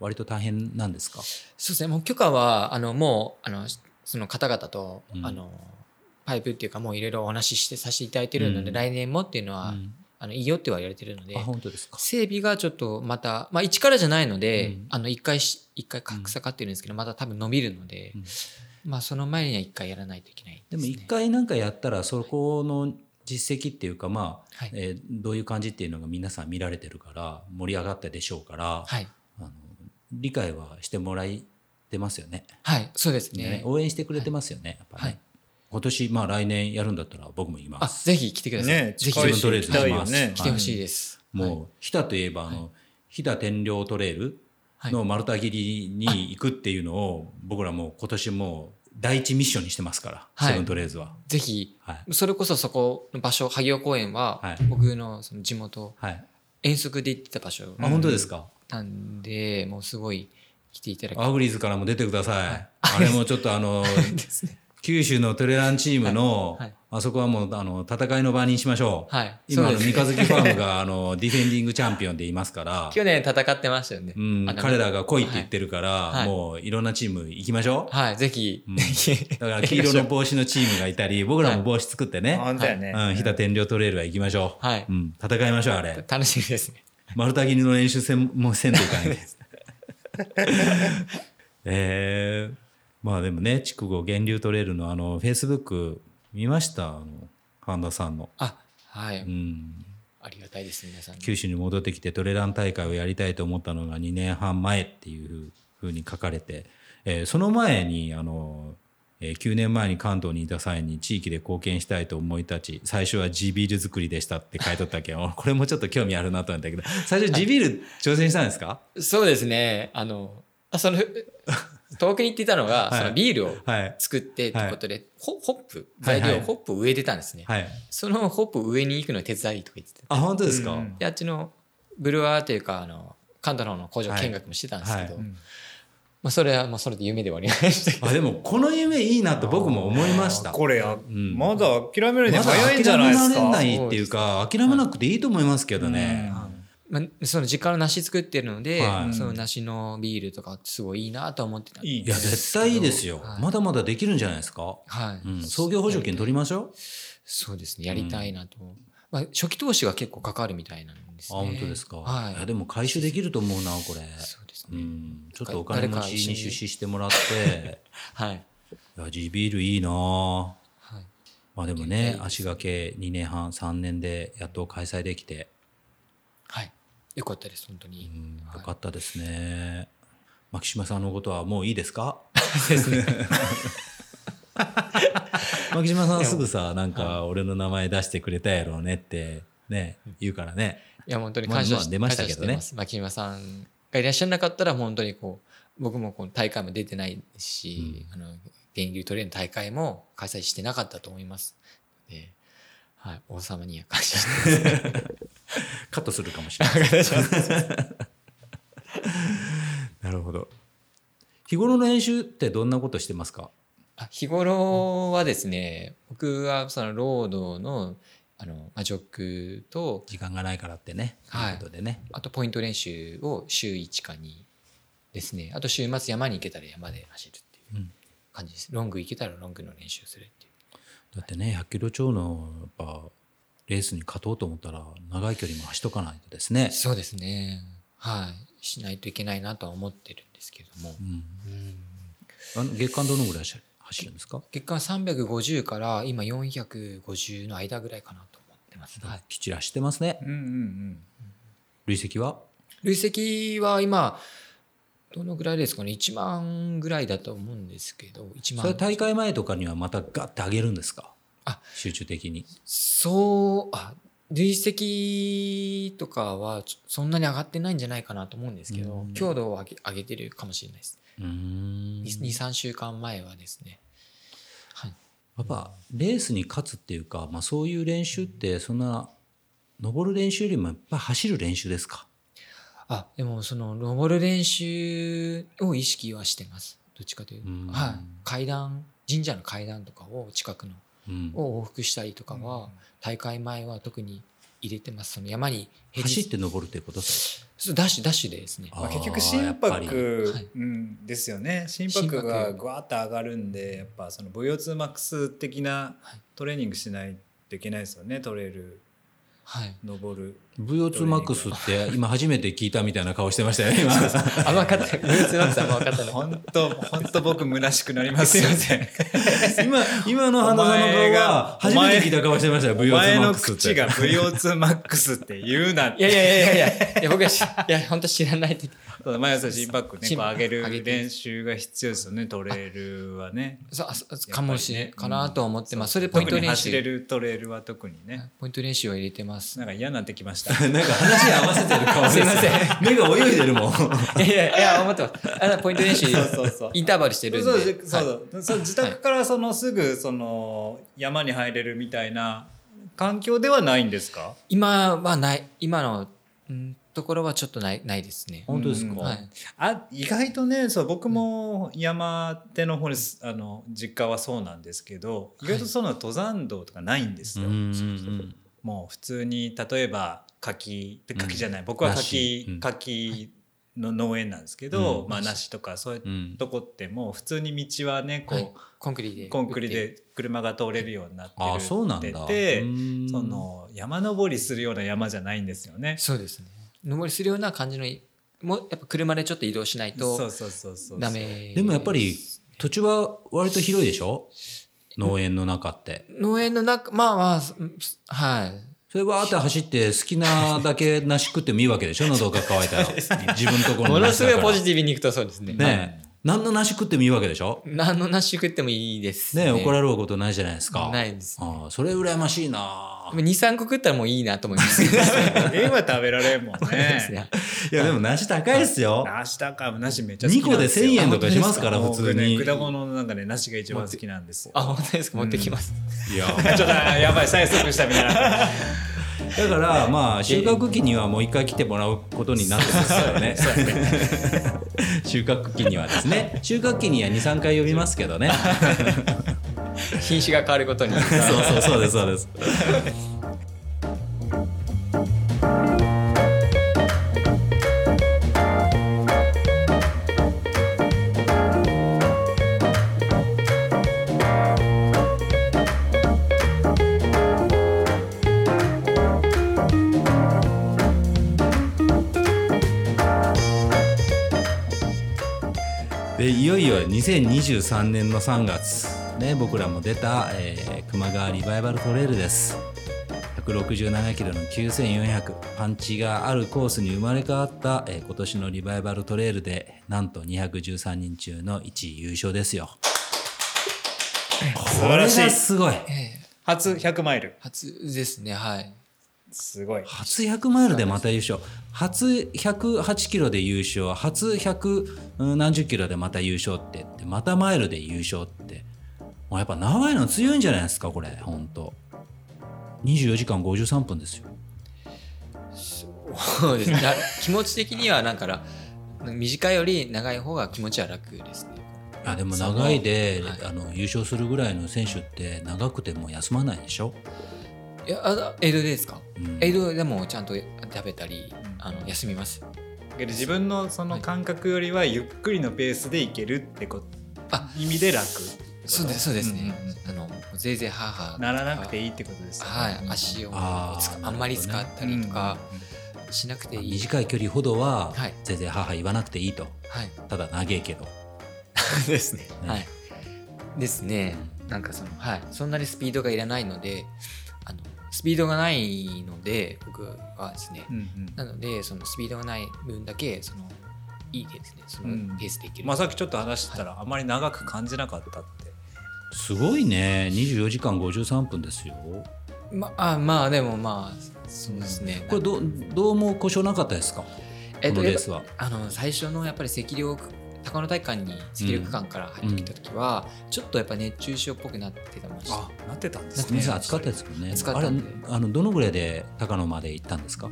S1: 割と大変なんですか、
S3: そうですねもう許可はあのもうあのその方々と、
S1: うん
S3: あのパイプっていうかもういろいろお話ししてさせていただいてるの
S1: う
S3: で、
S1: ん
S3: 来年もっていうのは、
S1: うん
S3: あのいいよっては言われてるので
S1: あ本当ですか
S3: 整備がちょっとまた、まあ、一からじゃないので、
S1: うん
S3: あの一回し一回格差かってるんですけど、また多分伸びるので、
S1: うん
S3: まあその前には一回やらないといけない
S1: ですも
S3: ね
S1: 一回なんかやったらそこの実績っていうかまあ、
S3: はい、
S1: えーどういう感じっていうのが皆さん見られてるから盛り上がったでしょうから、
S3: はい
S1: あの理解はしてもらえてますよね
S3: はいそうです
S1: ね
S3: ね
S1: 応援してくれてますよね、やっぱね、
S3: はい
S1: 今年まあ来年やるんだったら僕も行きま
S3: あ
S1: す、
S3: ぜひ来てください、
S2: ね
S3: ぜひ
S2: 近
S1: 自
S2: い
S1: 分
S2: し
S1: トレーズ
S2: 行きたいよね
S1: し
S3: 来てほしいです、
S1: も
S3: はいう
S1: 日田といえばあの、日田天領トレイル
S3: はい
S1: の丸太切りに行くっていうのを僕らもう今年もう第一ミッションにしてますから、
S3: はい
S1: セブントレーズは
S3: ぜひ
S1: はい
S3: それこそそこの場所萩尾公園は、
S1: はい
S3: 僕のその地元
S1: はい
S3: 遠足で行ってた場所
S1: あ、本当ですか
S3: なんでもうすごい来ていただき
S1: アグリーズからも出てください、あれもちょっとあの
S3: ですね
S1: 九州のトレランチームの、
S3: はいはい
S1: あそこはもうあの戦いの場にしましょう、
S3: はい
S1: 今あ
S3: そ
S1: の
S3: うです
S1: 三
S3: ね
S1: 日月ファームがあの ディフェンディングチャンピオンでいますから
S3: 去年戦ってましたよね、
S1: うん
S3: あ、の
S1: 彼らが来いって言ってるから、
S3: はい
S1: もういろんなチーム行きましょう。
S3: はいぜひ、
S1: うんだから黄色の帽子のチームがいたり、僕らも帽子作ってね、
S2: 本当やね。
S1: うん、日田天領トレイルは行きましょう。
S3: はい
S1: うん、戦いましょう、あれ。
S3: 楽しみですね
S1: 丸太切りの練習戦もせんといかないで えー、まあでもね、筑後源流トレイルのあの、フェイスブック見ました、あの、半田さんの。
S3: あはい、
S1: うん、
S3: ありがたいです皆さん。
S1: 九州に戻ってきてトレラン大会をやりたいと思ったのが2年半前っていうふうに書かれて、えーその前にあの、えー9年前に関東にいた際に地域で貢献したいと思い立ち最初は地ビール作りでしたって書いとったけん 俺これもちょっと興味あるなと思ったけど最初地ビール挑戦したんですか
S3: そうですね。あの、あその、遠くに行っていたの
S1: は
S3: が、
S1: い
S3: そのビールを
S1: はい
S3: 作ってってことで、ホホップ、
S1: はい
S3: 材
S1: は
S3: 料、
S1: い
S3: ホップを植えてたんですね。
S1: はい
S3: そのホップを植えに行くの手伝いとか言ってて。
S1: あ本当ですか、
S2: うん
S3: で、あっちのブルワーというか、あの、関東の方の工場見学もしてたんですけど、
S1: はいはい
S2: うん
S3: まあ、それはもうそれで夢で終わりましたけど。
S1: あでもこの夢いいなと僕も思いました
S2: これや、
S1: ん
S2: まだ諦めるに
S1: まだ
S2: 早い
S1: 諦
S2: んじゃ
S1: め
S2: ないで
S1: ら
S2: す
S1: れ
S2: か。
S1: ないっていうか諦めなくていいと思いますけどね、
S3: まあ、その実家の梨作ってるので、
S1: はい
S3: その梨のビールとかすごいいいなと思ってたんで
S2: いい
S1: いや絶対いいですよ、
S3: はい
S1: まだまだできるんじゃないですか、
S3: はい、
S1: うん、創業補助金取りましょう
S3: そうですね、やりたいなと。まあ、初期投資が結構かかるみたいなんです
S1: あ
S3: ね。
S1: 本当ですか、
S3: はい。
S1: やでも回収できると思うなこれ
S3: そうです
S1: う
S3: ね。
S1: んちょっとお金持
S3: 誰か一
S1: ち
S3: 緒
S1: に
S3: に
S1: 出資してもらって
S3: はい。
S1: いや地ビールいいなあ
S3: はい。
S1: まあでも
S3: いいで
S1: ね
S3: すね
S1: 足掛け2年半3年でやっと開催できて、
S3: はい。よかったです、本当に。
S1: うん、
S3: はい
S1: よかったですね牧島さんのことはもういいですか 牧島さんすぐさなんか俺の名前出してくれたやろうねってね言うからね
S3: いや、本当に
S1: まあ
S3: 感謝
S1: まあ出ましたけどね
S3: 感謝してます牧島さんがいらっしゃらなかったら、本当にこう、僕もこう大会も出てないですし、あの、源流トレーン大会も開催してなかったと思います。ではい。王様には感 謝してます。
S1: カットするかもしれない なるほど日頃の練習ってどんなことしてますか
S3: あ日頃はですね、僕はそのロードの、あの、まあジョックと、
S1: 時間がないからってね、
S3: はい
S1: ということでね
S3: あとポイント練習を週1か2ですね。あと週末山に行けたら山で走るっていううん感じです。ロング行けたらロングの練習するっていう。
S1: だってね100キロ超のやっぱレースに勝とうと思ったら長い距離も走っとかないとですね。
S3: そうですね。はい。しないといけないなとは思ってるんですけれども。
S1: うん、
S3: うん
S1: あの月間どのぐらい走る走るんですか
S3: 月間350から今450の間ぐらいかなと思ってます。はい。
S1: きっちり走ってますね。
S2: うんうん
S1: 累積は
S3: 累積は今、どのぐらいですかね ?1 万ぐらいだと思うんですけど、1
S1: それ
S3: 万。
S1: 大会前とかにはまたガッて上げるんですか
S3: あ
S1: 集中的に。
S3: そう、あ、累積とかはちょそんなに上がってないんじゃないかなと思うんですけ
S1: う
S3: ど
S1: ん、
S3: 強度を上げ上げてるかもしれないです。
S1: うーん
S3: 2、3週間前はですね。はい。
S1: やっぱレースに勝つっていうか、まあ、そういう練習ってそんな登る練習よりもやっぱ走る練習ですか。
S3: あ、でもその登る練習を意識はしてます。どっちかというと。
S1: うん
S3: はい。階段、神社の階段とかを近くの、
S1: うん、
S3: を往復したりとか
S2: うん
S3: は、大会前は特に入れてます。その山に平
S1: 走
S3: 日
S1: って登るっていうこと
S3: そうダッシュ、ダッシュでですね。
S1: あ
S2: まあ、
S1: ー
S2: 結局心
S1: やっぱ
S2: 拍、
S3: はい
S2: うん、ですよね心
S3: 心
S2: 拍
S3: 拍
S2: がぐわっと上がるんでやっぱその VO2max 的な
S3: はい
S2: トレーニングしないといけないですよねトレイル
S3: はい。
S2: 登る
S1: VO2MAX って今初めて聞いたみたいな顔してましたよね、今。
S3: あん ま分かった。ブーツマックスあんま分かったの。
S2: 本当本当僕虚しくなり ますよね
S1: 今、今の花田の顔
S2: お
S1: は
S2: 前が
S1: 初めて聞いた顔してましたよ、
S2: お前の
S1: VO2MAX っ
S2: 口
S1: て。
S2: が VO2max って言うなっ
S3: いやい
S2: て
S3: やいやいやいや、僕はし、いや、本当知らないって。
S2: そうだ毎朝心拍ねこう
S3: 心
S2: 上
S3: 拍
S2: げ
S3: 上げ
S2: る
S3: て
S2: 練習が必要ですよねトレイルはね
S3: そうあそう、かもしれん、かなとは思ってます。それでポイン
S2: 特
S3: ト
S2: に
S3: 練
S2: 走れ
S3: 習。
S2: るトレイルは特にね
S3: ポイント練習を入れ てます。
S2: なんか嫌になってきま した
S1: なんか話合わせてる顔 です
S3: いません。
S1: 目が泳いでるもん。
S3: いやいやいや、思ってます。あポイント練習、
S2: そうそうそう
S3: インターバルしてるんで。
S2: そうそうそう
S3: はい
S2: そうそう自宅からそのすぐその山に入れるみたいな環境ではないんですか
S3: 今はない、今の、うん、ところはちょっとない、ないですね。
S1: 本当ですか
S2: うん
S3: はい。
S2: あ意外とねそう僕も山手の方ですあの実家はそうなんですけど意外とその登山道とかないんですよ、もう普通に例えば柿で柿じゃない、僕は柿、
S1: 梨うん
S2: 柿の農園なんですけど、
S1: うん
S2: まあ梨とかそういう
S1: うん
S2: とこってもう普通に道はねこう、
S3: はいコンクリで。
S2: コンクリ。で車が通れるようになって
S1: ああ、そうなんだ。
S2: て
S1: うーん
S2: その山登りするような山じゃないんですよね。
S3: そうですね。登りするような感じの、もうやっぱ車でちょっと移動しない
S2: そう
S3: と
S2: そうそうそう。
S3: ダメ。
S1: でもやっぱり、土地は割と広いでしょ農園の中って。
S3: 農園の中、まあまあ、うんはい。
S1: それわーって走って好きなだけ梨食ってもいいわけでしょ喉が渇いたら。自分のところ
S3: ものすごいポジ
S1: テ
S3: ティブにいくとそうですね。
S1: ねえ。何の梨食ってもいいわけでしょ
S3: 何のなし食ってもいいです
S1: ねえ、怒られることないじゃないですか。
S3: ないです。
S1: ああ、それ羨ましいな
S3: 2、3個食ったらもういいなと思います。
S2: 絵は食べられんもん
S3: です
S2: ね。
S3: ね
S1: いや、でも梨高いっすよ
S2: 梨だか梨めっちゃ好きなんですよ。
S1: 二個で1000円とかしますから
S2: あ本当です
S1: 普通に
S2: 僕ね果物の中で梨が一番好きなんですよ。
S3: あ、本当ですか持ってきます。
S1: いや、
S2: ちょっとやばい催促したみたいな。
S1: だから、まあ、収穫期にはもう一回来てもらうことになってますから ね。 収穫期にはですね。収穫期には2、3回呼びますけどね。
S3: 品種が変わ ることに。
S1: そうそう、そうです、そうです。でいよいよ2023年の3月、ね、僕らも出た、えー、熊川リバイバルトレイルです167キロの9400パンチがあるコースに生まれ変わった、えー今年のリバイバルトレイルでなんと213人中の1位優勝ですよ
S2: 素晴らし
S1: こ
S2: い
S1: れがすごい
S3: ええ
S2: 初100マイル。
S3: 初ですね、はい。
S2: すごい。
S1: 初100マイルでまた優勝初108キロで優勝初100何十キロでまた優勝ってってまたマイルで優勝ってもうやっぱ長いの強いんじゃないですかこれほんと24時間53分ですよ
S3: そうですね。な気持ち的には、なんか、短いより長い方が気持ちは楽ですね。
S1: いやでも長いで
S3: そのはい
S1: あの優勝するぐらいの選手って長くても休まないでしょ、
S3: いや、あエイドでですか
S1: うん
S3: エイドでもちゃんと食べたり
S2: ん、
S3: あの休みます。
S2: けど自分のその感覚よりはゆっくりのペースでいけるってこと
S3: あ
S2: 意味で楽。
S3: そうですそうですね
S2: うんうんうん。
S3: あのぜいぜいはーはー
S2: ならなくていいってことですよね。
S3: はい、足を
S1: あー
S3: つか
S1: な
S3: あ
S1: るほどね
S3: んまり使ったりとかしなくていい、
S1: 短い距離ほどは
S3: はい
S1: 全然母言わなくていいと
S3: はい
S1: ただ長えけど
S3: ですね
S1: ね
S3: はいですねなんかそのはいそんなにスピードがいらないのであのスピードがないので僕はですね、
S2: うんうん
S3: なのでそのスピードがない分だけそのいいですねそ
S2: うん
S3: のペースでいける、
S2: まあ、さっきちょっと話してたらあまり長く感じなかったって。
S1: すごいね24時間53分ですよ
S3: まあまあでもまあそうですね、
S1: これどうどうも故障なかったですかこ
S3: えっと
S1: のレースは
S3: あの最初のやっぱり赤量区高野体育館に赤量区間から入ってきた時は、ちょっとやっぱ熱中症っぽくなってました
S2: あなってたんで
S1: だっ
S2: す
S1: て
S2: ね。
S1: 水暑かったですもんね
S3: 暑かっ
S1: あれ
S3: たんで
S1: あのどのぐらいで高野まで行ったんですか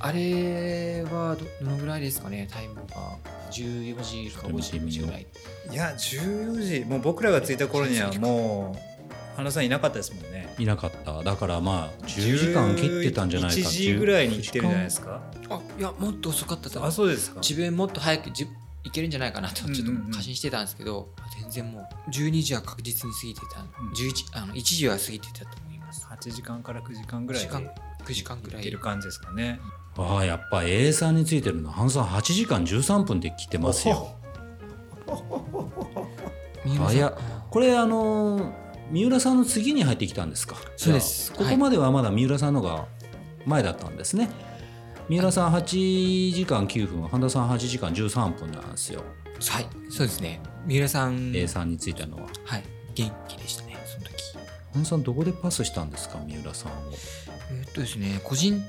S3: あれはどどのぐらいですかねタイムが14時か5時ぐらい
S2: いや14時もう僕らが着いた頃にはもう花さんいなかったですもんね。
S1: いなかっただからまあ10時間切ってたんじゃないか
S2: 1時ぐらいに行ってるじゃないですすか。
S3: あいやもっと遅かったと思う
S2: あそうですか。
S3: 自分もっと早くじ行けるんじゃないかなとちょっと
S2: うんうんうん
S3: 過信してたんですけど、全然もう12時は確実に過ぎてた、
S2: ん
S3: 11あの1時は過ぎてたと思います
S2: 8時間から9時間ぐらいで
S3: 時間9時間ぐ
S2: 行
S3: ら
S2: っ
S3: い
S2: てる感じですかね。
S1: ああやっぱ A さんについてるのハンさん8時間13分で来てますよ
S3: 三浦さん
S1: あいやこれあのー三浦さんの次に入ってきたんですか
S3: そうです
S1: じゃあここまではまだ三浦さんのが前だったんですね、三浦さん8時間9分半田さん8時間13分なんですよ、
S3: はいそうですね三浦さん
S1: A さんについたのは
S3: はい元気でしたねその時
S1: 半田さんどこでパスしたんですか三浦さんを
S3: えーっとですね個人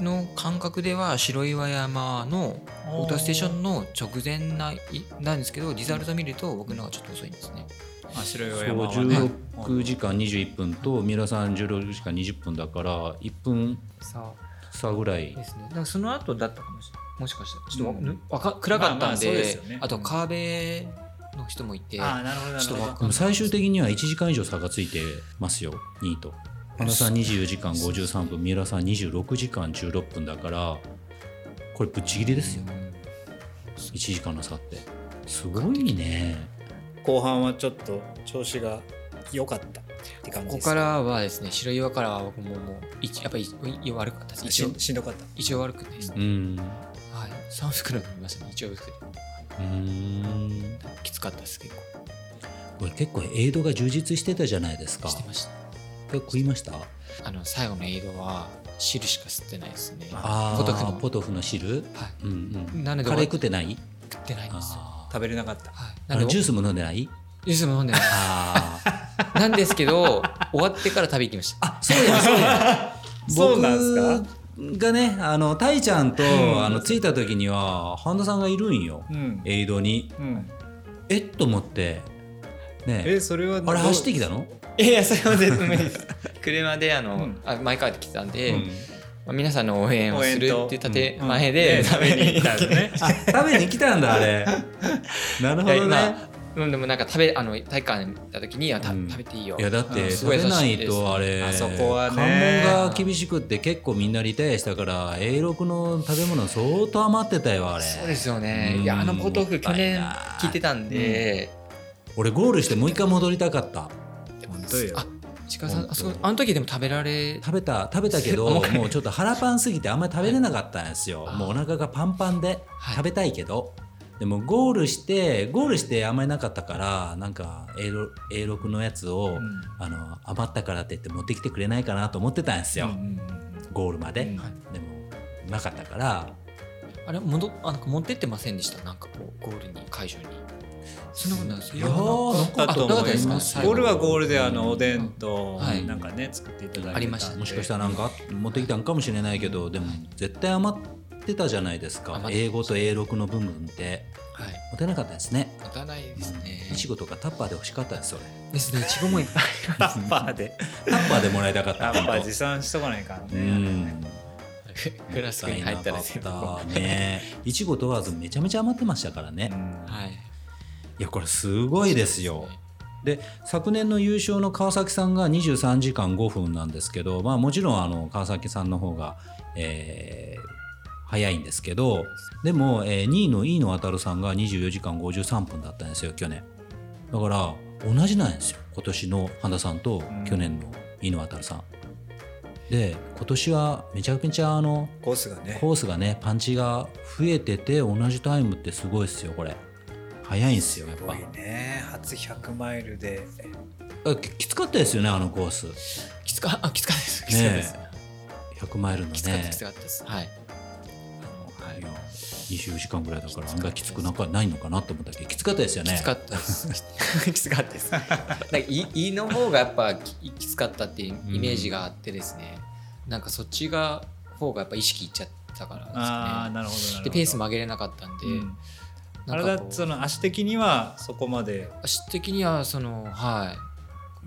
S3: の感覚では白岩山のオーターステーションの直前ないなんですけどリザルト見ると僕の方がちょっと遅いんですね
S2: あ白
S1: そう
S2: 岩山はね。
S1: 16時間21分と三浦さん16時間20分だから1分
S3: さ
S1: 差ぐらい
S3: ですね。だからその後だったかもしれない。もしかしたらちょっとわ、
S2: うん
S3: ぬわか暗かったんで、
S2: まあまあそう
S3: あ
S2: ですよね
S3: と川辺の人もいて、
S2: あなるほどなる
S3: ちょっと
S2: ほ
S3: わ
S2: ど。
S1: でも最終的には1時間以上差がついてますよ2位と花さん24時間53分三浦さん26時間16分だからこれぶっちぎりですよ1時間の差ってすごいね
S2: 後半はちょっと調子が良かったって感
S3: こ
S2: じ
S3: こ
S2: です。
S3: からはですね、白岩からは僕ももう一やっぱりい悪かったです。一
S2: し
S3: 応
S2: んしんどかった。
S3: 一応悪くてですね。
S1: うん
S3: はい。三袋飲みましたね。一応悪くて
S1: うーん
S3: きつかったです結構。
S1: これ結構エイドが充実してたじゃないですか
S3: してました。
S1: これ食いました
S3: あの最後の映画は汁しか吸ってないですね。
S1: あー
S3: ポトフの
S1: ポトフの汁
S3: はい。
S1: うんうん
S3: なので
S1: カレー食ってない
S3: 食ってないんですよ。
S1: あー
S2: 食べれなかった。
S3: はい。
S1: あ
S3: な
S1: の
S3: ので
S1: ジュースも飲んでない
S3: ジュースも飲んでない。
S1: あー
S3: なんですけど終わってから食べ行きました。
S1: あそうやそうや
S2: そうなんですか。
S1: 僕がねあのタイちゃんと、あの着いた時には半田さんがいるんよ、
S2: うん。
S1: エイドに
S2: うん。
S1: えっと思ってね
S2: えそれは
S1: あれ走って
S2: き
S1: きたの、
S3: いやいやそれは絶対無理です 車であ
S2: う
S3: の、
S2: ん
S3: あ前帰ってきてたんで、
S2: うん
S3: まあ、皆さんの応援をするっていう建
S2: うん
S3: 前で、
S2: ね食べに行った のね。
S1: あ食べに来たんだあれなるほ
S3: いや
S1: どね
S3: まあうんでもなんか食べあの体育館行った時にはた、
S1: うん
S3: 食べていいよ
S1: いやだって
S2: うん
S1: 食べないとあれ
S2: あそこはね
S1: 関門が厳しくって結構みんなリタイアしたから A6 の食べ物相当余ってたよあれ
S3: そうですよね、
S1: うん
S3: いやあのポトフ去年
S1: もったいない
S3: 聞いてたんで、
S1: 俺ゴールしてもう一回戻りたかった
S2: 本当よ
S3: あ。石川さ
S1: 本
S3: ん
S1: 当
S3: あそこあの時でも食べられ
S1: 食べた食べたけど
S3: もう一回
S1: もうちょっと腹パンすぎてあんまり食べれなかったんですよ
S3: はい
S1: もうお腹がパンパンで
S3: はい
S1: 食べたいけど、でもゴールしてゴールしてあんまりなかったからなんか A6 A6 のやつを、
S2: うん
S1: あの余ったからって言って持ってきてくれないかなと思ってたんですよ、
S2: うん
S1: ゴールまで、
S2: うん
S3: はい
S1: でもなかったから
S3: あれ戻あなんか持ってってませんでしたなんかこうゴールに会場にそんなことないです
S1: いや
S3: あ
S1: ー
S2: だと
S3: あなか
S2: 思
S3: ったで
S2: い
S3: すか
S2: ます。
S3: 最後
S2: ゴールはゴールであのおでんと
S3: はい
S2: なんかね作っていただいてんで
S3: ありました
S1: もしかしたらなんか持ってきたんかもしれないけどでも絶対余ってたじゃないですか
S3: 余って
S1: 英語と A6 の文文って
S3: はい
S1: 持てなかったですね
S3: 持たないですね
S1: いちごとかタッパーで欲しかったですそれ
S3: ですねいちごもいっぱい
S2: タッパーで
S1: タッパーでもらいたかった
S2: タッパー
S1: 本
S2: 持参しとかないから
S1: 当う
S2: ね。
S1: ん
S3: フラスクに入ったら全部
S1: も
S3: は
S1: ったいなかったねいちご問わずめちゃめちゃ余ってましたからね、い
S3: い
S1: やこれすごいですよで昨年の優勝の川崎さんが23時間5分なんですけど、まあ、もちろんあの川崎さんの方が、えー早いんですけどでも、え2位の飯野渉さんが24時間53分だったんですよ去年だから同じなんですよ今年の半田さんと去年の井野渉さん。で今年はめちゃくちゃあの
S2: コースがね
S1: コースがねパンチが増えてて同じタイムってすごいですよこれ早いんですよやっ
S2: すごいね初100マイルで
S1: ぱあききつかったですよねあのコース
S3: きつか あきつかったですきつかったです、
S1: 100マイルの
S3: きつかった
S1: ね
S3: きつかったですはいあのはいい
S1: や24時間ぐらいだから
S3: きつかったです
S1: 案外きつくなんかないのかなと思ったけどきつかったですよね
S3: きつかったです。きつかったです。なんかい胃の方がやっぱききつかったっていうイメージがあってですね、なんかそっちが方がやっぱ意識いっちゃったからです
S2: あ
S3: か
S2: あ
S3: ね。
S2: なるほどなるほど
S3: でペースも上げれなかったんで、
S2: うん
S3: なんか
S2: 体
S3: こ
S2: そうの足的にはそこまで
S3: 足的にはそのは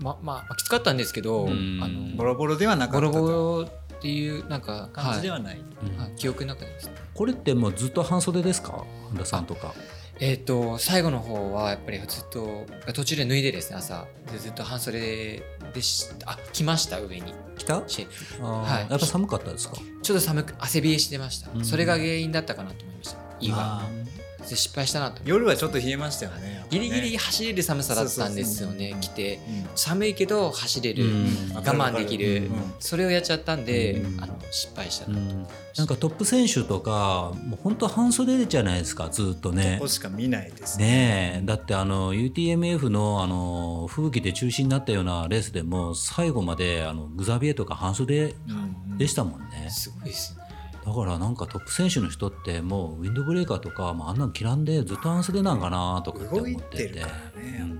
S3: いままあまあきつかったんですけど、
S1: うん
S3: あ
S2: ボ
S3: の
S2: ロボロではなか
S3: ボ
S2: ったと
S3: ロボロっていうなんか
S2: 感じで
S3: は
S2: はない、
S1: うん
S3: いはい記憶の中でですね。
S1: これってもうずっと半袖ですか半田さんとか
S3: えっ、と最後の方はやっぱりずっと途中で脱いでですね朝でずっと半袖でしたあ来ました上に
S1: 来た
S3: シェイ
S1: は
S3: はいい、
S1: やっぱ寒かったですか
S3: ちょっと寒く汗冷えしてました、
S1: うん
S3: それが原因だったかなと思いました胃は
S2: あ
S3: で失敗したなと思いま
S2: 夜はちょっと冷えましたよねやっぱ
S3: し
S2: ね
S3: たギリギリ走れる寒さだったんですよ
S2: そうそう
S3: ね
S2: そう
S3: 来て
S2: うん
S3: 寒いけど走れる、
S1: うん
S3: 我慢できる
S2: うん
S3: それをやっちゃったんで、
S1: うん
S3: あの失敗した
S1: う
S3: な、
S1: んなんかトップ選手とかもう本当半袖じゃないですかずっとね
S2: ここしか見ないです
S1: ねえだってあの UTMF のあの吹雪で中止になったようなレースでも最後まであのグザビエとか半袖
S2: うん
S1: でしたもんね、
S3: すごいですね
S1: だからなんかトップ選手の人ってもうウィンドブレーカーとか、まあ、あんなの嫌んでずっと半袖なんかなとかって
S2: 動い
S1: 思って
S2: て
S1: て
S2: るからねやっぱね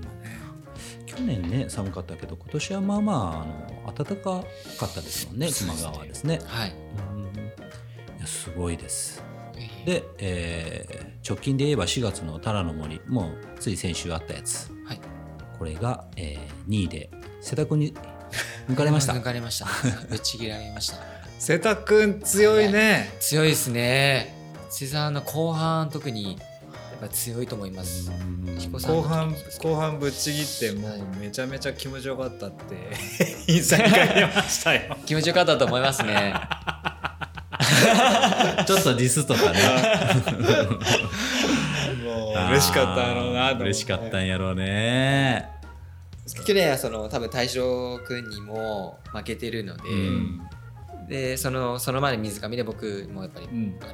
S1: うん去年ね寒かったけど今年はまあまああの暖かかったですもんね
S3: そう
S1: 熊
S3: ですね
S1: 川はですね。
S3: はい
S1: うんいやすごいです。
S3: え
S1: で、えー直近で言えば4月のタラの森もうつい先週あったやつ
S3: ーはい
S1: これが、え2位で瀬田君に抜かれ ました
S3: 抜。かれ ましたぶっちぎられました
S2: 瀬田君強いね
S3: 強いですね瀬沢の後半特にやっぱ強いと思います、
S1: うん
S3: 彦さん
S2: 後半後半ぶっちぎってもうめちゃめちゃ気持ちよかったってインスタに書いてましたよ
S3: 気持ちよかったと思います ね
S1: ちょっとディスとかね
S2: もう嬉しかったろうなと思て
S1: 嬉しかったんやろうね。
S3: 去年はその多分大正君にも負けてるので、
S1: うん
S3: でそのその前の水上で僕もやっぱり、
S2: うん
S3: あの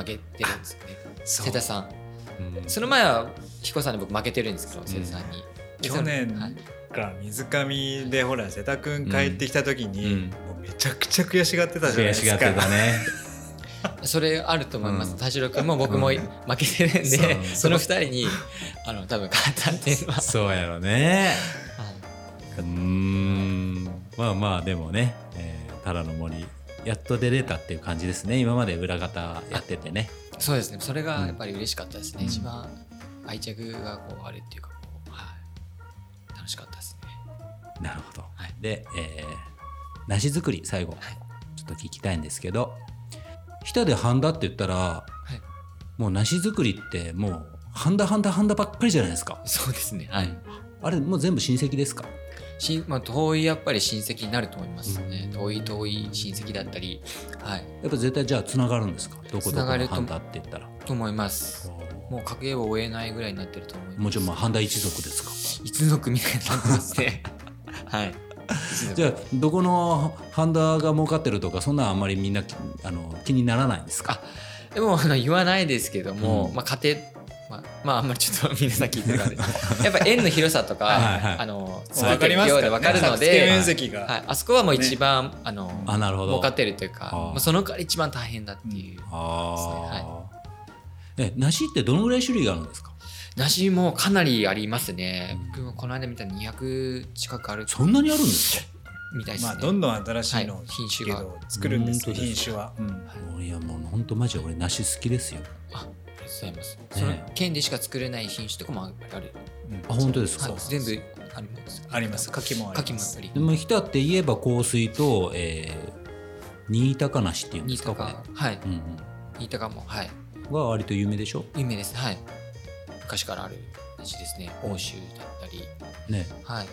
S3: 負けてるんですよね
S2: そう
S3: 瀬田さん
S1: うん
S3: その前は彦さんで僕負けてるんですけど瀬田さんに、で
S2: 去年
S3: そのはい
S2: が水上でほら瀬田君帰ってきた時に、
S1: うん
S2: もうめちゃくちゃ悔しがってたじゃないで
S1: 悔
S2: す
S1: し
S2: か
S1: がってた ね。
S3: それあると思います、
S1: うん
S3: 大正君も僕も
S1: う
S3: 負
S1: ん
S3: けてるんで、
S1: そう
S3: その二人にあの多分勝ったっていうのは、
S1: そうやろね。
S3: はいう
S1: ーん。まあまあでもね、えー、タラの森やっと出れたっていう感じですね。今まで裏方やっててね。
S3: そうですねそれがやっぱり嬉しかったですね、
S1: うん
S3: 一番愛着がこうあれっていうかこう、はい、楽しかったですね
S1: なるほど。
S3: はい
S1: で、えー、梨作り最後、
S3: い
S1: ちょっと聞きたいんですけど、ひたで半田って言ったら、
S3: はい
S1: もう梨作りってもう半田半田半田ばっかりじゃないですか。
S3: そうですねはい、
S1: あれもう全部親戚ですか。
S3: しんまあ、遠いやっぱり親戚になると思いますね、
S1: うん
S3: 遠い遠い親戚だったりはい
S1: やっぱ絶対じゃあつながるんですか。どこどこ
S3: 繋が
S1: の
S3: ると
S1: 半田って言ったら。
S3: と思いますもう家計を終えないぐらいになってると思います
S1: もちろんまあ半田一族ですか。
S3: 一族みたいになってま すねはい
S1: じゃあどこのハンダが儲かってるとかそんなんあんまりみんなきあの気にならないんですか
S3: でもあの言わないですけども、
S1: うん
S3: まあ家庭まあ、まあ、あんまりちょっと皆さん聞いてるか らですやっぱ円の広さとか
S1: はいはい
S3: あの
S2: もう分かります
S3: よ
S2: から、ね、
S3: うで分かるの
S2: 作付け
S3: で、
S2: 面積が、
S3: はい、あそこはもう一番、あの
S1: あなるほど
S3: 儲かってるというか
S1: あー
S3: まあ、その代わり一番大変だっていう、
S1: ああ、え梨ってどのぐらい種類があるんですか
S3: 梨もかなりありますね
S1: うん。
S3: 僕もこの間見たら200近くある
S1: そんなにあるんですか
S3: みたいですね。
S2: まあどんどん新しいのを、
S3: はい品種
S2: け
S3: が
S2: ど作るんです
S1: うん
S2: よ品種は、うん
S1: いやもう本当マジで俺梨好きですよ
S3: あありがとうございます。その県でしか作れない品種とかもやっぱりある。
S2: うん
S1: あ本当ですか
S3: はい、全部あります。
S2: あります柿もあります
S3: 柿もやっぱ
S1: で。
S3: り
S1: も日田って言えば香水と、えー、新高梨っていうんで
S3: 新
S1: すかこれ
S3: 高、はい。
S1: うん
S3: 新高も、はい。
S1: うん、は割と有名でしょ
S3: 有名です。はい。昔からある梨ですね。欧州だったり。
S1: ね
S3: はい。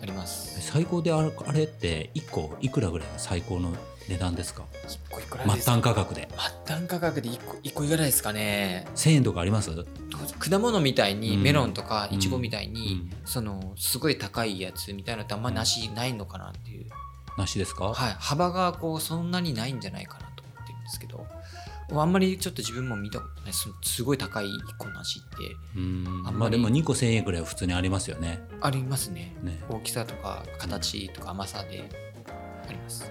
S3: あります
S1: 最高であれあれって1個いくらぐらいが最高の値段ですか
S3: 一個いくら
S1: 末
S3: ですか
S1: 端価格で
S3: 末端価格で一個一個いくらですかね
S1: 1000円とかあります
S3: 果物みたいに
S1: うん
S3: メロンとかいちごみたいに、
S1: うん
S3: そのすごい高いやつみたいなのってあんまり梨ないのかなっていう、
S1: なしですか、
S3: はい、幅がこうそんなにないんじゃないかなと思ってるんですけどあんまりちょっと自分も見たことないそのすごい高い1個の梨って
S1: うん
S3: あんまり
S1: まあでも2個1000円ぐらいは普通にありますよね
S3: ありますね
S1: ね
S3: 大きさとか形とか甘さであります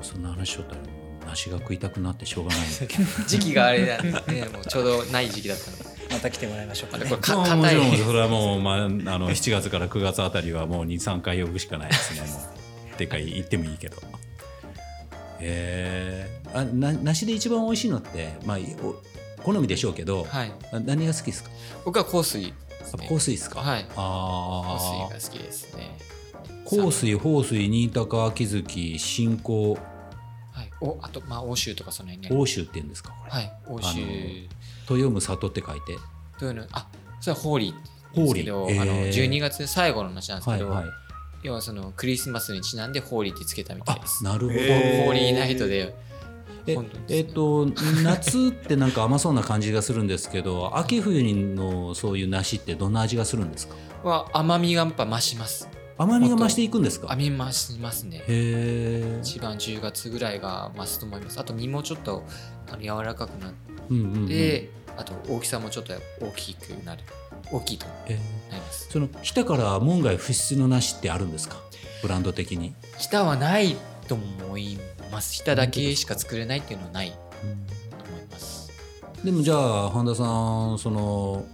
S1: そんな話しとったら梨が食いたくなってしょうがない
S3: 時期があれな んですねもうちょうどない時期だったので
S2: また来てもらいましょうか
S3: あ
S2: ね
S3: れこれ
S1: ま
S3: か
S1: あも
S3: 硬
S1: ち
S3: い
S1: ろんそれはもう、まあ、あの7月から9月あたりはもう23回呼ぶしかないですね もうでかい言ってもいいけどえー、あな梨で一番美味しいのってまあお好みでしょうけど、
S3: はい
S1: あ何が好きですか
S3: 僕は香水です
S1: やっ
S3: ね
S1: ぱ香水ですか、
S3: はい香水
S1: あ
S3: が
S1: あ
S3: 好きですね
S1: 香水豊水新高秋月新興
S3: はいおあとまあ欧州とかその辺ね
S1: 欧州って言うんですかこれ、
S3: はい欧州
S1: あのと読む里って書いて
S3: というのあそれはホーリーって言うんですけど、
S1: ホーリー
S3: あの
S1: へー
S3: 12月最後の話なんです
S1: は
S3: け
S1: い
S3: ど、
S1: はい
S3: 要はそのクリスマスにちなんでホーリーってつけたみたい
S1: あ
S3: です。
S1: なるほど、
S2: へー
S3: ホーリーナイトで
S1: え
S3: 本当に
S1: えっと夏ってなんか甘そうな感じがするんですけど秋冬のそういう梨ってどんな味がするんですか
S3: は甘みがやっぱ増します。
S1: 甘みが増していくんですか
S3: 甘
S1: へ
S3: み増しますね。
S1: え、
S3: 一番10月ぐらいが増すと思います。あと身もちょっとあの柔らかくなっ
S1: うんうんうん、
S3: て、あと大きさもちょっと大きくなる。大きいと
S1: えー
S3: なります。
S1: その北から門外不出の梨ってあるんですかブランド的に、
S3: 下はないと思います。下だけしか作れないっていうのはないと思います。
S1: でもじゃあ半田さんその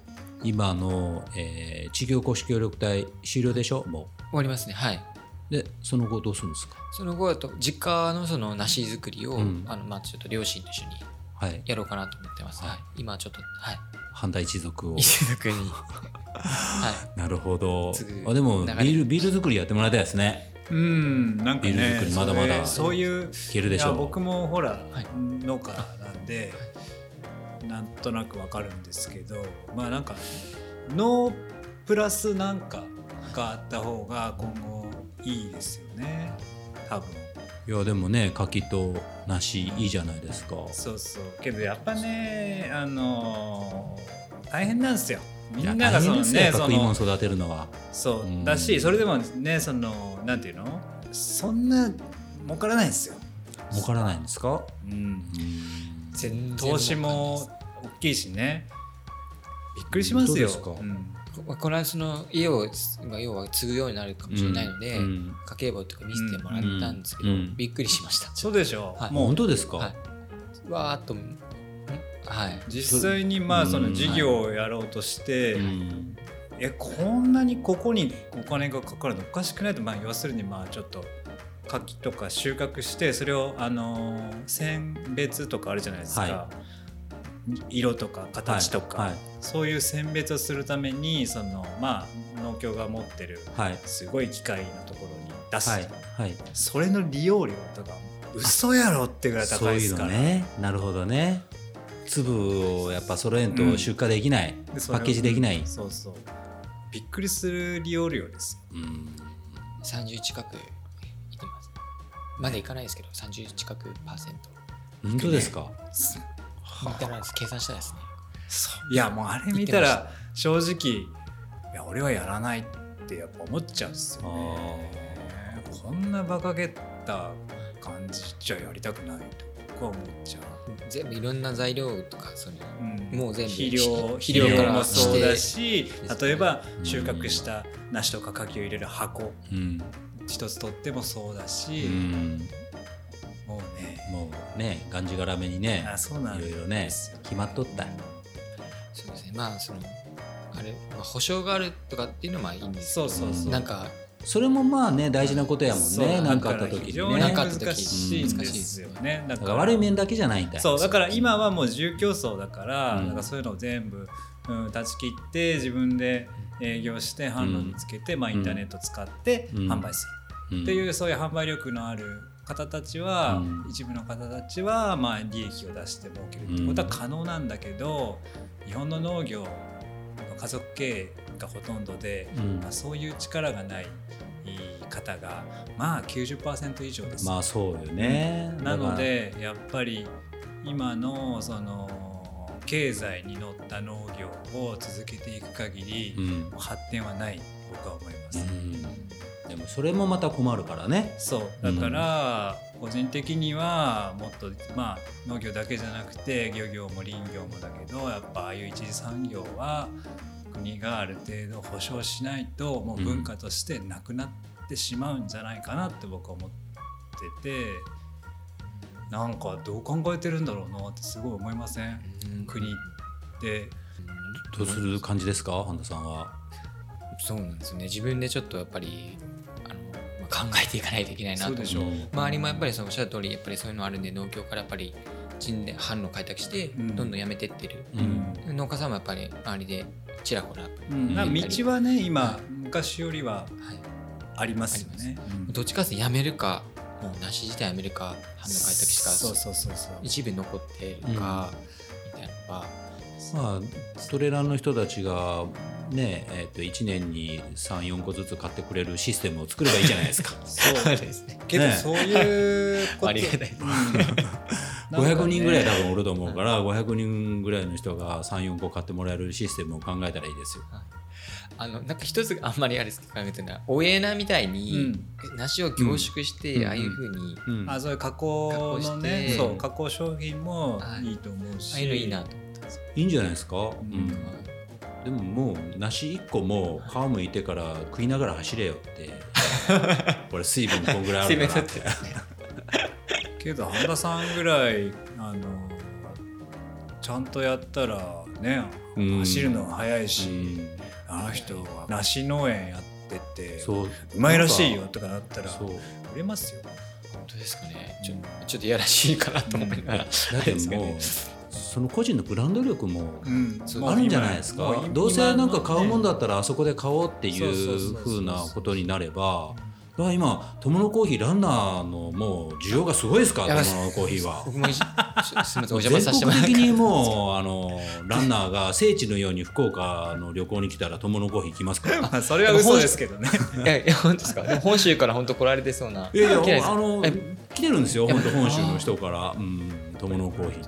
S1: 今の、えー地域おこし協力隊終了でしょも
S3: 終わりますね。はい。
S1: うでその後どうするんですか
S3: その後だと実家のその梨作りを、
S1: うん
S3: あのまあちょっと両親と一緒に
S1: はい
S3: やろうかなと思ってます。
S1: はい
S3: はい、今ちょっとはい
S1: 半田一族を
S3: 一族 には
S1: なるほど
S3: 継ぐ
S1: あでも
S3: 流
S1: ビ
S3: れ
S1: ールビール作りやってもらいたいですね
S2: うんなんか
S1: ビール
S2: ね
S1: 作りまだまだ
S2: それそういう
S1: いけるでしょう
S2: いや僕もほら、
S3: はい
S2: 農家なんでなんとなくわかるんですけどまあなんか農プラスなんかがあった方が今後いいですよね多分
S1: いやでもね柿と梨いいじゃないですか
S2: そうそうけどやっぱねあのー大変なんですよみ
S1: いや
S2: んなが
S1: 大
S2: そ
S1: 変
S2: の
S1: ですね
S2: ね
S1: か
S2: そ
S1: っこいいも
S2: の
S1: ん育てるのは
S2: そう
S1: うん
S2: だしそれでもねそのなんていうのそんな儲からないんですよ、
S1: 儲からないんですか
S2: うん
S1: う、ん
S3: 全然
S2: 投資も大きいしねびっくりしますよ
S1: 本当
S2: うん
S3: いここれはその家をまあ要は継ぐようになるかもしれないので、
S1: うん
S3: 家計簿とか見せてもらったんですけど、
S1: うんうん
S3: びっくりしました。
S2: そうでしょ、
S3: はい
S1: 本
S2: もう
S1: 当ですか、
S3: はいわーっとんはい
S2: 実際にまあそ
S1: うん
S2: の事業をやろうとして、
S1: うん
S2: えこんなにここにお金がかかるのおかしくないとまあ要するにまあちょっと柿とか収穫してそれをあのー選別とかあるじゃないですか、
S1: は
S2: 色とか形とか、
S1: はいはい
S2: そういう選別をするためにそのまあ農協が持ってる
S1: はい
S2: すごい機械のところに出す、
S1: はいはい
S2: それの利用料とか嘘やろってぐらい
S1: そ
S2: 高
S1: う
S2: いで
S1: いう
S2: すか
S1: の
S2: ら
S1: ねなるほどね粒をやっぱ揃えん
S2: う
S1: と
S2: ん
S1: 出荷できない、
S2: でそ
S1: パ
S2: れ
S1: ッ
S2: を
S1: ケージできない、
S2: そうそうびっくりする利用料ですよ
S1: うん
S3: 30近くいってます。まだいかないですけど30近くパーセント。
S1: 本当ですか、
S3: いかないです計算したいですね。
S2: そういやもうあれ見たら正直いや俺はやらないってやっぱ思っちゃうんですよねこんな馬鹿げた感じじゃやりたくないと僕は思っちゃ
S3: 全部いろんな材料とかその
S2: う、うん
S3: もう全部
S2: 肥料
S3: 肥
S2: 肥
S1: 料
S2: 料
S1: から
S2: もそうだし
S3: して
S2: 例えば
S1: うん
S2: 収穫した梨とか柿を入れる箱
S1: うん
S2: 一つ取ってもそうだ
S1: う
S2: し、
S1: ん、
S2: もうね
S1: もうねがんじがらめにね
S2: あそうなん
S1: い
S2: で
S1: ろ
S2: す
S1: い
S2: よ
S1: ろね決まっとった
S3: そうですねまあそのあれ、まあ、保証があるとかっていうのはまあいいんですけど
S2: そうそうそう、
S3: なんか
S1: それもまあね大事なことやもん
S2: そう
S1: ね
S2: だ
S1: 何
S2: か
S1: かあった
S2: ら
S1: 時
S2: 非
S1: に
S2: 常に
S1: ね
S3: な
S1: なんん
S3: かあ
S1: か
S3: った時
S2: 難しいんですよねだ
S1: 悪い面だけじゃないんだ
S2: そううだから今はもう住居層だから、
S1: うん
S2: なんかそういうのを全部、うん、断ち切って自分で営業して販路につけて、まあ、インターネット使って
S1: うん
S2: 販売す
S1: っ
S2: るっていううそういう販売力のある方たちは、
S1: うん
S2: 一部の方たちはまあ利益を出して儲けるってことは可能なんだけど、日本の農業の家族経営がほとんどで、
S1: うん
S2: まあ、そういう力がない方がまあ90%以上です。
S1: まあそうよね。
S2: なのでやっぱり今のその経済に乗った農業を続けていく限り、
S1: だから、うん
S2: 発展はない僕は思います。
S1: うん、でもそれもまた困るからね。
S2: そうだから個人的にはもっと、まあ、農業だけじゃなくて漁業も林業もだけどやっぱああいう一次産業は国がある程度保障しないともう文化としてなくなってしまうんじゃないかなって僕は思っててなんかどう考えてるんだろうなってすごい思いません国って。
S1: どうする感じですか、半田さんは。
S3: そうなんですよね自分でちょっとやっぱりあの、まあ考えていかないといけないな
S2: そう
S3: と
S2: でしょう
S3: 周りもやっぱりそのおっしゃる通りやっぱりそういうのあるんで農協からやっぱり人で販路開拓して
S2: ん
S3: どんどんやめてってる、
S1: うん
S3: 農家さんもやっぱり周りでちらほら、
S2: うん、なんか道はね今昔よりはありますよね。うん
S3: どっちかっていうとやめるかもう梨自体やめるか販路開拓しか
S2: そうそうそうそう
S3: 一部残ってるか、みたいなのは
S1: まあトレーラーの人たちがねえー、と1年に34個ずつ買ってくれるシステムを作ればいいじゃないです か
S2: そう
S3: ですね
S2: けど
S1: ね
S2: そういう こと、
S3: ありがたい です
S2: うん
S1: 500人ぐらい
S2: なんか
S1: 多分おると思うから500人ぐらいの人が34個買ってもらえるシステムを考えたらいいですよ。
S3: あのなんか一つあんまりあれですけど考えてるのはおえなみたいに、梨を凝縮して、
S1: うん
S3: ああいうふうに、あ
S1: うん
S2: ね、あそういう加工の
S3: 加工し
S2: ね
S3: て
S2: そう加工商品もいいと思うし、
S3: あいうのいいなと思ってます、
S1: いいんじゃないですか、うん
S2: うん
S1: でももう梨1個も皮むいてから食いながら走れよって これ水分こんぐらいあるからって
S3: 水
S2: けど半田さんぐらいあのちゃんとやったらね
S1: うん
S2: 走るのが速いうし、
S1: ん
S2: あの人は梨農園やってて
S1: そう
S2: うまいらしいよとかなったら
S1: そう
S2: 売れますよ。
S3: 本当ですかねちょちょっといやらしいかなと思いながら、
S1: だ
S3: あ
S1: って
S3: れですけど
S1: もう
S3: ね
S1: その個人のブランド力も
S2: うん
S3: そう
S2: もう
S1: あるんじゃないです
S2: 今
S1: か
S2: も
S1: どうせなんか買うもんだ
S2: っ
S1: ったらあそこで買おうって
S2: そう
S1: い
S2: そううそうそう
S1: ふうなことになればだから今トモノコーヒーランナーのもう需要がすごいですか
S3: や
S1: ら
S3: ばいっ
S1: ト
S3: す
S1: モノコーヒーは。
S3: 僕もいじすみませんお邪魔
S1: 全
S3: させても
S1: 国
S3: らって
S1: 的にもうあのランナーが聖地のように福岡の旅行に来たら友のコーヒー来ますから
S2: ま あそれは嘘ですけどね。
S3: いやいや本当ですかでも本州から本当来られてそうない
S1: や
S3: 来ない
S1: い
S3: です
S1: やあの
S3: え
S1: 来てるんですよ
S3: や
S1: 本当本州の人からうん友のコーヒ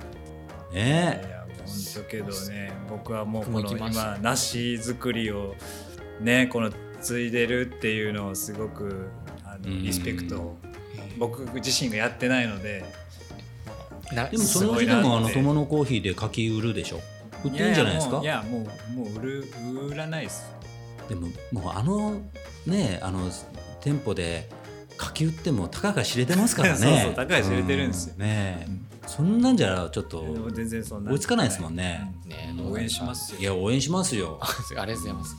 S1: ーね
S2: いや本当けどね僕はもう
S3: 僕
S2: こ
S3: も行
S2: の
S3: きます
S2: 今梨作りをねこの継いでるっていうのをすごくあ
S1: うん
S2: のリスペクトを僕自身がやってないので
S3: な
S1: えでもそ
S3: す
S1: の
S3: ご
S1: う
S3: い
S1: ちで
S2: すごい
S1: も
S2: な
S1: あ
S2: って
S1: の友のコーヒーで書き売るでしょ売ってるんじゃないですか
S2: いやもういやもうもう売る売らないです
S1: でももうあのねあの店舗で書き売ってもたかが知れてますからね
S2: そうそうたかが知れてるんですよ
S1: うねえ
S2: うん
S1: そんなんじゃちょっと
S2: でも全然そんな
S1: 追いつかないですもんね
S3: ね
S1: うん
S2: 応援しますよ
S1: いや応援しますよ
S3: ありがとうございます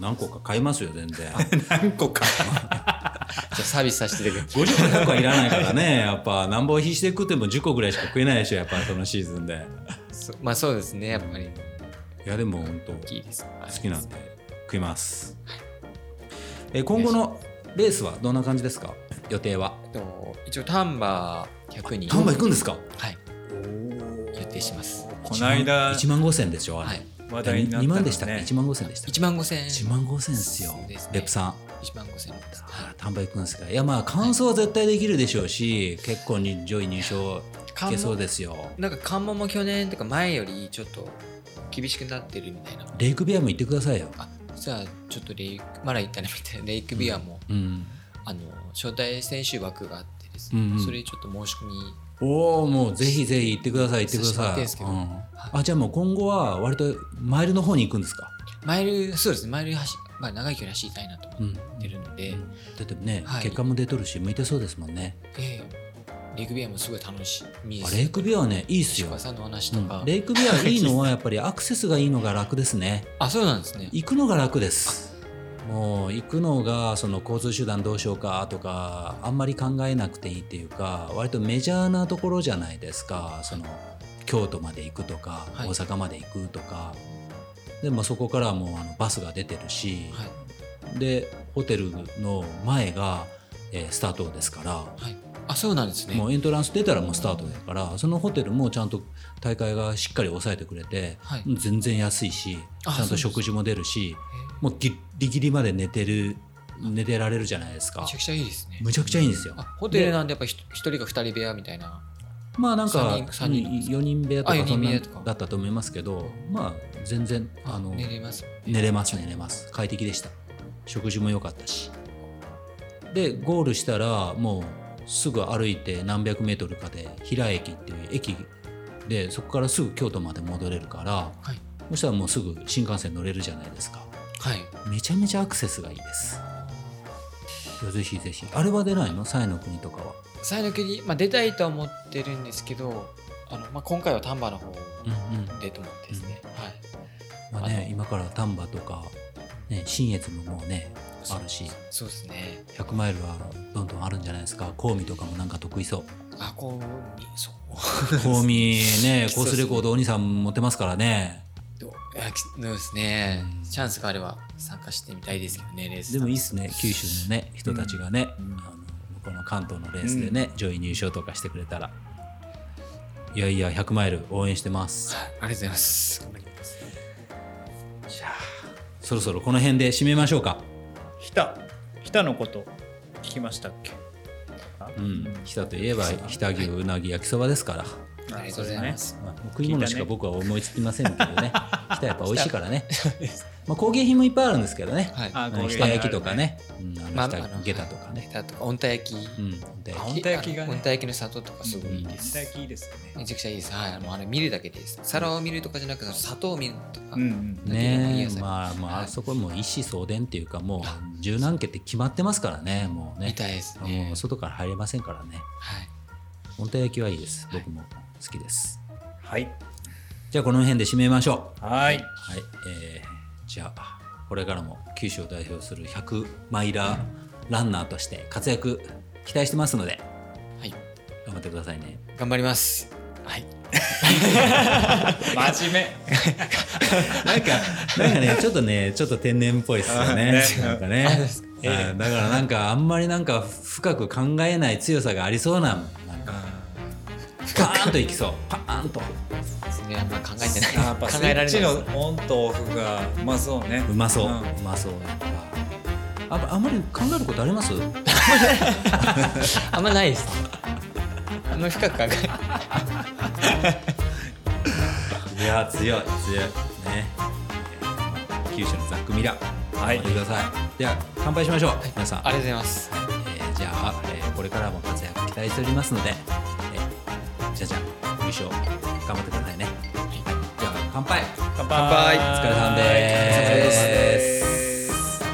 S1: 何個か買いますよ全然
S2: 何個 か
S3: じゃあサービスさせていただきます
S1: 50個100個はいらないからねやっぱ何本引いて食っても10個ぐらいしか食えないでしょやっぱりそのシーズンで
S3: そうまあそうですねやっぱり
S1: いやでも本当
S3: 大きいです
S1: 好きなんで食います、えー今後のレースはどんな感じですか予定は
S3: えっと一応丹波100人
S1: 丹波行くんですか
S3: はい決定します
S2: この間
S1: 1万5千でしょあれ、
S3: はい
S2: 話題になった
S1: 2
S2: の
S1: 万でしたっけ
S2: ね
S1: 1万5千でした
S3: 1万5000円
S1: 1万5千ですよ
S3: そうですね
S1: レプさん
S3: 1万5000円です
S1: あー丹波行くんですかいやまあ完走は絶対できるでしょうし結構に上位入賞いけそうですよ
S3: なんか関門も去年とか前よりちょっと厳しくなってるみたいな
S1: レイクビアも行ってくださいよ
S3: あじゃあちょっとレイクまだ行ったねみたいなレイクビアも、
S1: うん
S3: あの招待選手枠があってです
S1: う
S3: ね、
S1: んうん
S3: それちょっと申し込み
S1: おおもうぜひぜひ行ってください行ってください
S3: 寿司行ってん
S1: うん
S3: はい
S1: あじゃあもう今後は割とマイルの方に行くんですか、
S3: マイルそうですねマイル走、まあ、長い距離走りたいなと思
S1: うん、
S3: ってるので、
S1: うんだってね、
S3: はい
S1: 結果も出とるし向いてそうですもんね
S3: ええレイクビアもすごい楽しみで
S1: あ
S3: す
S1: レイクビアはねいいっす
S3: 石
S1: よ
S3: 川、さんのお話
S1: う
S3: とか、
S1: んレイクビアいいのはやっぱ りアクセスがいいのが楽ですね
S3: あそうなんですね
S1: 行くのが楽ですもう行くのがその交通手段どうしようかとかあんまり考えなくていいっていうか割とメジャーなところじゃないですかその京都まで行くとか
S3: は
S1: 大
S3: い
S1: 阪まで行くとかでまあそこからはもうあのバスが出てるし
S3: はい
S1: でホテルの前がえースタートですから
S3: はいあそうなんですね
S1: もうエントランス出たらもうスタートだからそのホテルもちゃんと大会がしっかり抑えてくれて、
S3: はい
S1: 全然安いし
S3: あ
S1: ちゃんと食事も出るし
S3: え
S1: もうギリギリまで寝てる寝てられるじゃないですか
S3: めちゃくちゃいいですね
S1: むちゃくちゃいいんですよ
S3: あホテルなんでやっぱひ一人が二人部屋みたいな
S1: まあなんか
S3: 三人三人なんですか
S1: 4人部屋と
S3: あ
S1: か
S3: 四
S1: そ
S3: 人
S1: ん
S3: 部
S1: な
S3: 屋
S1: ん
S3: とか
S1: だったと思いますけどまあ全然あの
S3: 寝れます
S1: 寝れます寝れます快適でした食事も良かったしでゴールしたらもうすぐ歩いて何百メートルかで平駅っていう駅でそこからすぐ京都まで戻れるから、
S3: はい
S1: そしたらもうすぐ新幹線乗れるじゃないですか
S3: はい
S1: めちゃめちゃアクセスがいいですいやぜひぜひあれは出ないの西の国とかは、
S3: 最後に、まあ、出たいとは思ってるんですけどあの、まあ、今回は丹波の方でと思ってですね、はい
S1: まあね、今から丹波とか、ね、新越ももうねあるし
S3: そうですね
S1: 100マイルはどんどんあるんじゃないですか近江とかもなんか得意そう
S3: あこうにそう
S1: コーミーね、
S3: きつ
S1: コ
S3: そう
S1: ー
S3: っ
S1: ス
S3: すね
S1: レコードお兄さん持ってますからね。
S3: どうあきそうですね
S1: うん
S3: チャンスがあれば参加してみたいですけどねレース
S1: でもいいっすね、九州のね、人たちがね、
S2: うん
S1: あのこの関東のレースでね、上位入賞とかしてくれたら。いやいや、100マイル応援してます。
S3: はいありがとうございます頑張ります
S1: じゃあ、そろそろこの辺で締めましょうか。
S2: 日田日田のこと聞きましたっけ
S1: うん、日田といえば、日田牛うなぎ焼きそばですから。
S3: ありがとうございます、
S1: まあ食い物し
S2: 聞いた
S1: か
S2: ね
S1: 僕は思いつきませんけどね。日田やっぱ美味しいからね。まあ工芸品もいっぱいあるんですけどね。
S3: はい
S2: あ
S1: あ
S2: こうい
S1: の
S2: う
S1: 日田焼きとかね、うん、あの日田下駄とかね。
S3: 下駄とか温帯焼き、
S1: うん、で
S2: 温帯焼きがね
S3: 温帯焼きの砂糖とかすごいいいで
S2: 日
S3: す、
S2: 田焼きいいですね
S3: めちゃくちゃいいですはいもうあれ見るだけです皿を見るとかじゃなくて砂糖を見るとか、
S2: うんうん
S1: ね
S3: だけでもいい
S1: え
S3: 野菜
S1: まあまあ
S3: はい
S1: あそこはもう一子相伝っていうかもう柔軟家って決まってますからねもうね
S3: みたいですね
S1: もう外から入れませんからね
S3: はい
S1: 本体焼きはいいです僕も好きです、
S2: はい
S1: じゃあこの辺で締めましょう
S2: は
S1: は
S2: い
S1: い、えーじゃあこれからも九州を代表する100マイラーランナーとして活躍期待してますので
S3: はい
S1: 頑張ってくださいね
S3: 頑張りますはい
S2: 真面目
S1: なんか、なんかね、ちょっとね、ちょっと天然っぽいっすよね。
S2: ね
S1: なんかね。うんだからなんか、あんまりなんか深く考えない強さがありそうな、なんか、パーンといきそう。パーンと。
S3: それはあんま考えてない
S2: やっぱ
S3: 考
S2: スイ
S3: えられな
S2: ッ
S3: いで
S2: チ
S3: す
S2: のオンとオフがうまそうね
S1: うまそう。うんまそう。やっぱああんまり考えることあります
S3: あんまないですあんまり深く考え
S1: い や、強い、強い。ね。九州のザックミラ。はい。てください。では、乾杯しましょう。皆さん。
S3: ありがとうございます
S1: えーじゃあ、えーこれからも活躍期待しておりますので、えーじゃあじゃあ優勝頑張ってくださいね、じゃあ乾杯
S2: 乾
S3: 杯
S2: 杯
S1: お疲れさんで
S2: お疲れ様です
S1: す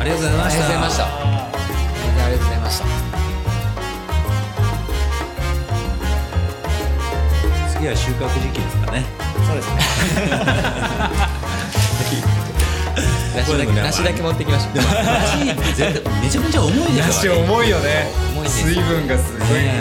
S2: ありがとうございます
S1: ありがとうございました
S3: ありがとうございました本当にありがとうございました
S1: 次は収穫時期ですかね
S2: そうですね
S3: 梨だけ
S1: これもね
S3: 梨だけ持ってきましょう
S1: 梨絶対めちゃめちゃ重いでし
S2: 梨
S1: ょあれ
S2: 重いよね
S3: 重いです
S2: 水分がすごい
S1: ね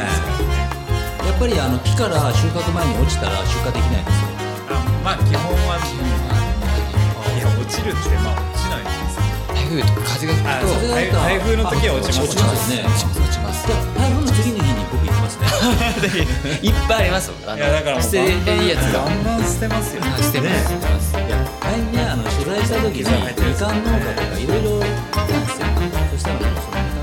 S1: えやっぱりあの木から収穫前に落ちたら収穫できないんですよ
S2: あまあ基本はうんいや落ちるってまあ落ちないです
S3: 台風とか風が
S2: あ
S3: 吹
S2: そう
S3: くと
S2: 台台風の時は落ちます
S1: 落ちますよね
S3: 落ちます落ちま
S1: じゃ
S3: す
S1: あ台風の次の日に僕行きますね
S3: いっぱいありますよあの
S2: いやだからもう
S3: 捨てていいやつが
S2: バンバン捨てますよ
S3: あ捨てます捨てます
S1: いや前にねあの取材した時にみかん農家とかいろいろいたんですよそしたらもうその